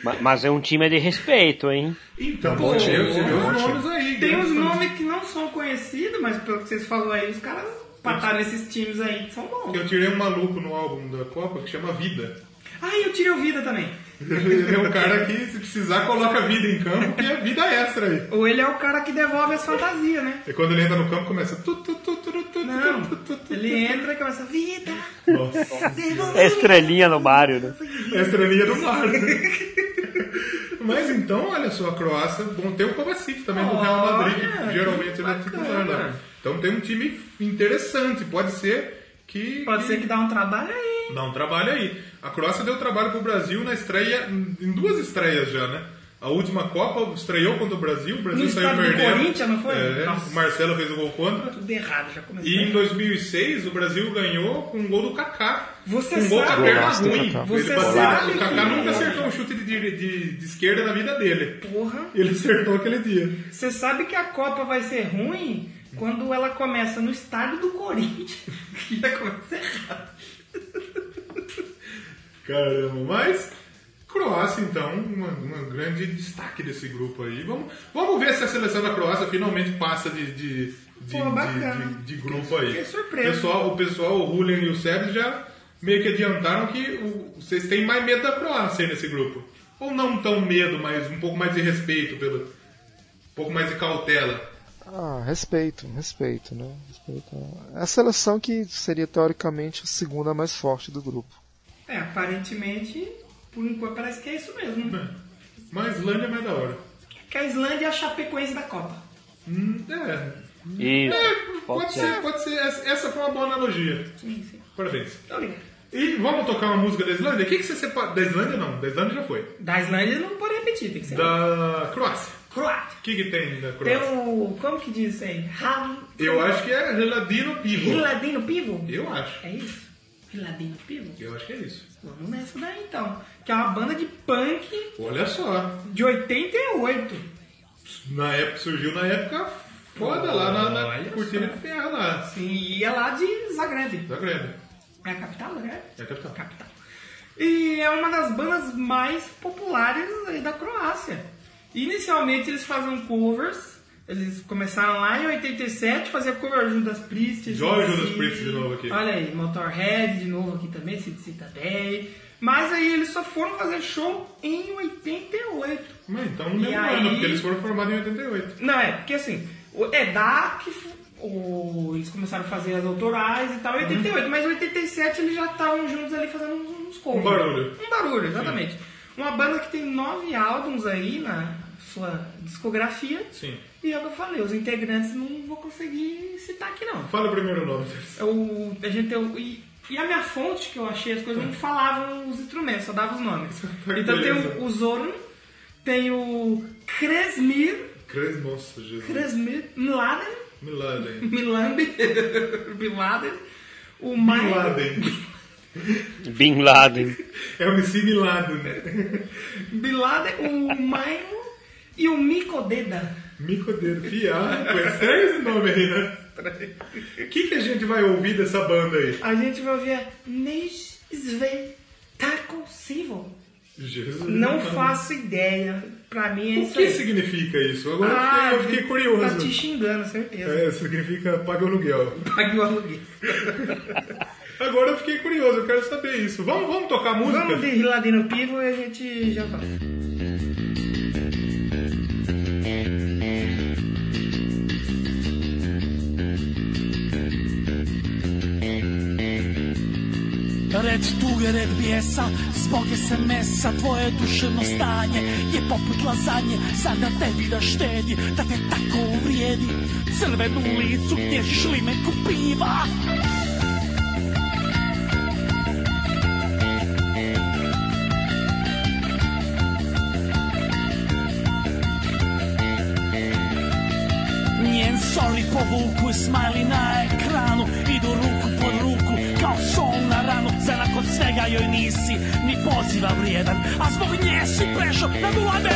Speaker 3: Ma- Mas é um time de respeito, hein?
Speaker 2: Então,
Speaker 1: bom time,
Speaker 2: eu você
Speaker 1: é
Speaker 2: vê
Speaker 1: bom
Speaker 2: os nomes aí.
Speaker 1: Tem
Speaker 2: né?
Speaker 1: uns nomes que não são conhecidos, mas pelo que vocês falaram aí, os caras pra estar nesses times aí que são bons.
Speaker 2: Eu tirei um maluco no álbum da Copa que chama Vida. *laughs*
Speaker 1: Ah, e eu tirei o Vida também.
Speaker 2: Ele é um cara que, se precisar, coloca a vida em campo, que é vida extra aí.
Speaker 1: Ou ele é o cara que devolve as fantasias, né?
Speaker 2: E quando ele entra no campo, começa. tu, tu, tu, tu, tu, tu,
Speaker 1: Não,
Speaker 2: tu, tu, tu, tu.
Speaker 1: ele entra e começa, vida,
Speaker 2: Nossa,
Speaker 3: É estrelinha no Mario, né?
Speaker 2: é a estrelinha do mar. né? *laughs* Mas então, olha só, a Croácia. Bom, tem o Kovacic também do Real Madrid,
Speaker 1: Olha,
Speaker 2: que
Speaker 1: que
Speaker 2: geralmente ele é titular lá.
Speaker 1: bacana.
Speaker 2: Então tem um time interessante. Pode ser que.
Speaker 1: pode ser que dá um trabalho aí.
Speaker 2: Dá um trabalho aí. A Croácia deu trabalho pro Brasil na estreia, em duas estreias já, né? A última Copa estreou contra o Brasil, o Brasil
Speaker 1: No
Speaker 2: saiu
Speaker 1: estádio do
Speaker 2: perdendo.
Speaker 1: Corinthians, não foi?
Speaker 2: É,
Speaker 1: Nossa.
Speaker 2: o Marcelo fez o gol contra.
Speaker 1: Tudo errado, já começou.
Speaker 2: E em 2006 o Brasil ganhou com um gol do Kaká.
Speaker 1: Você
Speaker 2: um gol com
Speaker 1: sabe-
Speaker 2: a perna
Speaker 4: Golaço do
Speaker 2: ruim.
Speaker 4: Kaká.
Speaker 1: Você
Speaker 2: Ele bateu-
Speaker 1: sabe
Speaker 2: o Kaká
Speaker 1: que-
Speaker 2: nunca acertou um chute de, de- de- de esquerda na vida dele.
Speaker 1: Porra,
Speaker 2: Ele acertou aquele dia.
Speaker 1: você sabe que a Copa vai ser ruim quando ela começa no estádio do Corinthians. *laughs* Que já começa errado.
Speaker 2: Caramba, mas Croácia então, um grande destaque desse grupo aí. Vamos, vamos ver se a seleção da Croácia finalmente passa de, de, de,
Speaker 1: Pô,
Speaker 2: de-
Speaker 1: bacana.
Speaker 2: de- de grupo aí.
Speaker 1: Fiquei surpreso.
Speaker 2: O pessoal, o pessoal, o Julian e o Sérgio já meio que adiantaram que o- vocês têm mais medo da Croácia aí nesse grupo. Ou não tão medo, mas um pouco mais de respeito, pelo, um pouco mais de cautela.
Speaker 4: Ah, respeito, respeito, né? Respeito. É a seleção que seria teoricamente a segunda mais forte do grupo.
Speaker 1: É, aparentemente, por enquanto parece que é isso mesmo. né?
Speaker 2: Mas Islândia é mais da hora.
Speaker 1: Que a Islândia é a Chapecoense da Copa.
Speaker 2: Hum, é,
Speaker 3: Isso.
Speaker 2: É, pode ser, pode ser. Essa essa foi uma boa analogia.
Speaker 1: Sim, sim.
Speaker 2: Parabéns.
Speaker 1: Tá ligado.
Speaker 2: E vamos tocar uma música da Islândia? O que, que você separa. Da Islândia não, da Islândia já foi.
Speaker 1: Da Islândia não pode repetir, tem que ser.
Speaker 2: Da Croácia.
Speaker 1: Croácia.
Speaker 2: O que, que tem da
Speaker 1: Tem
Speaker 2: Croácia?
Speaker 1: o. Como que diz isso aí? Ram.
Speaker 2: Eu acho que é Reladino Pivo.
Speaker 1: Riladino Pivo?
Speaker 2: Eu acho.
Speaker 1: É isso? Riladino Pivo?
Speaker 2: Eu acho que é isso.
Speaker 1: Vamos nessa daí então. Que é uma banda de punk
Speaker 2: Olha só.
Speaker 1: de 88.
Speaker 2: Na época, surgiu na época foda lá na, na
Speaker 1: Olha
Speaker 2: cortina
Speaker 1: só.
Speaker 2: de ferro lá. Tá
Speaker 1: Sim, e é lá de Zagreb.
Speaker 2: Da Greve.
Speaker 1: É a capital, Zagreb?
Speaker 2: É a capital.
Speaker 1: Capital. E é uma das bandas mais populares aí da Croácia. Inicialmente eles faziam covers. Eles começaram lá em 87, fazia cover Judas Priest.
Speaker 2: Jovem
Speaker 1: AC/DC.
Speaker 2: Judas Priest de novo aqui.
Speaker 1: Olha aí, Motorhead de novo aqui também, Cid também. Mas aí eles só foram fazer show em 88.
Speaker 2: Mas então não mesmo
Speaker 1: E
Speaker 2: ano,
Speaker 1: aí-
Speaker 2: porque eles foram formados em 88.
Speaker 1: Não, é, porque assim, o- é da que f- o- eles começaram a fazer as autorais e tal em 88, mas em 87 eles já estavam juntos ali fazendo uns, uns covers.
Speaker 2: Um barulho.
Speaker 1: Um barulho, exatamente. Uma banda que tem nove álbuns aí na sua discografia.
Speaker 2: Sim.
Speaker 1: E é o que eu falei, os integrantes não vou conseguir citar aqui não.
Speaker 2: Fala o primeiro nome.
Speaker 1: Eu, a gente, eu, e, e a minha fonte que eu achei as coisas não falavam os instrumentos, só dava os
Speaker 2: *laughs*
Speaker 1: nomes. Então tem
Speaker 2: Beleza.
Speaker 1: o, o Zoran, tem o Kresmir,
Speaker 2: Cres, nossa, Jesus.
Speaker 1: Kresmir Mladen,
Speaker 2: Bin Laden.
Speaker 1: Milambi, *laughs* Bin Laden, o
Speaker 2: Bin
Speaker 1: Michael
Speaker 2: Laden.
Speaker 3: Bin Laden.
Speaker 2: É o MC Bin Laden, né?
Speaker 1: Bin Laden, o Maimo e o Micodeda.
Speaker 2: Micodeiro, fiado, é estranho esse nome aí, né? O que, que a gente vai ouvir dessa banda aí?
Speaker 1: A gente vai ouvir Neis Sve Taco Sivo.
Speaker 2: Jesus.
Speaker 1: Não
Speaker 2: mano.
Speaker 1: faço ideia. Pra mim é
Speaker 2: O
Speaker 1: isso
Speaker 2: que
Speaker 1: aí.
Speaker 2: significa isso? Agora eu fiquei- eu fiquei
Speaker 1: Tá te
Speaker 2: curioso.
Speaker 1: xingando, certeza.
Speaker 2: É, significa paga o aluguel.
Speaker 1: Pague o aluguel.
Speaker 2: Agora eu fiquei curioso, eu quero saber isso. Vamos, vamos tocar música?
Speaker 1: Vamos de Ladino Pivo e a gente já vai.
Speaker 7: Red tuge, red bijesa, zbog SMS-a Tvoje duševno stanje je poput lazanje Sada tebi da štedi, da te tako uvrijedi Crvenu licu gdje šlimeku piva Njen Soli povuku i smajli na ekranu Idu ruku pod ruku kao sol na ranu Za nakon svega joj nisi ni poziva vrijedan A zbog nje si prešao na 09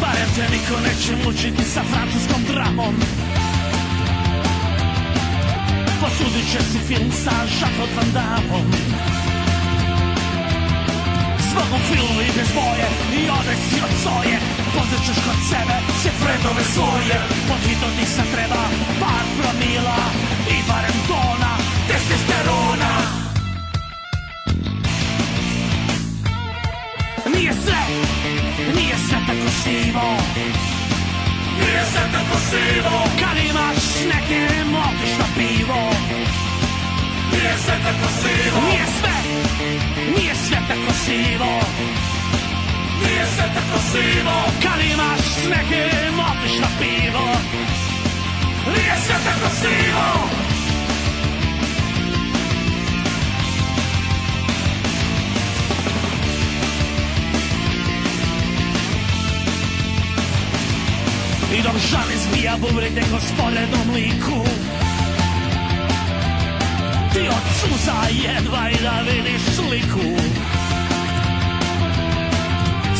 Speaker 7: Barem te niko neće mučiti sa francuskom dramom Posudit će si film sa Jacques Van Damme Zbog u filmu ide svoje i ode si od svoje Pozet ćeš kod sebe sve fredove svoje Podhito ti sad treba par promila i barem tona testosterona Nije sve, nije sve tako sivo Nije sve tako sivo Kad imaš neke motiš na pivo Nije sve tako sivo Nije sve, nije sve tako sivo Nije sve tako sivo Kad imaš neke motiš na pivo Nije sve tako sivo I dok žali zbija bubrite gospodrednom liku Ti od suza jedva i da vidiš sliku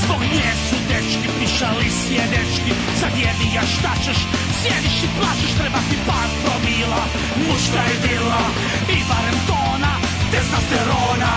Speaker 7: Zbog nje su dečki pišali sje dečki Sad jedi ja šta ćeš Sjediš i plaćeš treba ti par promila Muška je dila i barem tona Testosterona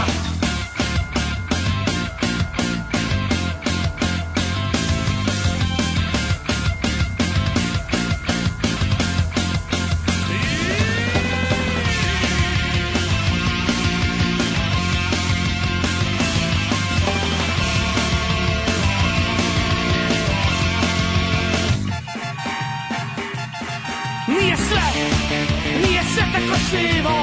Speaker 7: Nije sve, nije sve tako sivo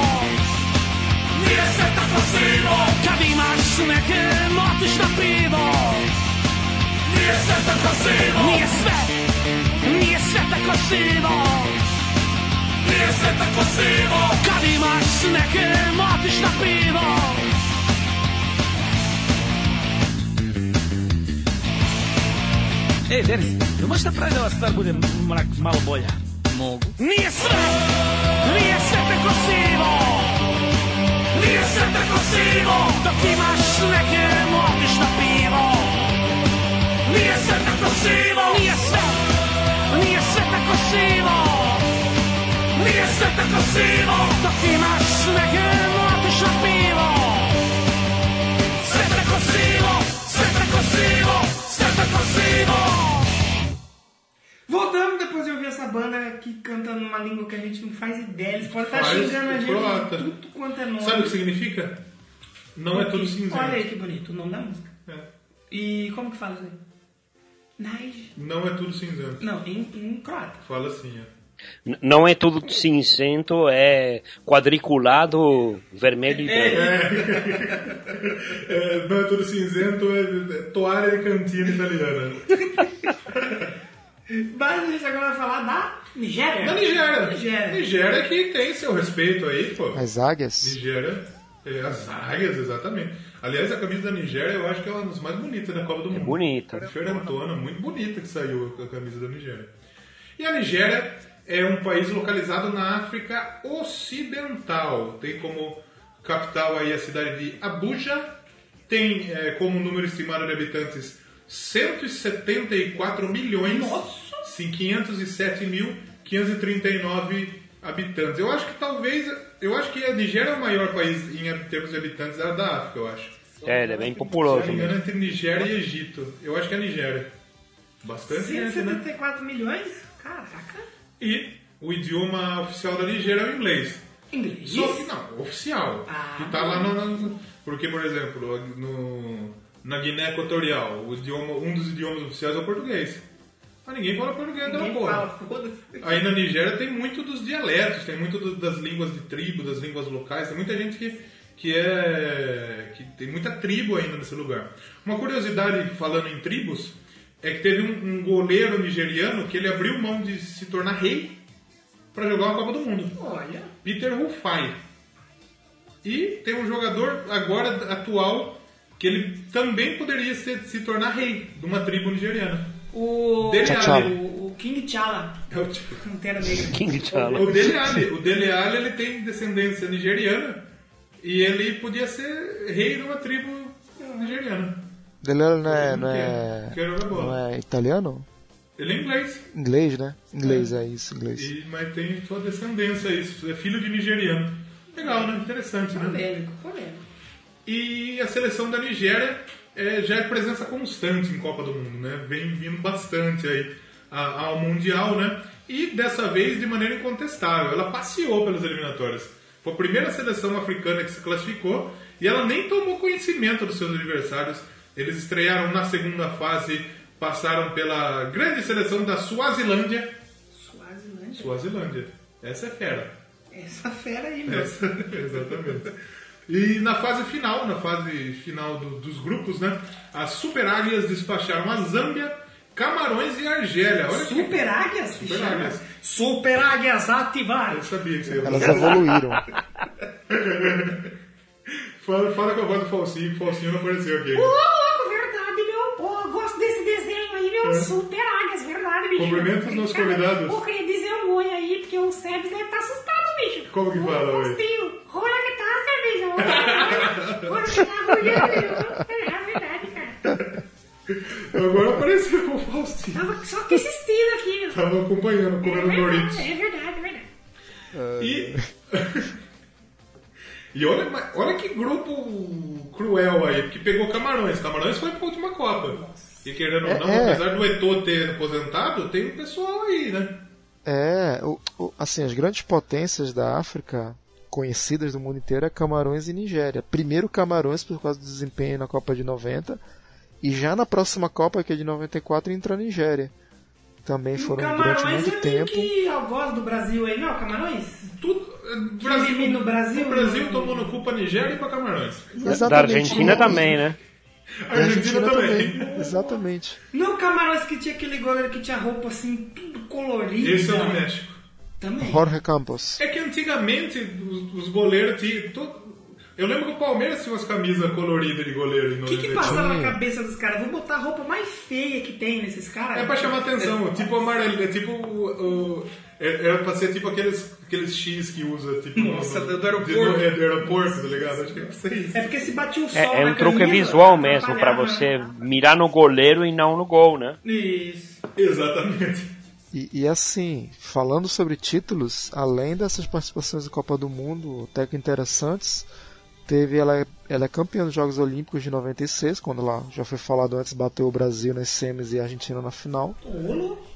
Speaker 7: Nije sve tako sivo Kad imaš neke motiš na pivo Nije sve tako sivo Nije sve, nije sve tako sivo Nije sve tako sivo Kad imaš neke motiš na pivo
Speaker 5: Ej, E, Denis, jel možeš napraviti da ova stvar bude m- onak malo bolja? Mogu.
Speaker 7: Nije sve, nije sve tako sivo Nije sve tako sivo Dok imaš neke motiš na pivo Nije sve tako sivo Nije sve, nije sve tako sivo Nije sve tako sivo Dok imaš neke motiš na pivo Sve tako sivo, sve tako sivo Sve tako sivo
Speaker 1: Voltamos depois de ouvir essa banda que canta numa língua que a gente não faz ideia. Eles podem estar
Speaker 2: Faz
Speaker 1: xingando a gente
Speaker 2: croata.
Speaker 1: de tudo quanto é nome.
Speaker 2: Sabe o que significa? Não é tudo cinzento.
Speaker 1: Olha aí que bonito o nome da música.
Speaker 2: É.
Speaker 1: E como que fala isso aí? Naj.
Speaker 2: Não é tudo cinzento.
Speaker 1: Não, em, em croata.
Speaker 2: Fala assim, ó.
Speaker 3: N- Não é tudo cinzento, é quadriculado, vermelho e branco.
Speaker 2: É, não é tudo cinzento, é, é toalha de
Speaker 1: *laughs*
Speaker 2: cantina italiana.
Speaker 1: Mas a gente agora vai falar da Nigéria.
Speaker 2: Na É Nigéria.
Speaker 1: É. Nigéria.
Speaker 2: Nigéria que tem seu respeito aí, pô.
Speaker 4: As águias?
Speaker 2: Nigéria, é, as águias, exatamente. Aliás, a camisa da Nigéria eu acho que é uma das mais bonitas da Copa do Mundo.
Speaker 3: bonita.
Speaker 2: Diferentona, muito bonita que saiu a camisa da Nigéria. E a Nigéria é um país localizado na África Ocidental. Tem como capital aí a cidade de Abuja. Tem eh, como número estimado de habitantes 174 milhões sim, 507.539 habitantes. Eu acho que talvez, eu acho que a Nigéria é o maior país em termos de habitantes da da África, eu acho.
Speaker 3: É, ele é bem
Speaker 2: Se
Speaker 3: populoso
Speaker 2: não me
Speaker 3: mesmo.
Speaker 2: engano, entre Nigéria e Egito. Eu acho que é a Nigéria. Bastante gente, né?
Speaker 1: 174 milhões? Caraca.
Speaker 2: E o idioma oficial da Nigéria é o inglês.
Speaker 1: Inglês.
Speaker 2: Só que não, é oficial.
Speaker 1: Ah.
Speaker 2: que tá lá no, no- Porque, por exemplo, no, na Guiné Equatorial, o idioma, um dos idiomas oficiais é o português. Mas ninguém fala português
Speaker 1: Ninguém
Speaker 2: aquela porra.
Speaker 1: fala, foda-se.
Speaker 2: Aí na Nigéria tem muito dos dialetos, tem muito do- das línguas de tribo, das línguas locais, tem muita gente que, que é. que tem muita tribo ainda nesse lugar. Uma curiosidade falando em tribos é que teve um, um goleiro nigeriano que ele abriu mão de se tornar rei para jogar a Copa do Mundo.
Speaker 1: Olha.
Speaker 2: Peter Rufai. E tem um jogador agora atual que ele também poderia ser- se tornar rei de uma tribo nigeriana.
Speaker 1: O,
Speaker 2: Dele
Speaker 4: T'Challa.
Speaker 2: Ali.
Speaker 1: o, o King T'Challa,
Speaker 2: É o tipo-
Speaker 1: Pantera Negra.
Speaker 3: King T'Challa.
Speaker 2: O Dele Alli, o Dele Alli, ele tem descendência nigeriana e ele podia ser rei de uma tribo nigeriana.
Speaker 4: Dele Alli não é, não
Speaker 2: Quero-
Speaker 4: é,
Speaker 2: quero jogar bola.
Speaker 4: não é italiano?
Speaker 2: Ele é inglês,
Speaker 4: Inglês, né? Inglês, é isso, inglês.
Speaker 2: e- mas tem sua descendência, isso, é filho de nigeriano. Legal, né? Interessante, né?
Speaker 1: Polêmico, polêmico.
Speaker 2: E a seleção da Nigéria é, já é presença constante em Copa do Mundo, né? Vem vindo bastante aí a- ao Mundial, né? E dessa vez de maneira incontestável. Ela passeou pelas eliminatórias. Foi a primeira seleção africana que se classificou e ela nem tomou conhecimento dos seus adversários. Eles estrearam na segunda fase, passaram pela grande seleção da Suazilândia.
Speaker 1: Suazilândia.
Speaker 2: Suazilândia. Essa é fera.
Speaker 1: Essa fera aí, meu.
Speaker 2: Essa, *laughs* exatamente. E na fase final, na fase final do- dos grupos, né? As Super Águias despacharam a Zâmbia, Camarões e Argélia. Olha que-
Speaker 1: É. Super Águias? que
Speaker 2: Super
Speaker 1: chama?
Speaker 2: Águias.
Speaker 1: Super Águias
Speaker 2: Eu
Speaker 1: ativadas.
Speaker 2: sabia que você ia
Speaker 4: Elas
Speaker 2: gostar.
Speaker 4: evoluíram.
Speaker 2: fala, fala com a voz do Falsinho, que o Falsinho não apareceu aqui.
Speaker 1: Uh! Ô, verdade, meu. Pô, eu gosto desse desenho aí, meu. Super Águias, verdade, bicho.
Speaker 2: Cumprimenta os nossos É. convidados.
Speaker 1: Pô, queria dizer um oi aí, porque o Sebs deve estar assustado, bicho.
Speaker 2: Como que
Speaker 1: Ô,
Speaker 2: fala oi?
Speaker 1: Faustinho, rola que tá, cerveja. Rola que tá,
Speaker 2: *laughs*
Speaker 1: rolando, meu. É verdade, cara.
Speaker 2: Agora apareceu o Falsinho.
Speaker 1: Tava só que assistindo aqui, meu.
Speaker 2: Tava acompanhando, comendo Doritos.
Speaker 1: É verdade, é verdade.
Speaker 2: E, *laughs* e olha, mas olha que grupo cruel aí, porque pegou Camarões. Camarões foi pra última Copa. E querendo ou não,
Speaker 4: É, é.
Speaker 2: apesar do Eto'o ter aposentado, tem um pessoal aí, né?
Speaker 4: É, o- o- assim, as grandes potências da África, conhecidas do mundo inteiro, é Camarões e Nigéria. Primeiro Camarões por causa do desempenho na Copa de 90, e já na próxima Copa, que é de 94, entra a Nigéria. Também
Speaker 1: E o
Speaker 4: foram durante
Speaker 1: Camarões
Speaker 4: muito
Speaker 1: é meio
Speaker 4: tempo.
Speaker 1: que algoz do Brasil aí, não, Camarões?
Speaker 2: Tudo, eh,
Speaker 1: elimina o Brasil,
Speaker 2: o Brasil
Speaker 1: né?
Speaker 2: tomou no cu pra Nigéria e pra Camarões.
Speaker 4: Exatamente.
Speaker 3: Da Argentina também, né?
Speaker 2: A
Speaker 4: Da Argentina,
Speaker 2: Argentina, também.
Speaker 4: também. Exatamente.
Speaker 1: Não, Camarões que tinha aquele goleiro que tinha roupa assim, tudo colorida.
Speaker 2: Esse é o do México.
Speaker 1: Também.
Speaker 4: Jorge Campos.
Speaker 2: É que antigamente os, os goleiros tinham. to- Eu lembro que o Palmeiras tinha umas camisas coloridas de goleiro. em
Speaker 1: O que que
Speaker 2: 92.
Speaker 1: passava
Speaker 3: Hum.
Speaker 1: na cabeça dos caras? Vou botar a roupa mais feia que tem nesses caras.
Speaker 2: É pra chamar atenção, tipo amarelo, é tipo o. o- é- Era pra ser tipo aqueles, aqueles X que usa, *laughs* tipo.
Speaker 1: Nossa, do- do aeroporto.
Speaker 2: de- é, do aeroporto, tá ligado? Acho que é pra ser isso.
Speaker 1: É porque se batia o sol
Speaker 3: É, é
Speaker 1: na
Speaker 3: um truque
Speaker 1: camisa,
Speaker 3: visual mesmo, pra
Speaker 1: atrapalhava,
Speaker 3: você
Speaker 1: né?
Speaker 3: mirar no goleiro e não no gol, né?
Speaker 1: Isso.
Speaker 2: Exatamente.
Speaker 4: E, e assim, falando sobre títulos, além dessas participações da Copa do Mundo, até que interessantes, teve ela, ela é campeã dos Jogos Olímpicos de 96, quando lá já foi falado antes, bateu o Brasil nas semis e a Argentina na final.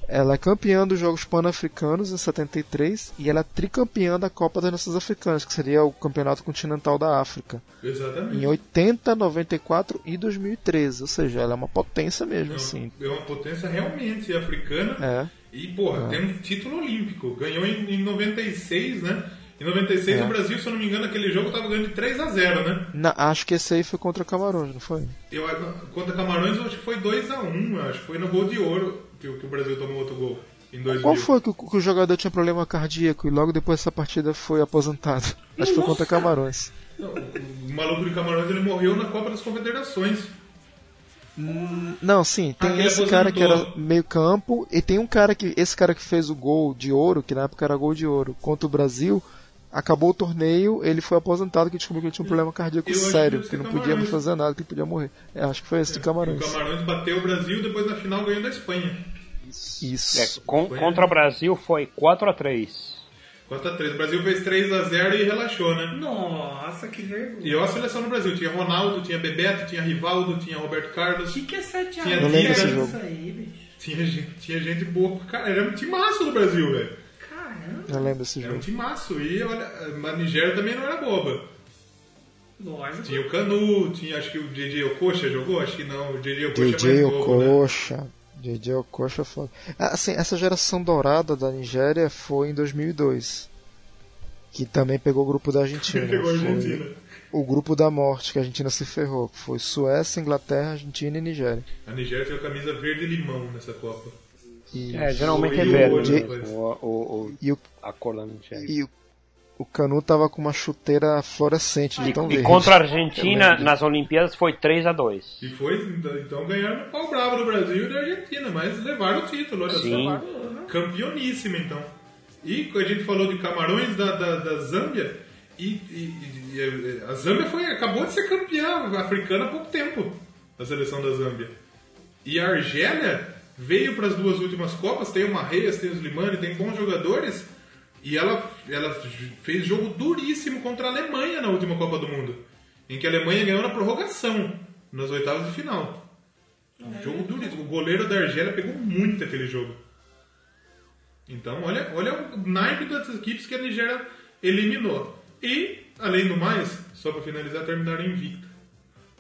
Speaker 4: Ela é campeã dos Jogos Pan-Africanos em 73 e ela é tricampeã da Copa das Nações Africanas, que seria o Campeonato Continental da África, em
Speaker 2: Exatamente.
Speaker 4: 80, 94 e 2013, ou seja, ela é uma potência mesmo,
Speaker 2: É
Speaker 4: assim.
Speaker 2: uma- É uma potência realmente africana.
Speaker 4: É.
Speaker 2: E, porra, tem um título olímpico. Ganhou em, em 96, né? Em 96
Speaker 4: É.
Speaker 2: o Brasil, se eu não me engano, aquele jogo tava ganhando de 3 a 0 né?
Speaker 4: Na- acho que esse aí foi contra Camarões, não foi?
Speaker 2: Eu, contra Camarões, eu acho que foi 2 a 1 acho que foi no gol de ouro que, o- que o Brasil tomou outro gol. Em 2000.
Speaker 4: Qual foi que, o- que o jogador tinha problema cardíaco e logo depois dessa partida foi aposentado? Acho que foi contra Camarões.
Speaker 2: Não, o maluco de Camarões ele morreu na Copa das Confederações.
Speaker 4: Não, sim, tem
Speaker 2: Aquele
Speaker 4: esse cara que era
Speaker 2: aposentou.
Speaker 4: meio campo e tem um cara que. Esse cara que fez o gol de ouro, que na época era gol de ouro, contra o Brasil, acabou o torneio, ele foi aposentado que descobriu que ele tinha um problema cardíaco
Speaker 2: Eu acho que
Speaker 4: sério,
Speaker 2: deve
Speaker 4: que
Speaker 2: ser
Speaker 4: não podia mais
Speaker 2: Camarões.
Speaker 4: fazer nada, que podia morrer. É, acho que foi esse de
Speaker 2: O
Speaker 4: Camarões.
Speaker 2: Camarões bateu o Brasil depois na final ganhou da Espanha.
Speaker 3: É,
Speaker 4: Isso.
Speaker 3: con- contra o Brasil foi 4 a 3
Speaker 2: 4x3. O Brasil fez 3x0 e relaxou, né?
Speaker 1: Nossa, que vergonha.
Speaker 2: E olha a seleção do Brasil. Tinha Ronaldo, tinha Bebeto, tinha Rivaldo, tinha Roberto
Speaker 1: O
Speaker 2: Carlos.
Speaker 1: que, que é 7
Speaker 2: Tinha
Speaker 1: anos?
Speaker 2: Não
Speaker 4: lembro desse
Speaker 1: isso
Speaker 4: jogo.
Speaker 1: aí, bicho.
Speaker 2: Tinha gente, tinha gente boa. pra Cara, era um timaço do Brasil, velho.
Speaker 1: Caramba.
Speaker 4: Eu lembro desse
Speaker 2: Era
Speaker 4: jogo.
Speaker 2: um timaço. E olha, a Nigéria também não era boba.
Speaker 1: Lógico.
Speaker 2: Tinha o Canu, tinha acho que o DJ Okocha jogou? Acho que não. O DJ Okocha é
Speaker 4: DJ
Speaker 2: mais novo, né?
Speaker 4: Okocha. DJ Okocha é foda. Ah, Assim, essa geração dourada da Nigéria foi em 2002. Que também pegou o grupo da Argentina.
Speaker 2: *laughs*
Speaker 4: né?
Speaker 2: Pegou a
Speaker 4: Foi
Speaker 2: Argentina.
Speaker 4: O grupo da morte, que a Argentina se ferrou. Que foi Suécia, Inglaterra, Argentina e Nigéria.
Speaker 2: A Nigéria tinha a camisa verde e limão nessa Copa.
Speaker 4: E,
Speaker 3: É, geralmente é
Speaker 2: E o
Speaker 3: verde.
Speaker 2: olho,
Speaker 3: mesmo,
Speaker 2: pois.
Speaker 3: o- o- o-
Speaker 4: e o,
Speaker 3: a cor da Nigéria.
Speaker 4: e o- o Canu tava com uma chuteira fluorescente Então, de tão
Speaker 3: E
Speaker 4: verde.
Speaker 3: contra a Argentina
Speaker 4: Eu lembro.
Speaker 3: nas Olimpíadas foi 3 a 2
Speaker 2: E foi, então, ganharam o pau bravo do Brasil e da Argentina, mas levaram o título, olha
Speaker 3: Sim.
Speaker 2: só. Campeoníssima, então. E a gente falou de Camarões da, da, da Zâmbia, e, e- e- e a Zâmbia foi, acabou de ser campeã africana há pouco tempo, da seleção da Zâmbia. E a Argélia veio para as duas últimas Copas, tem uma Reyes, tem os Limani, tem bons jogadores, e ela, ela fez jogo duríssimo contra a Alemanha na última Copa do Mundo, em que a Alemanha ganhou na prorrogação, nas oitavas de final. Um jogo duríssimo. O goleiro da Argélia pegou muito aquele jogo. Então, olha, olha o naipe das equipes que a Nigéria eliminou. E, além do mais, só para finalizar, terminaram invicta.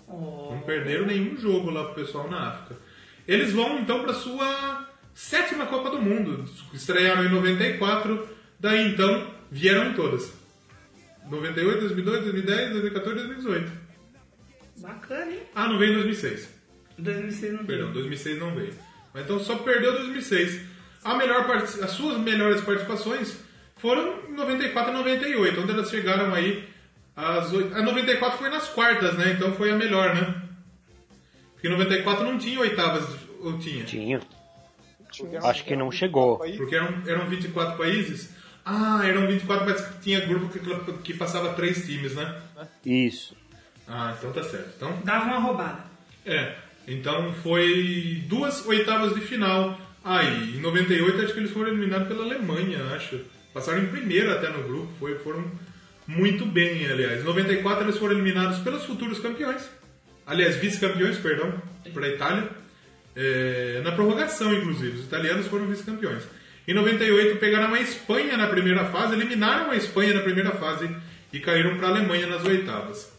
Speaker 2: Não perderam nenhum jogo lá pro pessoal na África. Eles vão então para sua sétima Copa do Mundo. Estrearam em 94, daí então vieram em todas. 98, 2002, 2010, 2014 2018.
Speaker 1: Bacana, hein?
Speaker 2: Ah, não veio em 2006.
Speaker 1: 2006 não
Speaker 2: Perdão,
Speaker 1: tem.
Speaker 2: 2006 não veio. Mas então só perdeu 2006. A melhor parti- as suas melhores participações foram em 94 e 98, onde elas chegaram aí às 8... A 94 foi nas quartas, né? Então foi a melhor, né? Porque em 94 não tinha oitavas, ou tinha?
Speaker 3: Tinha. Acho que não chegou.
Speaker 2: Porque eram, eram 24 países. Ah, eram 24, mas tinha grupo que, que passava três times, né?
Speaker 3: Isso.
Speaker 2: Ah, então tá certo. Então
Speaker 1: Dava uma roubada.
Speaker 2: É, então foi duas oitavas de final. Aí, em 98 acho que eles foram eliminados pela Alemanha, acho. Passaram em primeiro até no grupo, foi, foram muito bem, aliás. Em 94 eles foram eliminados pelos futuros campeões. Aliás, vice-campeões, perdão, para a Itália. É, na prorrogação, inclusive, os italianos foram vice-campeões. Em 98 pegaram a Espanha na primeira fase, eliminaram a Espanha na primeira fase e caíram para a Alemanha nas oitavas.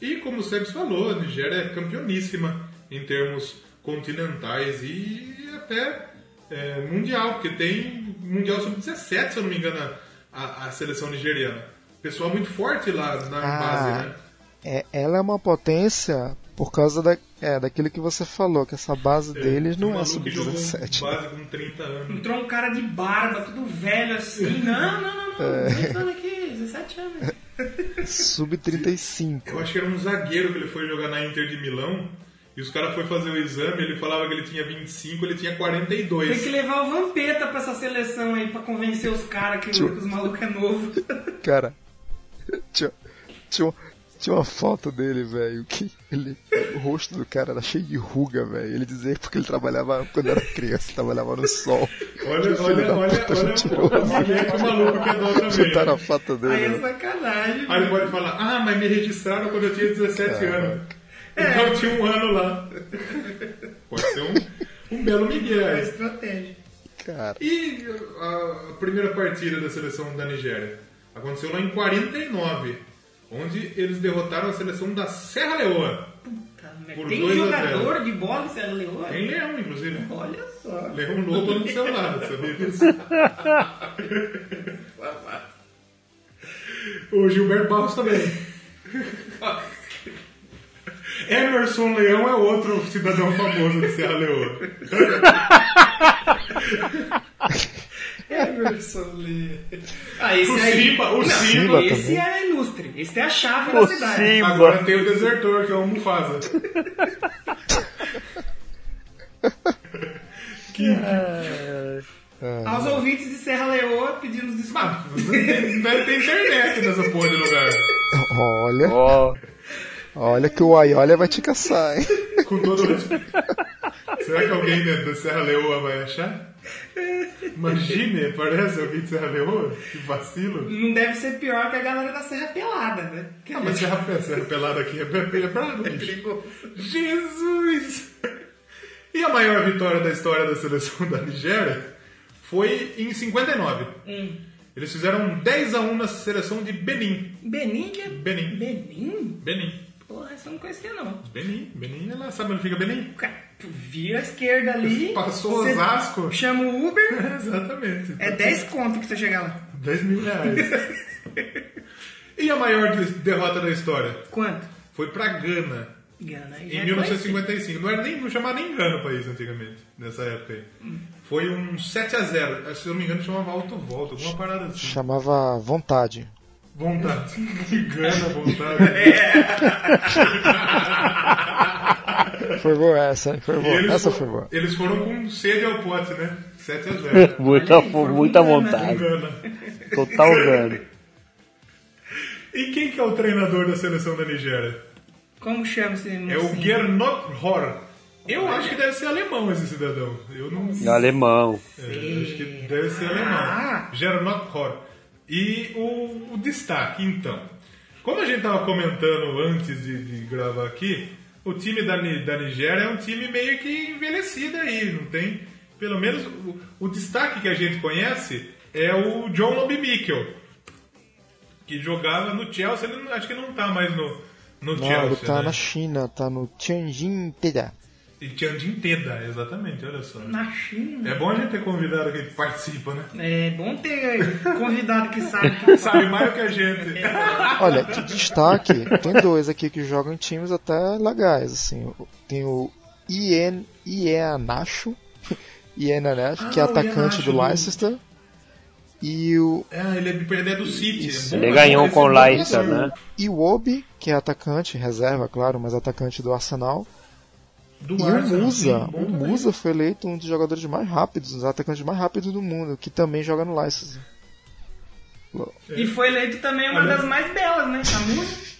Speaker 2: E como o Sebs falou, a Nigéria é campeoníssima em termos continentais e até é, mundial, porque tem Mundial Sub-17, se eu não me engano, a, a seleção nigeriana. Pessoal muito forte lá na
Speaker 4: Ah.
Speaker 2: base, né?
Speaker 4: É, ela é uma potência por causa da, é, daquilo que você falou, que essa base deles não é
Speaker 2: um Maluco que jogou
Speaker 4: sub-17. né?
Speaker 2: Base com 30 anos.
Speaker 1: Entrou um cara de barba, tudo velho
Speaker 2: *laughs*
Speaker 1: assim. Não, não, não,
Speaker 3: É.
Speaker 1: não. Entrando aqui, 17 anos.
Speaker 4: Sub-35.
Speaker 2: Eu acho que era um zagueiro que ele foi jogar na Inter de Milão. E os caras foram fazer o exame, ele falava que ele tinha 25, ele tinha 42.
Speaker 1: Tem que levar o Vampeta pra essa seleção aí, pra convencer os caras que o- os malucos é novo. *laughs*
Speaker 4: Cara, tinha, tinha, uma- tinha uma foto dele, velho, que ele, o rosto do cara era cheio de ruga, velho. Ele dizia porque ele trabalhava quando era criança, trabalhava no sol. *laughs*
Speaker 2: Olha,
Speaker 4: Filho
Speaker 2: olha,
Speaker 4: da
Speaker 2: olha,
Speaker 4: puta,
Speaker 2: olha,
Speaker 4: tirou
Speaker 2: o moleque maluco que é da outra vez.
Speaker 4: Chutaram a foto
Speaker 1: Aí
Speaker 4: dele.
Speaker 1: é
Speaker 4: né?
Speaker 1: sacanagem.
Speaker 2: Aí ele pode falar, ah, mas me registraram quando eu tinha 17 anos. Então eu tinha um ano lá. Pode ser *laughs* um, um belo
Speaker 1: É
Speaker 2: Miguel.
Speaker 1: estratégia.
Speaker 4: Cara,
Speaker 2: E a a primeira partida da seleção da Nigéria? Aconteceu lá em 49, onde eles derrotaram a seleção da Serra Leoa.
Speaker 1: Tá, né?
Speaker 2: Por
Speaker 1: Tem
Speaker 2: dois a
Speaker 1: jogador de bola que você leoa?
Speaker 2: Em Leão, inclusive.
Speaker 1: Olha só.
Speaker 2: Leão Lobo um no celular, sabia disso? *laughs* o Gilberto Barros também. Emerson Leão é outro cidadão famoso de Serra Leoa.
Speaker 1: é Emerson Lee. Ah, esse
Speaker 2: O
Speaker 1: aí.
Speaker 2: Simba, o
Speaker 1: Não,
Speaker 2: Simba
Speaker 1: Esse
Speaker 4: também.
Speaker 1: era ilustre. Esse é a chave
Speaker 3: O
Speaker 1: da cidade.
Speaker 3: Simba.
Speaker 2: Agora tem o desertor, que é o Mufasa.
Speaker 1: Aos ouvintes de Serra Leoa pedindo desculpa.
Speaker 2: Deve ter internet nessa porra de lugar.
Speaker 4: olha,
Speaker 3: Ó, *laughs*
Speaker 4: olha que o Aiolia vai te caçar, hein?
Speaker 2: Com todo o respeito. Será que alguém da da Serra Leoa vai achar? Imagine, parece alguém de Serra Leoa. Que vacilo.
Speaker 1: Não deve ser pior que a galera da Serra Pelada, né? Que
Speaker 2: Ah, mas serra, serra pelada aqui é bem brabo, bicho.
Speaker 1: perigoso.
Speaker 2: Jesus! E a maior vitória da história da seleção da Nigéria foi em 59. Eles fizeram 10 a 1 na seleção de Benin.
Speaker 1: Benin? que é-
Speaker 2: Benin.
Speaker 1: Benin?
Speaker 2: Benin.
Speaker 1: Porra, essa eu não conhecia não.
Speaker 2: Benin. Benin, ela sabe onde fica Benin?
Speaker 1: Cara, tu vira a esquerda ali.
Speaker 2: Passou
Speaker 1: cê
Speaker 2: Osasco.
Speaker 1: Chama o Uber.
Speaker 2: Exatamente.
Speaker 1: É
Speaker 2: *laughs*
Speaker 1: 10 conto que você chegar lá.
Speaker 2: 10 mil reais. e a maior des- derrota da história
Speaker 1: Quanto?
Speaker 2: foi pra Gana.
Speaker 1: Gana. aí já
Speaker 2: Em
Speaker 1: é
Speaker 2: 1955. Não era nem não chamava nem engano o país antigamente, nessa época aí. Foi É, um 7 a 0 Se eu não me engano, chamava alto volta, alguma parada assim.
Speaker 4: Chamava Vontade.
Speaker 2: Vontade. *laughs* É, Cigana, vontade.
Speaker 4: Foi boa essa, foi
Speaker 2: E
Speaker 4: boa.
Speaker 2: eles
Speaker 4: Essa
Speaker 2: fo-
Speaker 4: foi boa.
Speaker 2: Eles foram com sede ao pote, né? 7 a
Speaker 4: *laughs*
Speaker 2: 0.
Speaker 3: Muita,
Speaker 1: Olha aí, foi
Speaker 3: muita
Speaker 1: bacana.
Speaker 3: vontade.
Speaker 2: Cigana.
Speaker 3: Total gano.
Speaker 2: E quem que é o treinador da seleção da Nigéria?
Speaker 1: Como chama esse
Speaker 2: É o Gernot Hor. Eu acho que deve ser alemão esse cidadão. Eu não
Speaker 4: Ah,
Speaker 3: Alemão.
Speaker 2: É, acho que deve ser alemão.
Speaker 1: Ah.
Speaker 2: Gernot Hor. E o, o destaque, então. Como a gente estava comentando antes de, de gravar aqui, o time da, Ni- da Nigéria é um time meio que envelhecido aí, não tem? Pelo menos o, o destaque que a gente conhece é o John Lobby Mikel, que jogava no Chelsea, ele não- acho que não tá mais no, no
Speaker 4: Não, ele
Speaker 2: Chelsea.
Speaker 4: tá
Speaker 2: né?
Speaker 4: na China, tá no Tianjin Teda.
Speaker 2: E Tianjin Teda, exatamente, olha só.
Speaker 1: Na China.
Speaker 2: É bom a gente ter convidado que participa, né?
Speaker 1: É bom ter convidado que sabe. que
Speaker 2: *laughs* Sabe mais do que a gente.
Speaker 4: Olha, de destaque, tem dois aqui que jogam em times até legais, assim. Tem o Ien *laughs* Ieanacho, Ienacho, que é
Speaker 2: Ah, o
Speaker 4: atacante do
Speaker 2: Iheanacho do-
Speaker 4: Leicester. E o
Speaker 2: Ah, ele é, ele é do City.
Speaker 4: Isso.
Speaker 2: É bom,
Speaker 3: Ele
Speaker 2: mas
Speaker 3: ganhou
Speaker 2: esse
Speaker 3: com o
Speaker 2: é bom
Speaker 3: Leicester,
Speaker 2: jogador.
Speaker 3: né?
Speaker 4: Iwobi, que é atacante, reserva, claro, mas atacante do Arsenal.
Speaker 2: Do
Speaker 3: né?
Speaker 4: E o
Speaker 2: Arsenal,
Speaker 4: Musa.
Speaker 2: sim, bom
Speaker 4: O
Speaker 2: também.
Speaker 4: Musa foi eleito um dos jogadores mais rápidos, um dos atacantes mais rápidos do mundo, que também joga no Leicester.
Speaker 1: tá- E foi eleito também uma das mais belas, né? A música.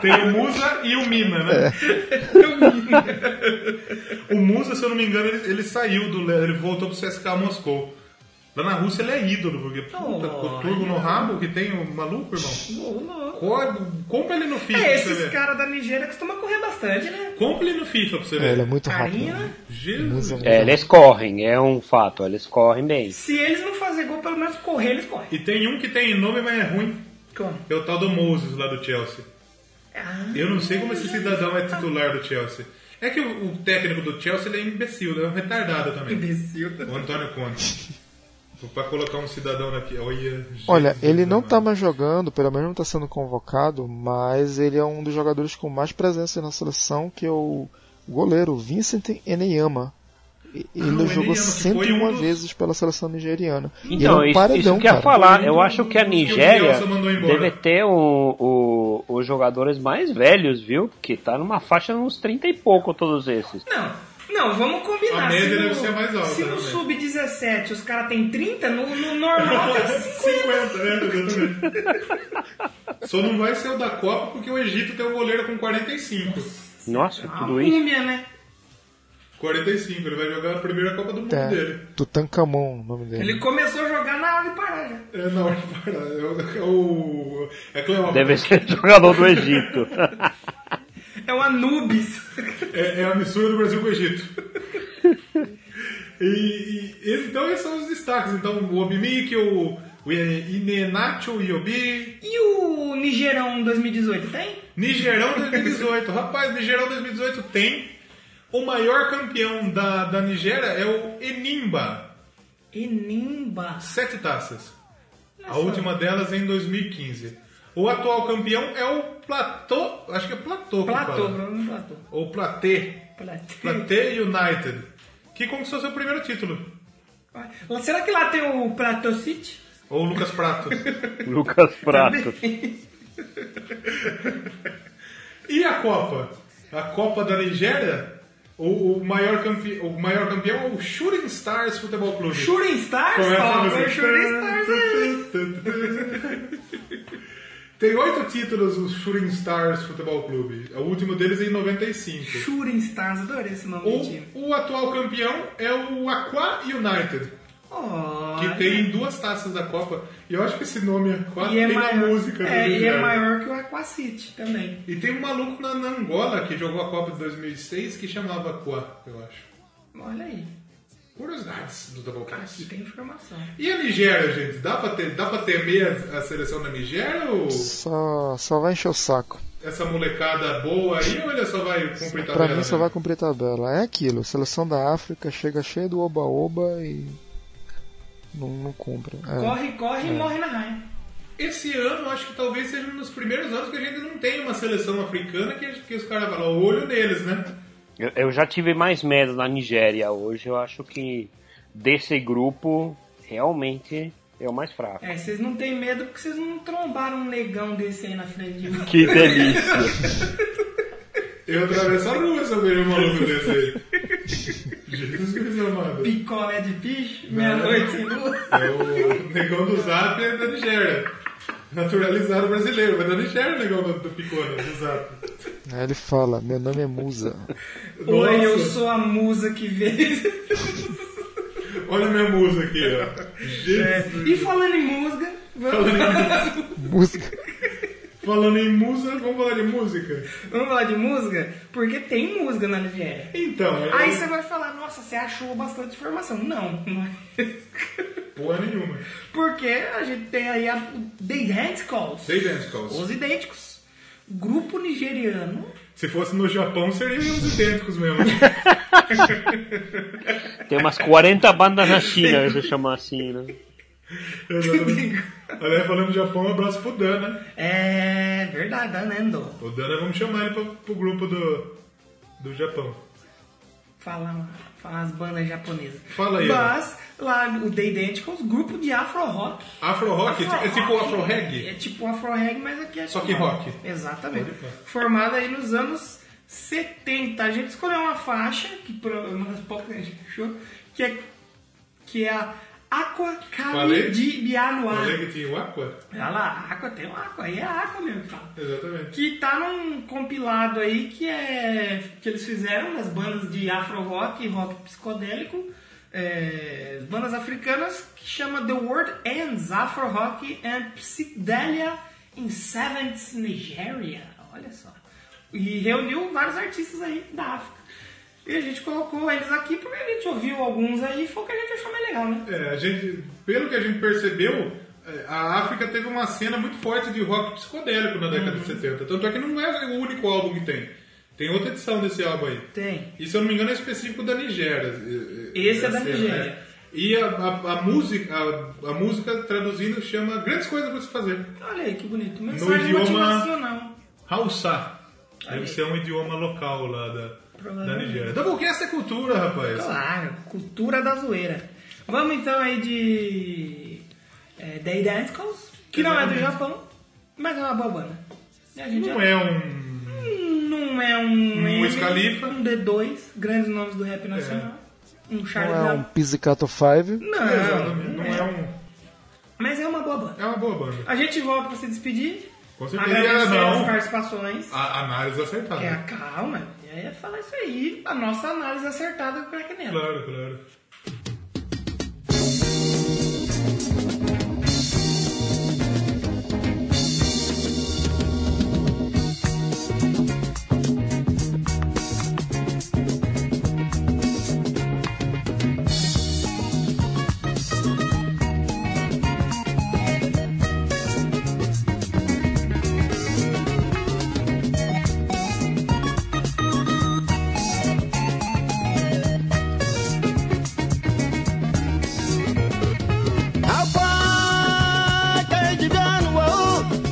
Speaker 2: Tem o Musa e o Mina,
Speaker 4: É.
Speaker 2: *laughs* né? o Musa, se eu não me engano, ele, ele saiu do. Le- Ele voltou pro CSKA Moscou. Lá na Rússia ele é ídolo, porque puta,
Speaker 1: Oh,
Speaker 2: com o turbo no rabo que tem o maluco, irmão.
Speaker 1: Ô, louco.
Speaker 2: Co- Compra ele no FIFA
Speaker 1: É,
Speaker 2: pra você
Speaker 1: esses
Speaker 2: ver.
Speaker 1: caras da Nigéria costumam correr bastante, né?
Speaker 2: Compra ele no FIFA pra você ver.
Speaker 4: É, ele é muito rápido.
Speaker 1: Carinha,
Speaker 4: né?
Speaker 1: né?
Speaker 2: Jesus.
Speaker 4: Musa é muito
Speaker 3: É, eles correm, é um fato. Eles correm bem.
Speaker 1: Se eles não fazerem gol, pelo menos correr, eles correm.
Speaker 2: E tem um que tem nome, mas é ruim.
Speaker 1: Como?
Speaker 2: É o tal do Moses lá do Chelsea.
Speaker 1: Ah,
Speaker 2: Eu não sei como esse cidadão é titular do Chelsea. É que o, o técnico do Chelsea ele é imbecil, ele é um retardado também.
Speaker 1: imbecil.
Speaker 2: O Antônio Conte. Pra colocar um cidadão daqui. Olha,
Speaker 4: Olha,
Speaker 2: Jesus,
Speaker 4: ele não
Speaker 2: mano.
Speaker 4: tá mais jogando, pelo menos não tá sendo convocado, mas ele é um dos jogadores com mais presença na seleção, que é o goleiro Vincent Eneyama. E- Ele
Speaker 2: o Eneyama, que foi
Speaker 4: jogou 101
Speaker 2: um dos-
Speaker 4: vezes pela seleção nigeriana.
Speaker 3: Então,
Speaker 4: E ele é um
Speaker 3: isso, isso que eu ia
Speaker 4: cara.
Speaker 3: falar. Eu
Speaker 2: Foi um
Speaker 3: acho que a
Speaker 2: dos que o
Speaker 3: Nigéria
Speaker 2: Bielsa mandou embora.
Speaker 3: deve ter o- o- os jogadores mais velhos, viu? Porque tá numa faixa de uns 30 e pouco todos esses.
Speaker 1: Não, não, vamos combinar.
Speaker 2: A média
Speaker 1: Se no-
Speaker 2: deve ser mais alta, né?
Speaker 1: Se no
Speaker 2: realmente.
Speaker 1: sub-17 os caras têm 30, no, no
Speaker 2: *laughs*
Speaker 1: normal é assim. tem 50.
Speaker 2: 50, né? Exatamente. Só não vai ser o da Copa porque o Egito tem um goleiro com 45.
Speaker 3: Nossa,
Speaker 1: Ah,
Speaker 3: tudo isso.
Speaker 1: múmia, né?
Speaker 2: 45, ele vai jogar a primeira Copa do Mundo
Speaker 4: É,
Speaker 2: dele.
Speaker 4: Tutankamon, o nome dele.
Speaker 1: Ele começou a jogar na hora de parar já.
Speaker 2: É, não, para. É o- é o. É Cleópatra.
Speaker 3: Deve ser *laughs* jogador do Egito. *laughs*
Speaker 1: É o Anubis. *laughs*
Speaker 2: É, é a mistura do Brasil com o Egito. *laughs* e, e esse- então esses são os destaques. Então o Obimik, o, o Inenacho, o Iobi,
Speaker 1: E o Nigerão 2018 tem?
Speaker 2: Nigerão 2018. *laughs* Rapaz, Nigerão 2018 tem. O maior campeão da, da Nigéria é o Enimba.
Speaker 1: Enimba.
Speaker 2: Sete taças. A
Speaker 1: só.
Speaker 2: última delas em 2015. O atual campeão é o Platô. Acho que é Platô. que
Speaker 1: Platô,
Speaker 2: fala.
Speaker 1: provavelmente Platô.
Speaker 2: Ou Platê.
Speaker 1: Platê.
Speaker 2: Platê United. Que conquistou seu primeiro título.
Speaker 1: Será que lá tem o Platô City?
Speaker 2: Ou o Lucas Prato.
Speaker 3: Lucas Prato.
Speaker 2: *laughs* e a Copa? A Copa da Nigéria? O, o maior, campe... o maior campeão é o Shooting Stars Futebol
Speaker 1: *laughs*
Speaker 2: Clube.
Speaker 1: Shooting Stars?
Speaker 2: Começa a
Speaker 1: Ó,
Speaker 2: música.
Speaker 1: foi o Shooting Stars é aí.
Speaker 2: *laughs* Tem oito títulos o Shooting Stars Futebol Clube. O último deles é em 95.
Speaker 1: Shooting Stars, adorei esse nome do time.
Speaker 2: O, o atual campeão é o Aqua United, que
Speaker 1: Olha.
Speaker 2: tem duas taças da Copa. E eu acho que esse nome Aqua
Speaker 1: E é,
Speaker 2: tem na
Speaker 1: maior,
Speaker 2: música. do
Speaker 1: é, e é
Speaker 2: Nigéria.
Speaker 1: maior que o Aqua City também.
Speaker 2: E tem um maluco na, na Angola que jogou a Copa de 2006 que chamava Kwa, eu acho.
Speaker 1: Olha aí.
Speaker 2: Curiosidades do
Speaker 1: Aqui
Speaker 4: Ah,
Speaker 2: Doublecast.
Speaker 1: tem informação.
Speaker 2: E a Nigéria, gente? Dá pra, ter, dá pra temer a, a seleção da Nigéria ou
Speaker 4: Só, só vai encher o saco.
Speaker 2: essa molecada boa aí ou ele só vai cumprir
Speaker 4: Pra
Speaker 2: tabela né?
Speaker 4: mim só
Speaker 2: mesmo?
Speaker 4: vai cumprir tabela. É aquilo, seleção da África chega cheia do oba-oba e não, não cumpre. É.
Speaker 1: Corre, corre e morre na raia.
Speaker 2: Esse ano, acho que talvez seja um dos primeiros anos que a gente não tem uma seleção africana que, que os caras falam, o olho deles, né?
Speaker 3: Eu, eu já tive mais medo na Nigéria hoje. Eu acho que desse grupo, realmente, É o mais fraco.
Speaker 1: É, vocês não têm medo porque vocês não trombaram um negão desse aí na frente de um mim.
Speaker 3: Que delícia.
Speaker 2: Eu atravesso a rua se eu vejo um maluco desse
Speaker 4: *laughs*
Speaker 2: aí. Jesus Cristo
Speaker 1: *laughs*
Speaker 2: amado.
Speaker 1: Picolé de piche, meia-noite sem lua.
Speaker 2: É o negão do Zap é da Nigéria. Naturalizado brasileiro, mas da Nigéria o negão do, do Picona, do Zap.
Speaker 4: Aí ele fala: Meu nome é Musa. *laughs*
Speaker 1: Oi, eu
Speaker 2: Nossa.
Speaker 1: sou a musa que veio.
Speaker 2: Olha minha musa aqui,
Speaker 1: É,
Speaker 2: ó. Jesus.
Speaker 1: E falando em música, vamos,
Speaker 2: Falando em,
Speaker 4: Música.
Speaker 2: falando em musa, vamos falar de música?
Speaker 1: vamos falar de música? Porque tem música na Liviera.
Speaker 2: Então, é-
Speaker 1: Aí você vai falar, nossa, você achou bastante informação. Não, não é.
Speaker 2: porra nenhuma.
Speaker 1: *laughs* Porque a gente tem aí a The Identicals.
Speaker 2: Sei dance calls.
Speaker 1: Os idênticos. Grupo nigeriano.
Speaker 2: Se fosse no Japão, seriam
Speaker 1: *laughs*
Speaker 2: os idênticos mesmo.
Speaker 3: Tem umas 40 bandas na China, se chamar assim, né?
Speaker 2: Exatamente. Aliás, falando de Japão, um abraço pro Dana.
Speaker 1: É verdade, tá lendo?
Speaker 2: O Dana, vamos chamar ele pro, pro grupo do, do Japão.
Speaker 1: Fala, fala as bandas japonesas.
Speaker 2: Fala aí,
Speaker 1: Mas lá o The Identicals, grupo de afro-rock.
Speaker 2: Afro Rock? É tipo
Speaker 1: Afro-rock.
Speaker 2: Afro Reggae?
Speaker 1: É tipo afro-reggae, mas aqui é
Speaker 2: Só que
Speaker 1: chamado.
Speaker 2: rock.
Speaker 1: Exatamente.
Speaker 2: Pode crer.
Speaker 1: Formada aí nos anos 70. A gente escolheu uma faixa, que pro- uma das poucas que a gente achou, que é, que é a Aqua Kali
Speaker 2: Falei?
Speaker 1: de Bianuá.
Speaker 2: Falei que tinha o Aqua?
Speaker 1: Olha lá, Aqua tem um Aqua, aí é a Aqua mesmo que fala.
Speaker 2: Exatamente.
Speaker 1: Que tá num compilado aí que é. que eles fizeram das bandas de afro-rock e rock psicodélico, é, bandas africanas, que chama The World Ends Afro-Rock and Psychedelia in Seventh Nigeria. Olha só. E reuniu vários artistas aí da África. E a gente colocou eles aqui porque a gente ouviu alguns aí e foi o que a gente achou mais legal, né?
Speaker 2: É, a gente, pelo que a gente percebeu, é, a África teve uma cena muito forte de rock psicodélico na década
Speaker 1: Uhum.
Speaker 2: de 70. Tanto é que não é o único álbum que tem. Tem outra edição desse álbum aí.
Speaker 1: Tem.
Speaker 2: E se eu não me engano é específico da Nigéria. eh, eh,
Speaker 1: Esse é da
Speaker 2: essa cena,
Speaker 1: Nigéria.
Speaker 2: né? E a, a- a música, a, a música traduzindo chama Grandes Coisas para se fazer.
Speaker 1: Olha aí que bonito. Mensagem
Speaker 2: idioma-
Speaker 1: motivacional.
Speaker 2: Hausa.
Speaker 1: Aí.
Speaker 2: Deve ser um idioma local lá da, da
Speaker 1: Provavelmente.
Speaker 2: Nigéria. Então qualquer essa é cultura, rapaz.
Speaker 1: Claro, cultura da zoeira. Vamos então aí de é, The Identicals, que não é do Japão, mas é uma boa banda. E a gente
Speaker 2: Não
Speaker 1: já-
Speaker 2: é um.
Speaker 1: não é um
Speaker 2: Um
Speaker 1: Eminem,
Speaker 2: Wiz Khalifa.
Speaker 1: um D2, grandes nomes do rap nacional, um Charlie
Speaker 4: Não é um
Speaker 1: Brown.
Speaker 4: Pizzicato 5.
Speaker 1: Não,
Speaker 2: um Exatamente, Não é um.
Speaker 1: mas é uma boa banda.
Speaker 2: É uma boa banda.
Speaker 1: A gente volta pra se despedir.
Speaker 2: Com certeza.
Speaker 1: Agradecer
Speaker 2: Não. Ah.
Speaker 1: as participações.
Speaker 2: A análise acertada.
Speaker 1: É a calma, e aí é falar isso aí, a nossa análise acertada do Crack Nela.
Speaker 2: Claro, claro.
Speaker 4: tá
Speaker 8: Unanugo,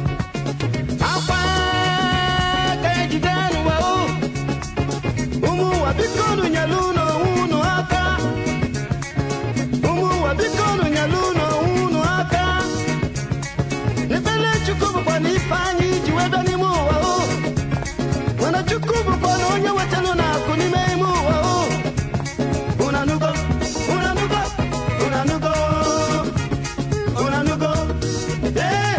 Speaker 8: unanugo, unanugo. Onanugo.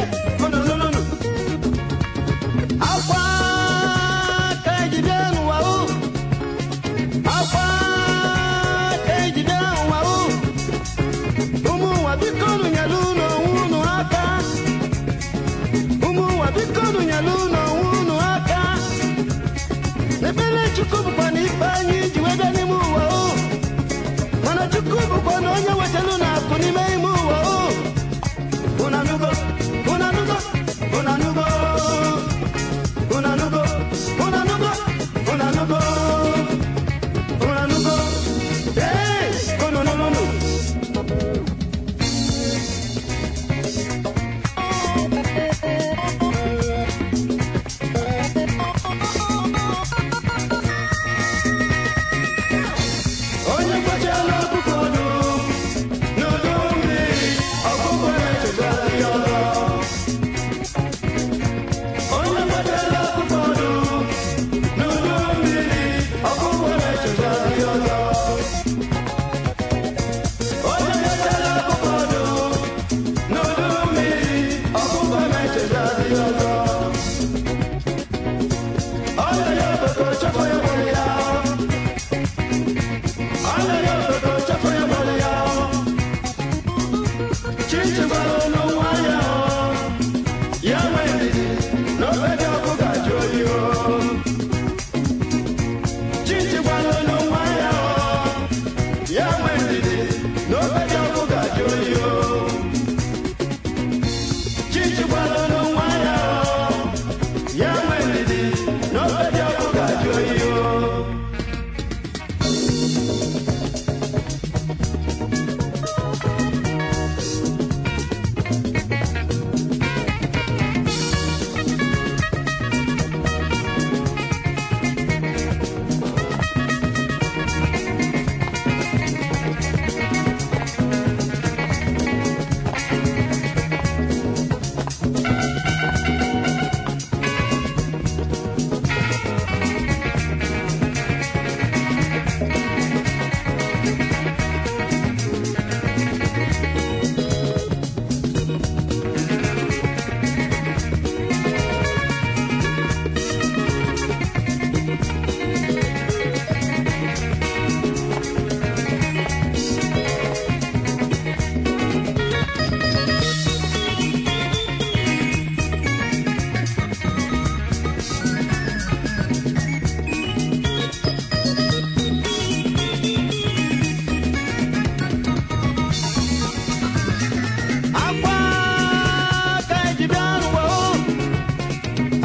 Speaker 8: Eh, onononono. Akwa kejidenu wa o. Akwa kejidenu wa o. Umu wa bikonu nyaluno unu aka. Umu wa bikonu nyaluno unu aka. Nebele chukubu kwa nifanyi jiwebe ni muwa o. Mana chukubu kwa nonya wachelu na kunimei muwa o. Unanugo, unanugo, unanugo, unanugo, unanugo, unanugo, unanugo, hey, no, no, no, no.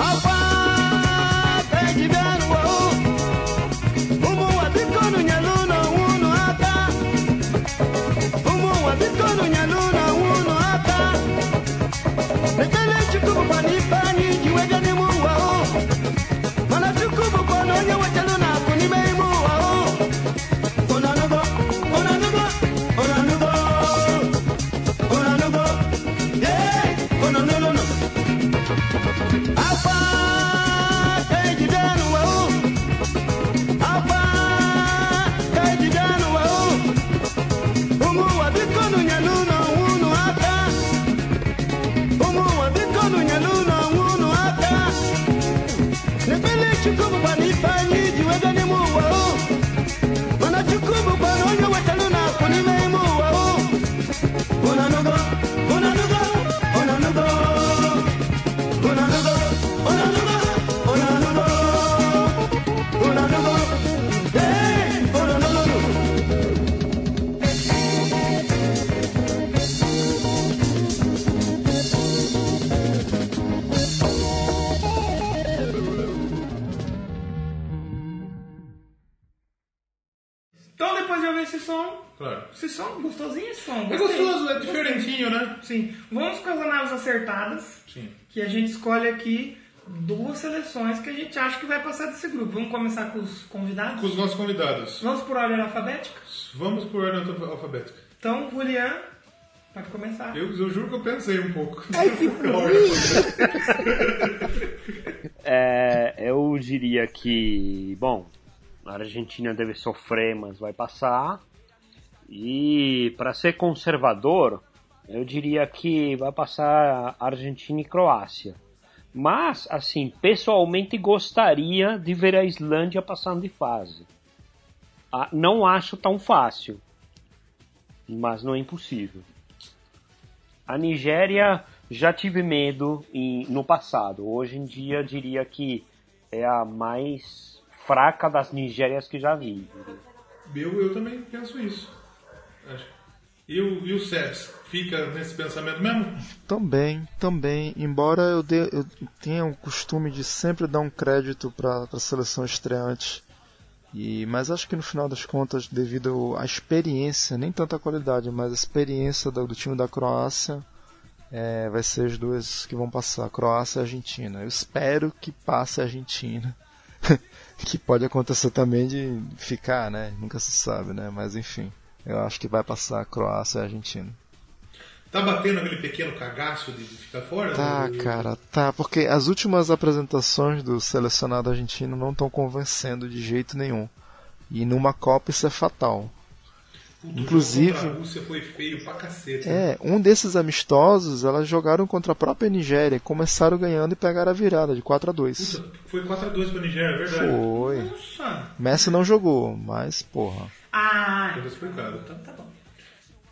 Speaker 8: Agwa ka eji bịa n'ụwa o. Ụmụ ụwa biko nụ nyelụ ụlọ onwe unu aka. Ụmụ ụwa biko nụ nyelụ ụlọ onwe unu aka. Ekele Chukwu bụkwa na ife anyị ji wega n'ime ụwa o. Mana Chukwu bụkwa na onye wetalụ na akụ n'ime ime ụwa o. Unu anụgo? Unu anụgo? Unu anụgo? Unu anụgo? Ee, unu nụlụnụ. Akwa ka ejide n'ụwa o. Akwa ka ejide n'ụwa o. Ụmụ ụwa biko nụ nyelụ ụlọ onwe unu aka. Ụmụ ụwa biko nụ nyelụ ụlọ onwe unu aka. N'ekpere Chukwu bụkwa na ife anyị ji wega n'ime ụwa o. mana chukwu bụkwa na onye wetalụ na akụ n'ime ime ụwa o Unu anụgo? Unu anụgo? Unu anụgo? Unu anụgo? Unu anụgo? Unu anụgo? Unu anụgo? Ee, unu anụgo?
Speaker 1: Então depois de ouvir esse som,
Speaker 2: Claro.
Speaker 1: esse som gostosinho esse som.
Speaker 2: É
Speaker 1: gostei.
Speaker 2: gostoso, é diferentinho, né?
Speaker 1: Sim. Vamos com as análises acertadas.
Speaker 2: Sim.
Speaker 1: Que a gente escolhe aqui duas seleções que a gente acha que vai passar desse grupo. Vamos começar com os convidados?
Speaker 2: Com os nossos convidados.
Speaker 1: Vamos por ordem alfabética?
Speaker 2: Vamos por ordem alfa- alfabética.
Speaker 1: Então, Julian, pode começar.
Speaker 2: Eu, eu juro que eu pensei um pouco. *laughs*
Speaker 3: É, eu diria que, bom, a Argentina deve sofrer, mas vai passar. E para ser conservador, eu diria que vai passar Argentina e Croácia. Mas, assim, pessoalmente gostaria de ver a Islândia passando de fase. Ah, Não acho tão fácil, mas não é impossível. A Nigéria já tive medo em- no passado. Hoje em dia diria que é a mais fraca das Nigérias que já vi.
Speaker 2: Eu, eu também penso isso. Acho. E o, e o Seps fica nesse pensamento mesmo?
Speaker 4: Também, também. Embora eu, dê- eu tenha o costume de sempre dar um crédito para a seleção estreante. E, mas acho que no final das contas, devido à experiência, nem tanto à qualidade, mas a experiência do, do time da Croácia, é, vai ser as duas que vão passar, Croácia e Argentina. Eu espero que passe a Argentina. *laughs* que pode acontecer também de ficar, né? Nunca se sabe, né? Mas enfim, eu acho que vai passar Croácia e Argentina.
Speaker 2: Tá batendo aquele pequeno cagaço de de ficar fora?
Speaker 4: Tá,
Speaker 2: Do-
Speaker 4: cara, tá, porque as últimas apresentações do selecionado argentino não estão convencendo de jeito nenhum. E numa Copa isso é fatal.
Speaker 2: Puta, o jogo
Speaker 4: inclusive-
Speaker 2: contra A Rússia foi feio pra caceta.
Speaker 4: É, um desses amistosos, elas jogaram contra a própria Nigéria, começaram ganhando e pegaram a virada de 4 a 2.
Speaker 2: Puta, foi 4x2 pra Nigéria, é verdade.
Speaker 4: Foi.
Speaker 1: Nossa!
Speaker 4: Messi não jogou, mas porra.
Speaker 1: Ah,
Speaker 2: Tá explicado.
Speaker 1: então tá bom.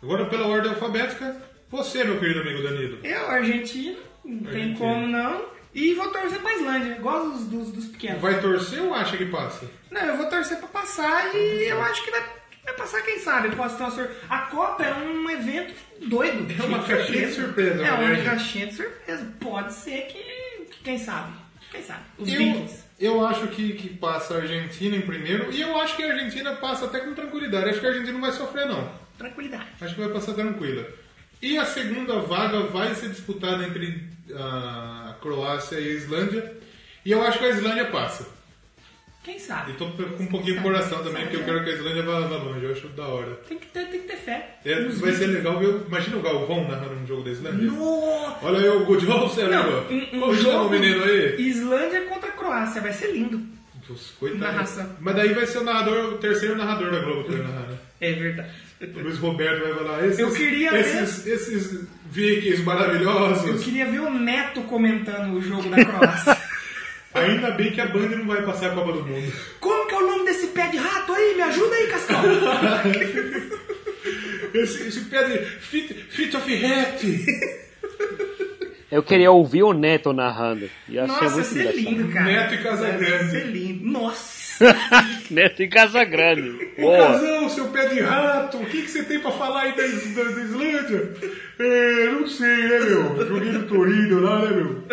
Speaker 2: Agora, pela ordem alfabética, você, meu querido amigo Danilo.
Speaker 1: Eu, Argentina, não tem
Speaker 2: Argentina.
Speaker 1: como não. E vou torcer pra Islândia, igual dos, dos, dos pequenos.
Speaker 2: Vai torcer ou acha que passa?
Speaker 1: Não, eu vou torcer pra passar e eu acho que vai, vai passar, quem sabe. Eu posso ter uma sur... A Copa é um evento doido. né?
Speaker 2: É *laughs* uma caixinha de surpresa,
Speaker 1: É uma
Speaker 2: né?
Speaker 1: caixinha de surpresa. Pode ser que. que Quem sabe? Quem sabe? Os
Speaker 2: Eu,
Speaker 1: Vikings.
Speaker 2: eu acho que, que passa a Argentina em primeiro e eu acho que a Argentina passa até com tranquilidade. Acho que a Argentina não vai sofrer, não.
Speaker 1: Tranquilidade.
Speaker 2: Acho que vai passar tranquila. E a segunda vaga vai ser disputada entre ah, a Croácia e a Islândia. E eu acho que a Islândia passa.
Speaker 1: Quem
Speaker 2: E
Speaker 1: sabe?
Speaker 2: tô com um pouquinho de coração também, porque eu quero que a Islândia vá, vá longe. Eu acho da hora.
Speaker 1: Tem que ter, tem que ter fé.
Speaker 2: É, vai ser legal ver. Imagina o Galvão narrando um jogo da Islândia.
Speaker 1: No...
Speaker 2: Olha aí o Good Hall, sério.
Speaker 1: Não, um, um
Speaker 2: Como chama
Speaker 1: jogo
Speaker 2: o menino aí?
Speaker 1: Islândia contra a Croácia. Vai ser lindo.
Speaker 2: Putz, coitado.
Speaker 1: Narração.
Speaker 2: Mas daí vai ser o narrador, o terceiro narrador da Globo que vai narrar, né?
Speaker 1: É verdade.
Speaker 2: O Luiz Roberto vai falar. Esses,
Speaker 1: Eu queria ver-
Speaker 2: esses, esses vikings
Speaker 1: Eu
Speaker 2: maravilhosos.
Speaker 1: queria ver o Neto comentando o jogo da Croácia.
Speaker 2: *laughs* Ainda bem que a Band não vai passar a Copa do Mundo.
Speaker 1: Como que é o nome desse pé de rato aí? Me ajuda aí, Cascão.
Speaker 2: Esse, esse pé de fit, fit of hat.
Speaker 3: Eu queria ouvir o Neto narrando. Ia ser
Speaker 1: Nossa,
Speaker 3: muito
Speaker 1: ser
Speaker 3: engraçado.
Speaker 1: lindo, cara.
Speaker 2: Neto e Casagrande.
Speaker 1: Nossa, Ser lindo.
Speaker 4: *laughs*
Speaker 1: Nossa.
Speaker 3: Neto e Casagrande.
Speaker 2: Ô
Speaker 3: Boa.
Speaker 2: casal, seu pé de rato, o que, que você tem pra falar aí da, Is- da, da Islândia? É, não sei, né, meu? Joguei no Torino lá, né, meu?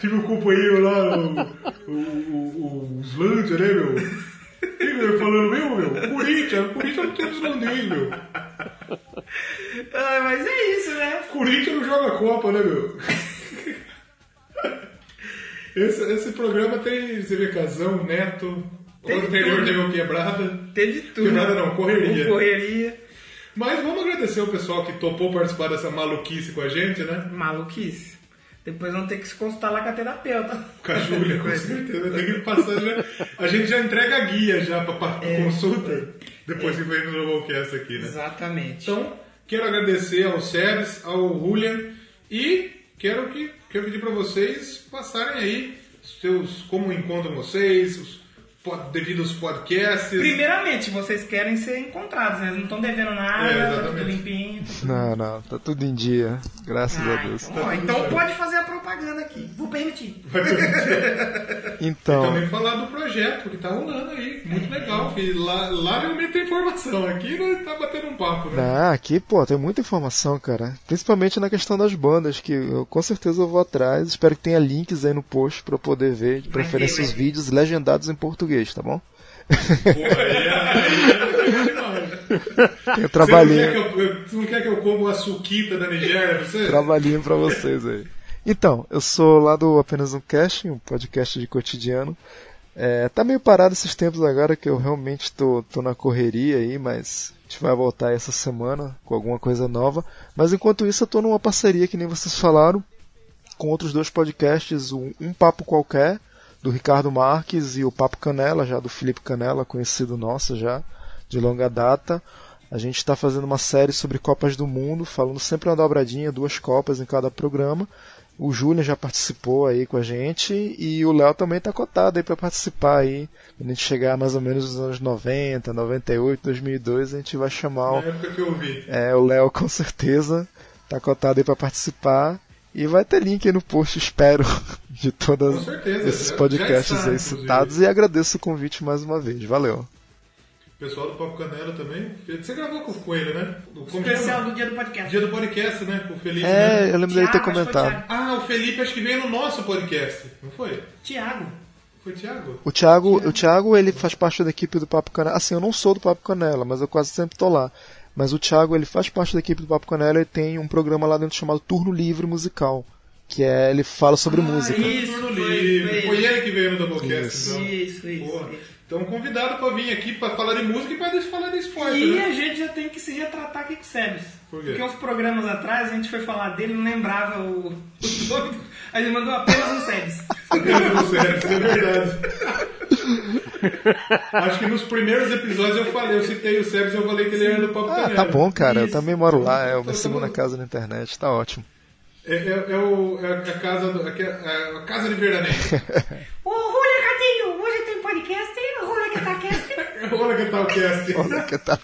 Speaker 2: Tive um companheiro lá, o, o, o, o Islândia, né, meu? Igor falando, meu, meu, Corinthians, Corinthians não tem islandês, meu.
Speaker 1: Ah, mas é isso, né?
Speaker 2: Corinthians não joga Copa, né, meu? Esse, esse programa tem, você vê, Casão, Neto, o
Speaker 1: Teve
Speaker 2: anterior
Speaker 1: tudo.
Speaker 2: teve o Quebrada.
Speaker 1: Teve tudo. Um
Speaker 2: Quebrada não, correria.
Speaker 1: Correria.
Speaker 2: Mas vamos agradecer o pessoal que topou participar dessa maluquice com a gente, né?
Speaker 1: Maluquice. Depois vão ter que se consultar lá com a terapeuta.
Speaker 2: Com a Júlia, com certeza. Tem que passar já. A gente já entrega a guia já pra, pra consulta. Depois que vem no Doublecast aqui, né?
Speaker 1: Exatamente.
Speaker 2: Então, quero agradecer ao Sebs, ao Julian e quero, que, quero pedir para vocês passarem aí os seus, como encontram vocês, os pod, devidos podcasts.
Speaker 1: Primeiramente, vocês querem ser encontrados, né? Não estão devendo nada,
Speaker 2: É,
Speaker 1: tá tudo
Speaker 2: exatamente.
Speaker 1: limpinho.
Speaker 4: Não, não, tá tudo em dia. Graças a
Speaker 1: Ah,
Speaker 4: Deus.
Speaker 1: então, ó, então pode fazer a propaganda aqui. Vou permitir.
Speaker 4: Então,
Speaker 2: Também falar do projeto que tá rolando aí, muito legal. Que lá, lá realmente tem informação, aqui nós tá batendo um papo, né?
Speaker 4: ah, aqui, pô, tem muita informação, cara. Principalmente na questão das bandas, que eu com certeza eu vou atrás. Espero que tenha links aí no post pra eu poder ver, de preferência
Speaker 1: ter,
Speaker 4: os
Speaker 1: vai.
Speaker 4: vídeos legendados em português, tá bom?
Speaker 2: Pô, aí é, aí é demais.
Speaker 4: Tem um
Speaker 2: Você não, quer
Speaker 4: trabalhinho.
Speaker 2: que eu, você não quer que eu como a suquita da Nigéria? Você?
Speaker 4: trabalhinho pra vocês aí. Então, eu sou lá do Apenas um Cast, um podcast de cotidiano. É, tá meio parado esses tempos agora que eu realmente tô, tô na correria aí, mas a gente vai voltar essa semana com alguma coisa nova. Mas enquanto isso, eu tô numa parceria que nem vocês falaram com outros dois podcasts, um, um Papo Qualquer, do Ricardo Marques, e o Papo Canela, já do Felipe Canela, conhecido nosso já, de longa data. A gente está fazendo uma série sobre Copas do Mundo, falando sempre uma dobradinha, duas Copas em cada programa. O Júnior já participou aí com a gente e o Léo também está cotado aí para participar aí. Quando a gente chegar mais ou menos nos anos 90, 98, 2002, a gente vai chamar o
Speaker 2: Na época que eu vi.
Speaker 4: é, o Léo com certeza tá cotado aí pra participar. E vai ter link aí no post, espero, *laughs* de
Speaker 2: Com
Speaker 4: todos
Speaker 2: certeza,
Speaker 4: esses
Speaker 2: já-
Speaker 4: podcasts
Speaker 2: já está,
Speaker 4: aí
Speaker 2: inclusive.
Speaker 4: citados. E agradeço o convite mais uma vez. Valeu.
Speaker 2: O pessoal do Papo Canela também. Você gravou com o Coelho, né? Do, como
Speaker 1: Especial
Speaker 2: chama?
Speaker 1: é do dia do podcast.
Speaker 2: Dia do podcast, né? Com o Felipe.
Speaker 4: É,
Speaker 2: né?
Speaker 4: eu lembro dele ter
Speaker 1: Thiago, acho que foi
Speaker 4: comentado.
Speaker 2: Ah, o Felipe acho que veio no nosso podcast, não foi?
Speaker 1: Tiago.
Speaker 2: Foi o Thiago?
Speaker 4: O Thiago, o Thiago, ele faz parte da equipe do Papo Canela. Assim, eu não sou do Papo Canela, mas eu quase sempre tô lá. Mas o Thiago, ele faz parte da equipe do Papo Canela e tem um programa lá dentro chamado Turno Livre Musical, que é ele fala
Speaker 1: Ah,
Speaker 4: sobre música.
Speaker 1: Isso,
Speaker 2: Turno
Speaker 1: foi-
Speaker 2: livre.
Speaker 1: foi
Speaker 2: Foi,
Speaker 1: ele.
Speaker 2: ele que veio no Doublecast,
Speaker 1: Isso,
Speaker 2: então.
Speaker 1: isso,
Speaker 2: Porra.
Speaker 1: isso.
Speaker 2: Então, convidado pra vir aqui pra falar de música e pra falar de esporte,
Speaker 1: E
Speaker 2: né?
Speaker 1: a gente já tem que se retratar aqui com o Sebes.
Speaker 2: Por quê?
Speaker 1: Porque uns programas atrás a gente foi falar dele não lembrava o, o nome. Aí ele mandou apenas um Sebes.
Speaker 2: Sério, isso é verdade. Acho que nos primeiros episódios eu falei, eu citei o Sebs e eu falei que ele era do Papo
Speaker 4: Ah,
Speaker 2: Canela.
Speaker 4: tá bom, cara. Eu
Speaker 1: Isso.
Speaker 4: também moro lá. É uma
Speaker 2: Então,
Speaker 4: segunda
Speaker 2: tamo-
Speaker 4: casa na internet. Tá ótimo.
Speaker 2: É, é- é o- é a casa do, é a- a casa de
Speaker 4: *laughs*
Speaker 2: Verdaneiro.
Speaker 9: Ô, Rulha, Cadinho, hoje tem podcast, hein? Rulha que tá cast.
Speaker 2: Olha que tal cast.
Speaker 4: Olha que tal.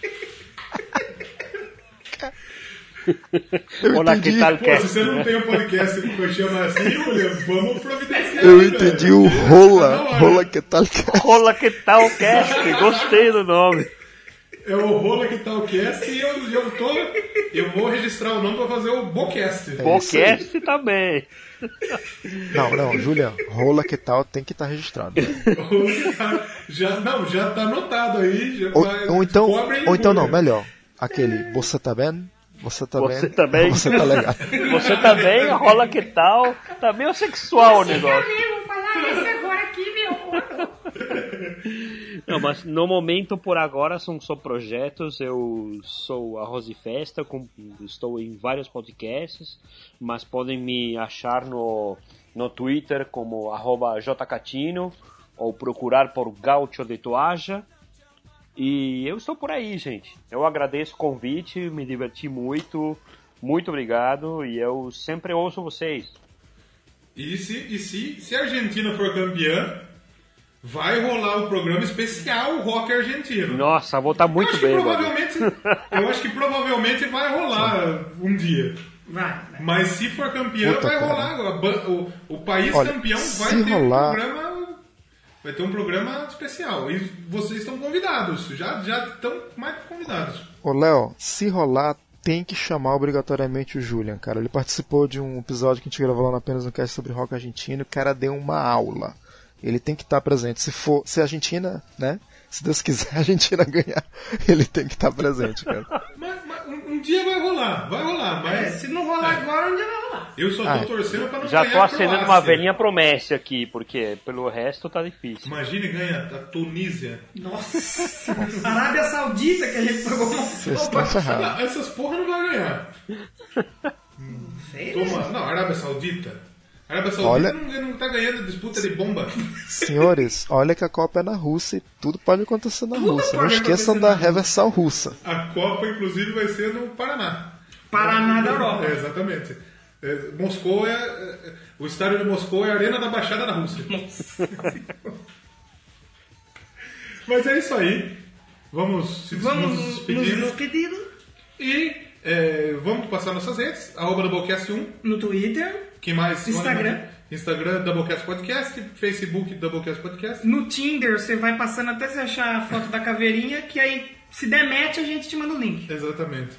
Speaker 3: Olá, que
Speaker 4: entendi.
Speaker 3: tal
Speaker 1: é
Speaker 2: Pô, se
Speaker 3: cast,
Speaker 2: você não
Speaker 3: né?
Speaker 2: tem um podcast que chama assim, olha, vamos providenciar.
Speaker 4: Eu
Speaker 2: né,
Speaker 4: entendi
Speaker 2: velho?
Speaker 4: o
Speaker 2: Tá
Speaker 4: rola.
Speaker 2: na hora.
Speaker 4: Rola que tal.
Speaker 3: Olá, que tal cast? Gostei do nome.
Speaker 2: É o rola que tal cast e eu, eu tô. Eu vou registrar o nome pra fazer o Bocast.
Speaker 3: Bom
Speaker 4: isso aí.
Speaker 3: cast também.
Speaker 4: Não, não, Julian. Rola que tal tem que estar registrado.
Speaker 2: *laughs* já, não, já tá anotado aí. Já
Speaker 4: Ou,
Speaker 2: tá-
Speaker 4: ou então,
Speaker 2: cobre aí,
Speaker 4: ou então não,
Speaker 2: Júlia.
Speaker 4: melhor. Aquele, você tá bem? Você tá
Speaker 3: Você
Speaker 4: bem?
Speaker 3: tá bem?
Speaker 4: Você
Speaker 3: *laughs*
Speaker 4: tá legal.
Speaker 3: Você também, rola que tal? Tá meio sexual o negócio.
Speaker 9: Vou falar isso agora aqui, meu.
Speaker 3: Não, mas no momento por agora são só projetos. Eu sou a Rose Festa, com- estou em vários podcasts, mas podem me achar no, no Twitter como arroba jcatino ou procurar por Gaucho de Toaja. E eu estou por aí, gente. Eu agradeço o convite, me diverti muito. Muito obrigado e eu sempre ouço vocês.
Speaker 2: E, se, e se, se a Argentina for campeã, vai rolar um programa especial rock argentino.
Speaker 3: Nossa, vou estar
Speaker 2: eu
Speaker 3: muito
Speaker 2: acho
Speaker 3: bem,
Speaker 2: que
Speaker 3: Bob.
Speaker 2: provavelmente, Eu acho que provavelmente vai rolar um dia.
Speaker 1: Vai, vai.
Speaker 2: Mas se for campeão,
Speaker 4: Puta,
Speaker 2: vai
Speaker 4: cara.
Speaker 2: rolar. A ban- O, o país
Speaker 4: Olha,
Speaker 2: campeão vai
Speaker 4: se
Speaker 2: ter
Speaker 4: rolar-
Speaker 2: um programa. Vai ter um programa especial. E vocês estão convidados. Já, já estão mais que convidados.
Speaker 4: Ô, Léo, se rolar, tem que chamar obrigatoriamente o Julian, cara. Ele participou de um episódio que a gente gravou lá no apenas um cast sobre rock argentino, e o cara deu uma aula. Ele tem que estar presente. Se for, se a Argentina, né? Se Deus quiser *laughs* a Argentina ganhar, ele tem que estar presente, cara.
Speaker 2: Mas, mas um, um dia vai rolar, vai rolar,
Speaker 1: É,
Speaker 2: mas
Speaker 1: se não rolar agora, onde vai rolar?
Speaker 2: eu só tô
Speaker 4: Ah,
Speaker 2: torcendo pra não
Speaker 3: Já
Speaker 2: ganhar
Speaker 3: tô
Speaker 2: a
Speaker 3: acendendo
Speaker 2: Croácia.
Speaker 3: uma velhinha promessa aqui, porque pelo resto tá difícil.
Speaker 2: Imagine ganha a Tunísia.
Speaker 1: Nossa! Arábia Saudita que a gente pegou uma
Speaker 4: Vocês estão ferrados.
Speaker 2: Ah, essas porra não vai ganhar.
Speaker 1: Sei, né?
Speaker 2: Toma, não, Arábia Saudita. Arábia Saudita
Speaker 4: Olha-
Speaker 2: não, não tá ganhando disputa de bomba.
Speaker 4: Senhores, olha que a Copa é na Rússia e tudo pode acontecer na
Speaker 1: Tudo
Speaker 4: Rússia. Não
Speaker 1: pode acontecer
Speaker 4: esqueçam da
Speaker 1: na Rússia.
Speaker 4: reversal russa.
Speaker 2: A Copa, inclusive, vai ser no Paraná.
Speaker 1: Paraná da
Speaker 2: É,
Speaker 1: Europa.
Speaker 2: exatamente. É, Moscou é, é- O estádio de Moscou é a Arena da Baixada da Rússia. Mas é isso aí. Vamos se
Speaker 1: Vamos
Speaker 2: nos
Speaker 1: nos
Speaker 2: despedindo.
Speaker 1: despedindo
Speaker 2: E é, vamos passar nossas redes. Arroba Doublecast1.
Speaker 1: no Twitter,
Speaker 2: Quem mais?
Speaker 1: Instagram.
Speaker 2: Instagram, Doublecast Podcast. Facebook, Doublecast Podcast.
Speaker 1: no Tinder, você vai passando até você achar a foto da caveirinha, que aí se der match, a gente te manda o link.
Speaker 2: Exatamente.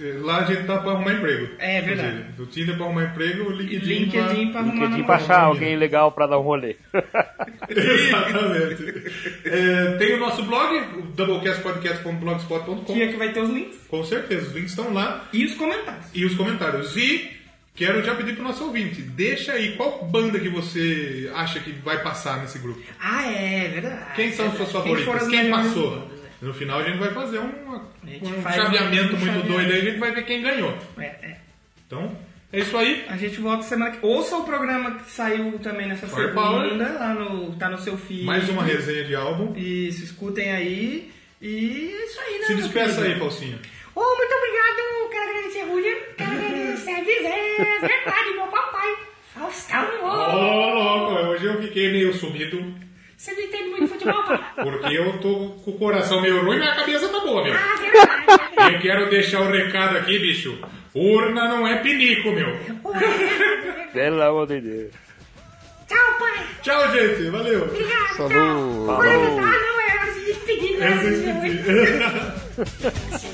Speaker 2: É, Lá a gente tá pra arrumar emprego.
Speaker 1: É verdade.
Speaker 2: Inclusive. Do Tinder pra arrumar emprego, o LinkedIn,
Speaker 1: LinkedIn pra arrumar
Speaker 3: Pedi pra
Speaker 1: namorado.
Speaker 3: achar alguém legal pra dar um rolê. *laughs*
Speaker 2: Exatamente. É, tem o nosso blog, o
Speaker 9: Tá.
Speaker 2: doublecastpodcast.blogspot.com.
Speaker 1: Que aqui vai ter os links
Speaker 2: Com certeza, os links estão lá
Speaker 1: e os comentários.
Speaker 2: e os comentários. E quero já pedir pro nosso ouvinte, deixa aí qual banda que você acha que vai passar nesse grupo.
Speaker 1: Ah, é verdade.
Speaker 2: Quem são os seus
Speaker 1: Quem foram
Speaker 2: favoritos?
Speaker 1: as
Speaker 2: Quem
Speaker 1: melhores
Speaker 2: passou?
Speaker 1: bandas, é.
Speaker 2: No final a gente vai fazer um,
Speaker 1: gente
Speaker 2: um
Speaker 1: faz
Speaker 2: chaveamento
Speaker 1: um
Speaker 2: muito
Speaker 1: chaveamento.
Speaker 2: doido né? aí, a gente vai ver quem ganhou.
Speaker 1: É, é.
Speaker 2: Então, é isso aí.
Speaker 1: A gente volta semana que... Ouça o programa que saiu também nessa
Speaker 2: Fire Power.
Speaker 1: segunda, lá no... Tá no seu feed.
Speaker 2: Mais uma resenha de álbum.
Speaker 1: Isso, escutem aí. E é isso aí, né?
Speaker 2: Se
Speaker 1: meu
Speaker 2: despeça aí,
Speaker 1: querido?
Speaker 2: Falsinha.
Speaker 9: Oh, muito obrigado, quero agradecer, Julian.
Speaker 2: *laughs*
Speaker 9: Quero agradecer a Zé, verdade, meu papai. Faustão,
Speaker 2: Ô,
Speaker 9: oh.
Speaker 2: louco, hoje eu fiquei meio sumido.
Speaker 9: Você não entende muito de futebol, papai?
Speaker 2: Porque eu tô com o coração meio ruim, mas a cabeça tá boa, meu.
Speaker 9: Ah, verdade.
Speaker 2: Eu quero deixar o recado aqui, bicho. Urna não é pinico, meu.
Speaker 9: Oh, verdade.
Speaker 3: Pelo amor de Deus.
Speaker 9: Tchau, pai.
Speaker 2: Tchau, gente. Valeu.
Speaker 9: Obrigado,
Speaker 4: Falou.
Speaker 2: tá
Speaker 9: tchau. Foi, Ah, não, é, eu me despedi, né?
Speaker 2: Eu me despedi.
Speaker 9: Tchau.
Speaker 7: é